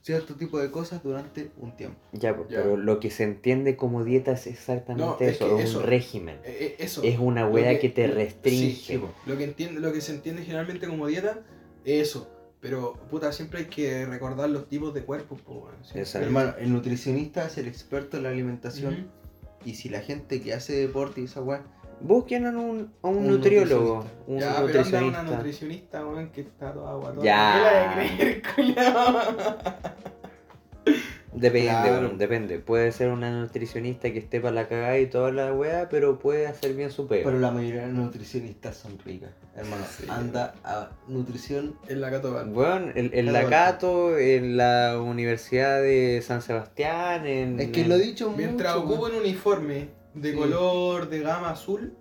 cierto tipo de cosas durante un tiempo. ya, pues, Ya. pero lo que se entiende como dieta es exactamente No, es eso, que es eso- un régimen. Eh, eh, eso. Es una Lo wea que, te lo- sí, restringe. sí, po. lo, que entiende, lo que se entiende generalmente como dieta es eso. Pero, puta, siempre hay que recordar los tipos de cuerpos, po, weón. Siempre- Exacto. Hermano, el nutricionista es el experto en la alimentación. Ujú. Y si la gente que hace deporte y esa weá, Busquen a un, a un Un nutriólogo, un Ya, pero anda nutricionista. una nutricionista, weón, que está toda guatona. Ya. ¿Qué la de creer, culiao? Depende, Claro. weón, depende. Puede ser una nutricionista que esté para la cagada y toda la weá, pero puede hacer bien su pega. pero la mayoría de los nutricionistas son ricas. Hermano, Sí. anda a nutrición. En la Cato Bar. Weón, en, en la Claro. Cato, en la Universidad de San Sebastián, en... Es que lo he dicho Mientras mucho. ocupa un uniforme de Sí. color de gama azul,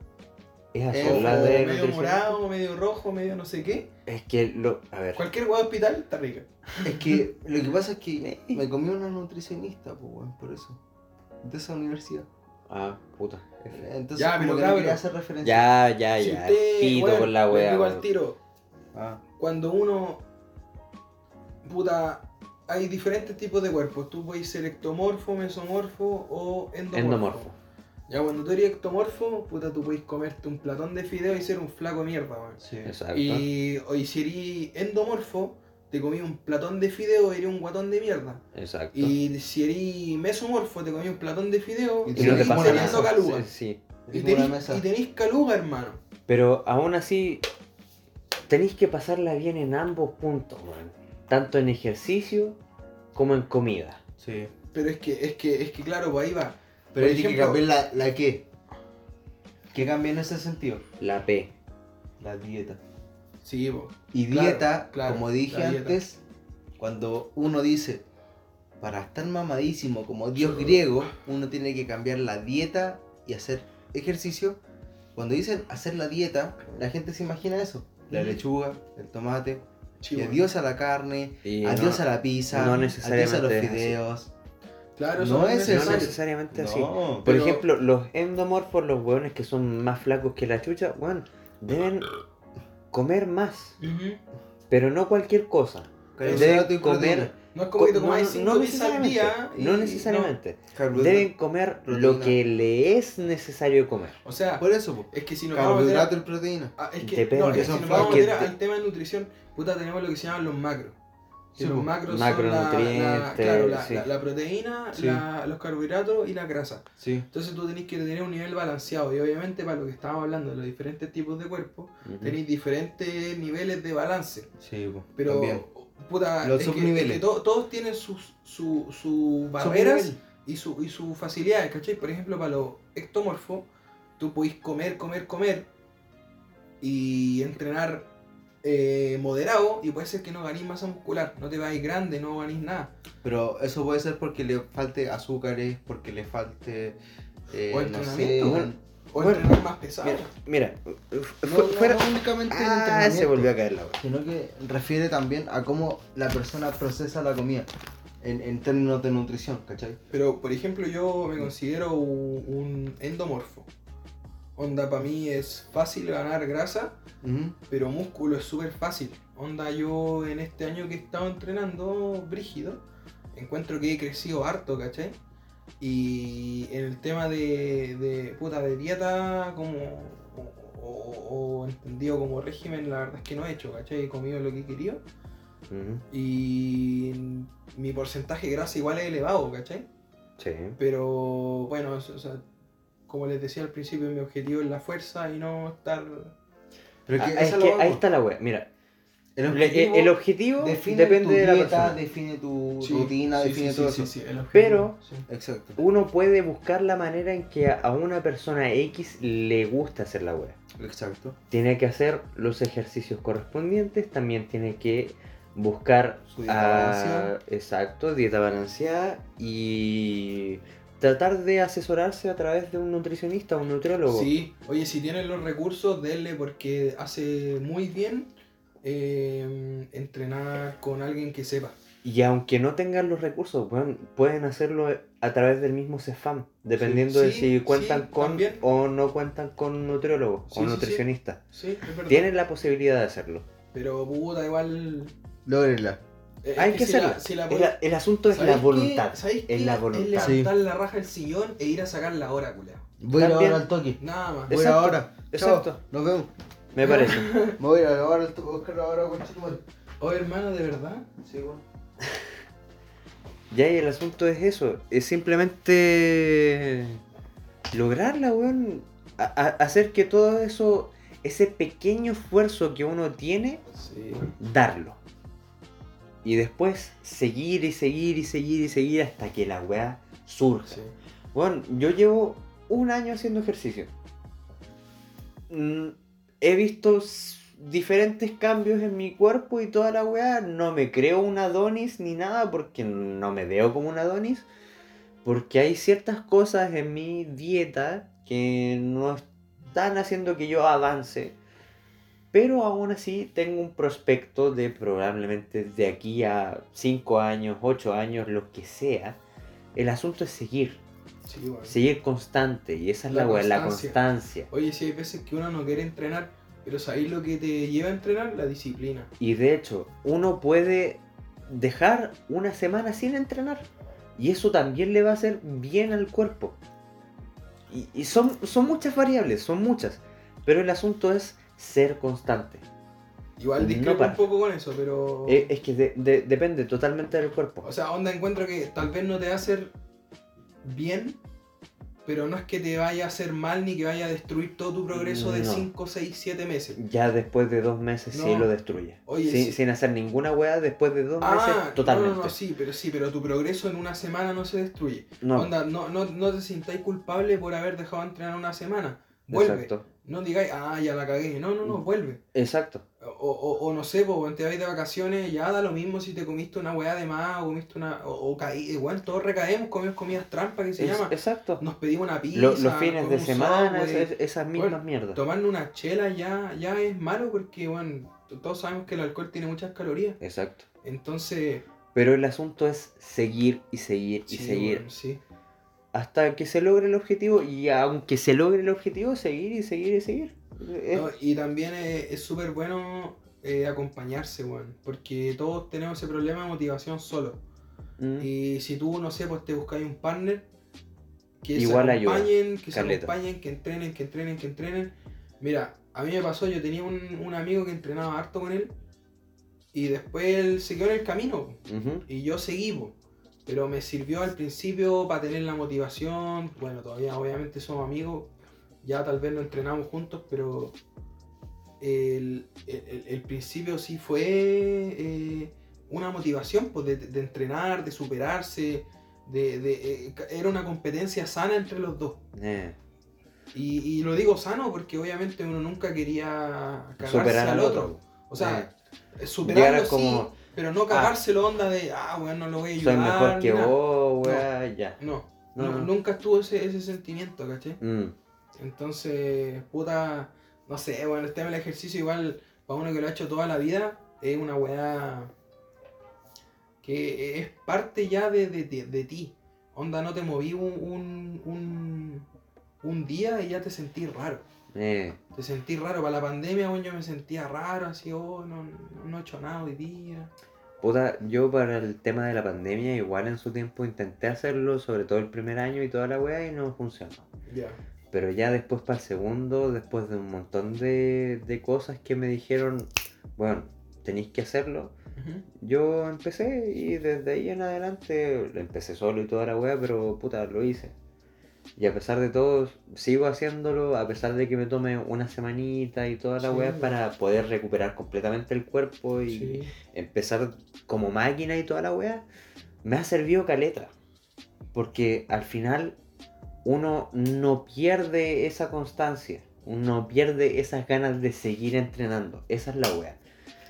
Esas Eh, son o la las de medio nutrición. morado, medio rojo, medio no sé qué, Es que lo... A ver. cualquier hueá de hospital está rica. Es que lo [laughs] que pasa es que me comí una nutricionista, pues, weón, por eso. De esa universidad. Ah, puta. Entonces, Ya, como pero que no cabrón. quería hacer referencia. Ya, ya, Si Ah, ya. usted, Pito weón, con la les weá. digo al weón. tiro, Ah, cuando uno. Puta. Hay diferentes tipos de cuerpos. Tú puedes ser ectomorfo, mesomorfo o endomorfo. Endomorfo. Ya cuando tú eres ectomorfo, puta, tú puedes comerte un platón de fideo y ser un flaco mierda, weón. sí. Exacto. Y, o y si eres endomorfo, te comí un platón de fideo y eres un guatón de mierda. Exacto. Y si eres mesomorfo, te comí un platón de fideo Y Y no te Eres seguís como pasa una teniendo nada. caluga. Sí, sí. Y Es como una tenés, mesa. y tenés caluga, hermano. Pero aún así, tenéis que pasarla bien en ambos puntos, weón. Tanto en ejercicio como en comida. Sí. Pero es que, es que, es que claro, pues ahí va. Pero Por hay que ejemplo- cambiar la, la qué. ¿Qué cambia en ese sentido? La P. La dieta. Sí, po. Y Claro, dieta, claro, como dije la dieta. antes, cuando uno dice, para estar mamadísimo como dios griego, uno tiene que cambiar la dieta y hacer ejercicio. Cuando dicen hacer la dieta, la gente se imagina eso. La Ujú. lechuga, el tomate, Sí, y po. adiós a la carne, Y adiós no, a la pizza, adiós a no los necesariamente es así. fideos. Claro, No eso es no necesario. necesariamente así. No. Por Este Pero- ejemplo, los endomorfos, los hueones que son más flacos que la chucha, weón, deben comer más. Ujú. Pero no cualquier cosa. Carbohidratos y Deben comer. proteínas. No es co- como que te comáis no, cinco no pizzas al necesariamente. día. y- no necesariamente. Deben Carbohidratos. comer lo proteína. que le es necesario comer. O sea, Por eso, po. es que si nos vamos a meter, carbohidratos y proteínas. ah, es que, Depende, no, es que son si nos vamos a porque- meter al tema de nutrición, puta, tenemos lo que se llaman los macros. Que Sí, los po. macros son la- la, Macronutrientes, claro, la, sí. la- la proteína, Sí. la- los carbohidratos y la grasa. Sí. Entonces tú tenés que tener un nivel balanceado. Y obviamente, para lo que estábamos hablando de los diferentes tipos de cuerpo, tenéis diferentes niveles de balance. Sí, po. Pero, También. puta, Los es que- es subniveles. que to- todos tienen sus su, su barreras y su, y su facilidades, ¿cachai? Por ejemplo, para los ectomorfos, tú podís comer, comer, comer y entrenar eh, moderado y puede ser que no ganís masa muscular, no te vayas grande, no ganís nada. Pero eso puede ser porque le falte azúcares, porque le falte. eh, O no sé. entrenamiento, un- O Bueno. entrenar más pesado. Mira, mira, No, no, fu- fuera- no únicamente el Ah, entrenamiento, se volvió a caer la weá. Sino que refiere también a cómo la persona procesa la comida en, en términos de nutrición, ¿cachai? Pero, por ejemplo, yo me considero u- un endomorfo. Onda, para mí es fácil ganar grasa Ujú. pero músculo es súper fácil. Onda, yo en este año que he estado entrenando brígido, encuentro que he crecido harto, ¿cachai? Y en el tema de, de puta, de dieta, como, o, o- o entendido como régimen, la verdad es que no he hecho, ¿cachai? He comido lo que he querido. Ujú. Y mi porcentaje de grasa igual es elevado, ¿cachai? Sí. Pero bueno, o sea, como les decía al principio, mi objetivo es la fuerza y no estar... Pero Ah, que es eso lo que hago. ahí está la wea. Mira, El le- objetivo, el objetivo define depende tu de la dieta, persona. define tu Sí, rutina, sí, define sí, todo sí, eso. sí, sí, el objetivo, Pero- sí. Exacto. Uno puede buscar la manera en que a a una persona X le gusta hacer la wea. Exacto. Tiene que hacer los ejercicios correspondientes, también tiene que buscar Su dieta balanceada. Exacto, dieta balanceada y tratar de asesorarse a través de un nutricionista, un nutriólogo. Sí, oye, si tienen los recursos, denle porque hace muy bien eh, entrenar con alguien que sepa. Y aunque no tengan los recursos, pueden, pueden hacerlo a través del mismo CEFAM, dependiendo de Sí, si cuentan sí, con también. o no cuentan con nutriólogo Sí, o sí, sí. nutricionista. Sí, es verdad. Tienen la posibilidad de hacerlo. Pero puta, igual. Lógrenla. eh, Hay es que si la- hacerlo. si la el, el asunto es ¿Sabéis la qué? voluntad. ¿Sabéis Es qué? la Es voluntad. levantar la raja del sillón e ir a sacar la hora, culiao. Voy a ir También- ahora al toque. Nada más. Voy a ir Exacto, ahora. Chao, exacto. Nos vemos. Me parece. Me voy a ir ahora al toque. Buscar ahora, conchetumadre. Oh, hermano, de verdad. Sí, bueno. Ya, y el asunto es eso, es simplemente lograrla, weón. A- a- hacer que todo eso, ese pequeño esfuerzo que uno tiene, Sí. darlo. Y después seguir y seguir y seguir y seguir hasta que la weá surja. sí. Bueno, yo llevo un año haciendo ejercicio. Mm, he visto s- diferentes cambios en mi cuerpo y toda la weá. No me creo un Adonis ni nada porque no me veo como un Adonis. Porque hay ciertas cosas en mi dieta que no están haciendo que yo avance. Pero aún así tengo un prospecto de probablemente de aquí a 5 años, 8 años, lo que sea. El asunto es seguir. Sí, bueno. Seguir constante, y esa es la, La weá, la constancia. constancia. Oye, si hay veces que uno no quiere entrenar, pero ¿sabéis lo que te lleva a entrenar? La disciplina. Y de hecho, uno puede dejar una semana sin entrenar, y eso también le va a hacer bien al cuerpo. Y, y son, son muchas variables, son muchas, pero el asunto es ser constante. Igual Mm, No discrepo para. un poco con eso, pero. Eh, Es, que de- de- depende totalmente del cuerpo. Oh. O sea, onda encuentro que tal vez no te va a hacer bien, pero no es que te vaya a hacer mal ni que vaya a destruir todo tu progreso de No. 5, 6, 7 meses. Ya después de dos meses sí No. lo destruye. Oye, sin, sí. sin hacer ninguna weá, después de dos Ah, meses, totalmente. totalmente. No, no, sí, pero sí, pero tu progreso en una semana no se destruye. No, Onda, no, no, no te sintáis culpable por haber dejado de entrenar una semana. Vuelve. exacto. Mm. No digáis, ah, ya la cagué. No, no, no, vuelve. Exacto. O, o- o no sé, po, te vais de vacaciones, ya da lo mismo si te comiste una weá de más o comiste una. O, o caí, igual todos recaemos, comemos comidas trampa que se Es- llama. exacto. nos pedimos una pizza. Lo- los fines con de un semana, subway. es- es- esas mismas Bueno, mierdas. Tomando una chela ya, ya es malo porque, bueno, t- todos sabemos que el alcohol tiene muchas calorías. Exacto. Entonces, Pero el asunto es seguir y seguir y sí, seguir. bueno, sí. Hasta que se logre el objetivo. Y aunque se logre el objetivo, seguir y seguir y seguir. Es- No, y también es es súper bueno eh, acompañarse, weón, porque todos tenemos ese problema de motivación solo. mm, Y si tú, no sé, pues te buscáis un partner que Igual se ayuda, acompañen, que caleta. se acompañen, que entrenen, que entrenen, que entrenen. Mira, a mí me pasó, yo tenía un, un amigo que entrenaba harto con él y después él se quedó en el camino po, ujú. y yo seguí, po. pero me sirvió al principio para tener la motivación. Bueno, todavía obviamente somos amigos, ya tal vez no entrenamos juntos, pero el, el- el- el principio sí fue eh, una motivación pues, de, de entrenar, de superarse, de, de, eh, era una competencia sana entre los dos. Eh, Y, y lo digo sano porque obviamente uno nunca quería cagarse superar al al otro. otro. O sea, eh, Llegar a superarlo sí, Eh, como, ah, pero no cagárselo onda de, ah, weón, no lo voy a soy ayudar. mejor que ni nada". vos, weá, ya. No, No, no, no. nunca estuvo ese, ese sentimiento, ¿cachai? Mm, Entonces, puta, no sé, bueno, el tema del ejercicio igual, para uno que lo ha hecho toda la vida, es una weá que es parte ya de, de- de- de ti. Onda, no te moví un, un, un, un día y ya te sentí raro. eh, Te sentí raro, para la pandemia, bueno, yo me sentía raro, así, oh, no, no he hecho nada hoy día. Puta, yo para el tema de la pandemia, igual en su tiempo intenté hacerlo, sobre todo el primer año y toda la weá, y no funcionó. Ya. Pero ya después para el segundo, después de un montón de, de cosas que me dijeron, bueno, tenéis que hacerlo, Yo empecé y desde ahí en adelante empecé solo y toda la weá, pero puta, lo hice. Y a pesar de todo, sigo haciéndolo, a pesar de que me tome una semanita y toda la Sí. weá para poder recuperar completamente el cuerpo y Sí. empezar como máquina y toda la weá, me ha servido caleta. Porque al final uno no pierde esa constancia, uno pierde esas ganas de seguir entrenando. Esa es la weá.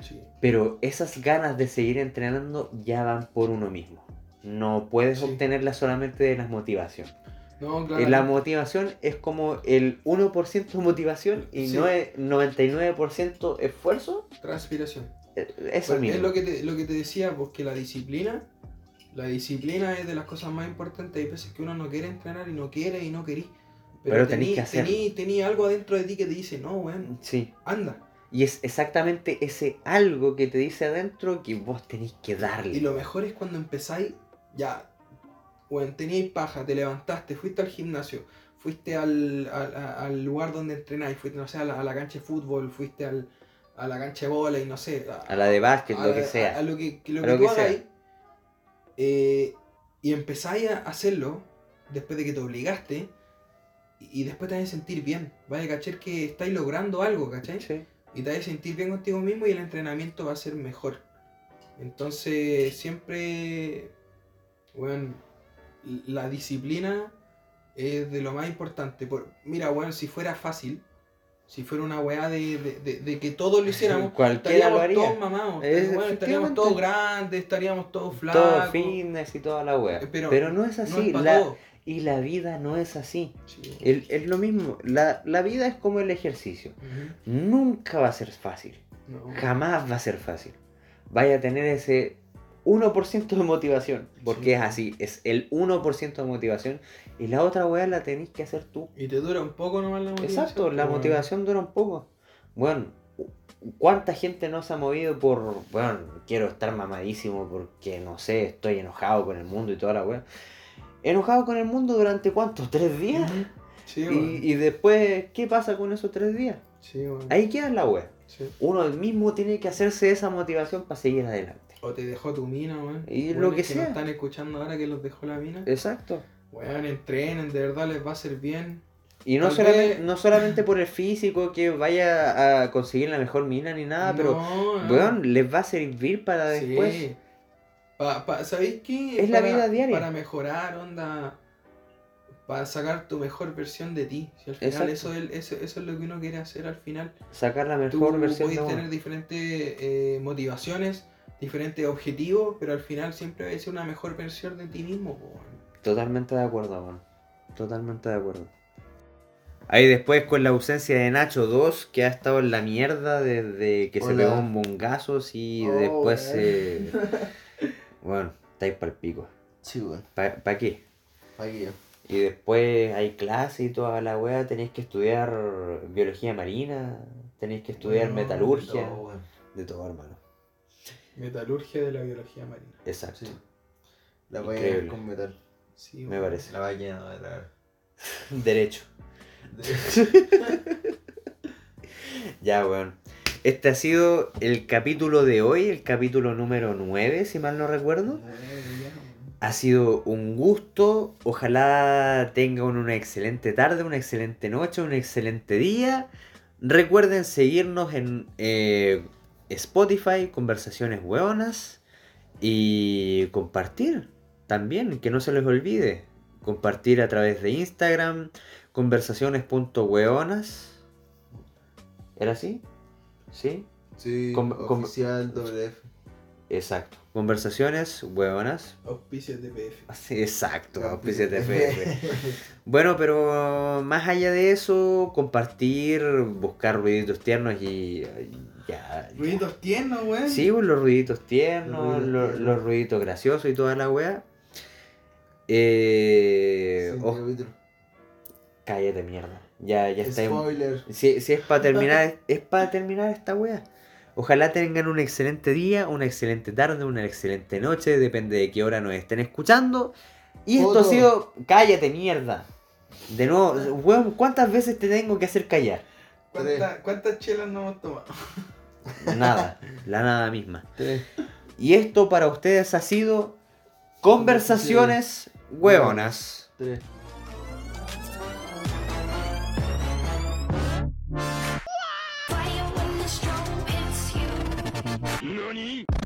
Sí. Pero esas ganas de seguir entrenando ya van por uno mismo. No puedes Sí. obtenerlas solamente de la motivación. No, claro. Eh, La motivación es como el 1% motivación y Sí. no es 99% esfuerzo. Transpiración. Eh, Eso Porque mismo. Pues es lo que, te, lo que te decía, porque la disciplina, la disciplina es de las cosas más importantes. Hay veces que uno no quiere entrenar y no quiere y no querís. Pero tenís que hacerlo. Tení, tení algo adentro de ti que te dice, no, weón, Sí. anda. Y es exactamente ese algo que te dice adentro que vos tenés que darle. Y lo mejor es cuando empezáis, ya, weón, teníais paja, te levantaste, fuiste al gimnasio, fuiste al, al, a- al lugar donde entrenáis, fuiste, no sé, a la, a la cancha de fútbol, fuiste al, a la cancha de bola y no sé. a- A la de básquet, a lo la- que sea. a- a lo que, que lo A que lo tú que sea. hagáis, eh, y empezáis a hacerlo después de que te obligaste. Y y después te vas a sentir bien. Vas a cachar que estáis logrando algo, ¿cachai? Sí. Y te vas a sentir bien contigo mismo y el entrenamiento va a ser mejor. Entonces, siempre, bueno, la disciplina es de lo más importante. Por, mira, bueno, si fuera fácil, si fuera una weá de, de- de- de que todos lo hiciéramos, [laughs] Cualquiera lo estaríamos haría. todos mamados, Es- weón, estaríamos efectivamente. todos grandes, estaríamos todos flacos. Todo fitness y toda la wea. Eh, Pero, no es No así. es pa' la- Eh, todo. y la vida no es así. Sí. El- es lo mismo. La, la vida es como el ejercicio. Ujú. Nunca va a ser fácil. No. Jamás va a ser fácil. Vaya a tener ese 1% de motivación. Porque Sí. es así. Es el 1% de motivación. Y la otra weá la tenés que hacer tú. Y te dura un poco nomás la motivación. Exacto, la pues, weón. motivación dura un poco. Bueno, ¿cuánta gente no se ha movido por, bueno, quiero estar mamadísimo porque, no sé, estoy enojado con el mundo y toda la weá? Enojado con el mundo durante cuántos, tres días. Ujú. Sí, weón. Y, y después, ¿qué pasa con esos tres días? Sí, weón. Ahí queda la weá. Sí. Uno mismo tiene que hacerse esa motivación para seguir adelante. O te dejó tu mina, weón. Y Weones lo que nos sea. Eh. están escuchando ahora que los dejó la mina. Exacto. Weón, entrenen, de verdad les va a ser bien. Y no, Tal solamente, vez- no solamente por el físico que vaya a conseguir la mejor mina ni nada, Ah, pero, No, no. weón, les va a servir para después. Sí. Pa- pa- ¿Sabéis qué? Es la Para- vida diaria. Para mejorar, onda. Para sacar tu mejor versión de ti. Si al final Exacto. eso es, eso, eso es lo que uno quiere hacer al final. sacar la Tú mejor puedes versión de uno. tener diferentes eh, motivaciones, diferentes objetivos, pero al final siempre va a ser una mejor versión de ti mismo. po, weón. Totalmente de acuerdo, bueno. Totalmente de acuerdo. Ahí después con la ausencia de Nacho 2, que ha estado en la mierda desde que se Hola. pegó un bongazos y Oh, weón. después se... [laughs] Bueno, estáis para el pico. Sí, weón. ¿Para qué? Aquí yo. Y después hay clase y toda la wea, tenéis que estudiar biología marina, tenéis que estudiar No, metalurgia, No, weón. de todo hermano. Metalurgia de la biología marina. Exacto, Sí. La voy a Increíble. con metal. Sí, me weón. parece. La ballena va a traer. Derecho. [laughs] Ya, weón. Este ha sido el capítulo de hoy, el capítulo número 9, si mal no recuerdo. Ah, Ha sido un gusto. Ojalá tengan una excelente tarde, una excelente noche, un excelente día. Recuerden seguirnos en eh, Spotify, Conversaciones Hueonas. Y compartir también, que no se les olvide. Compartir a través de Instagram, conversaciones.hueonas. ¿Era así? ¿Sí? Sí, Con- con- oficial WF. Exacto. Conversaciones hueonas. [laughs] Auspicios de PF. Así, Exacto, auspicio de [laughs] TFF. Bueno, pero más allá de eso, compartir, buscar ruiditos tiernos y eh, ya. Ruidos tiernos, weón. Sí, pues, los ruiditos tiernos, Los ruiditos lo- los, tiernos. ruiditos graciosos y toda la wea. Eh, Siguiente oh, capítulo. cállate mierda. Ya, ya está. Spoiler. Si, si es para terminar, es para terminar esta wea. Ojalá tengan un excelente día, una excelente tarde, una excelente noche, depende de qué hora nos estén escuchando. Y esto ha Otro. sido. ¡Cállate, mierda! De nuevo, weón, ¿cuántas veces te tengo que hacer callar? ¿Cuánta- ¿Cuántas chelas no hemos tomado? Nada, la nada misma. Tres. Y esto para ustedes ha sido Conversaciones Hueonas. Tres. Quiet when the strong hits you.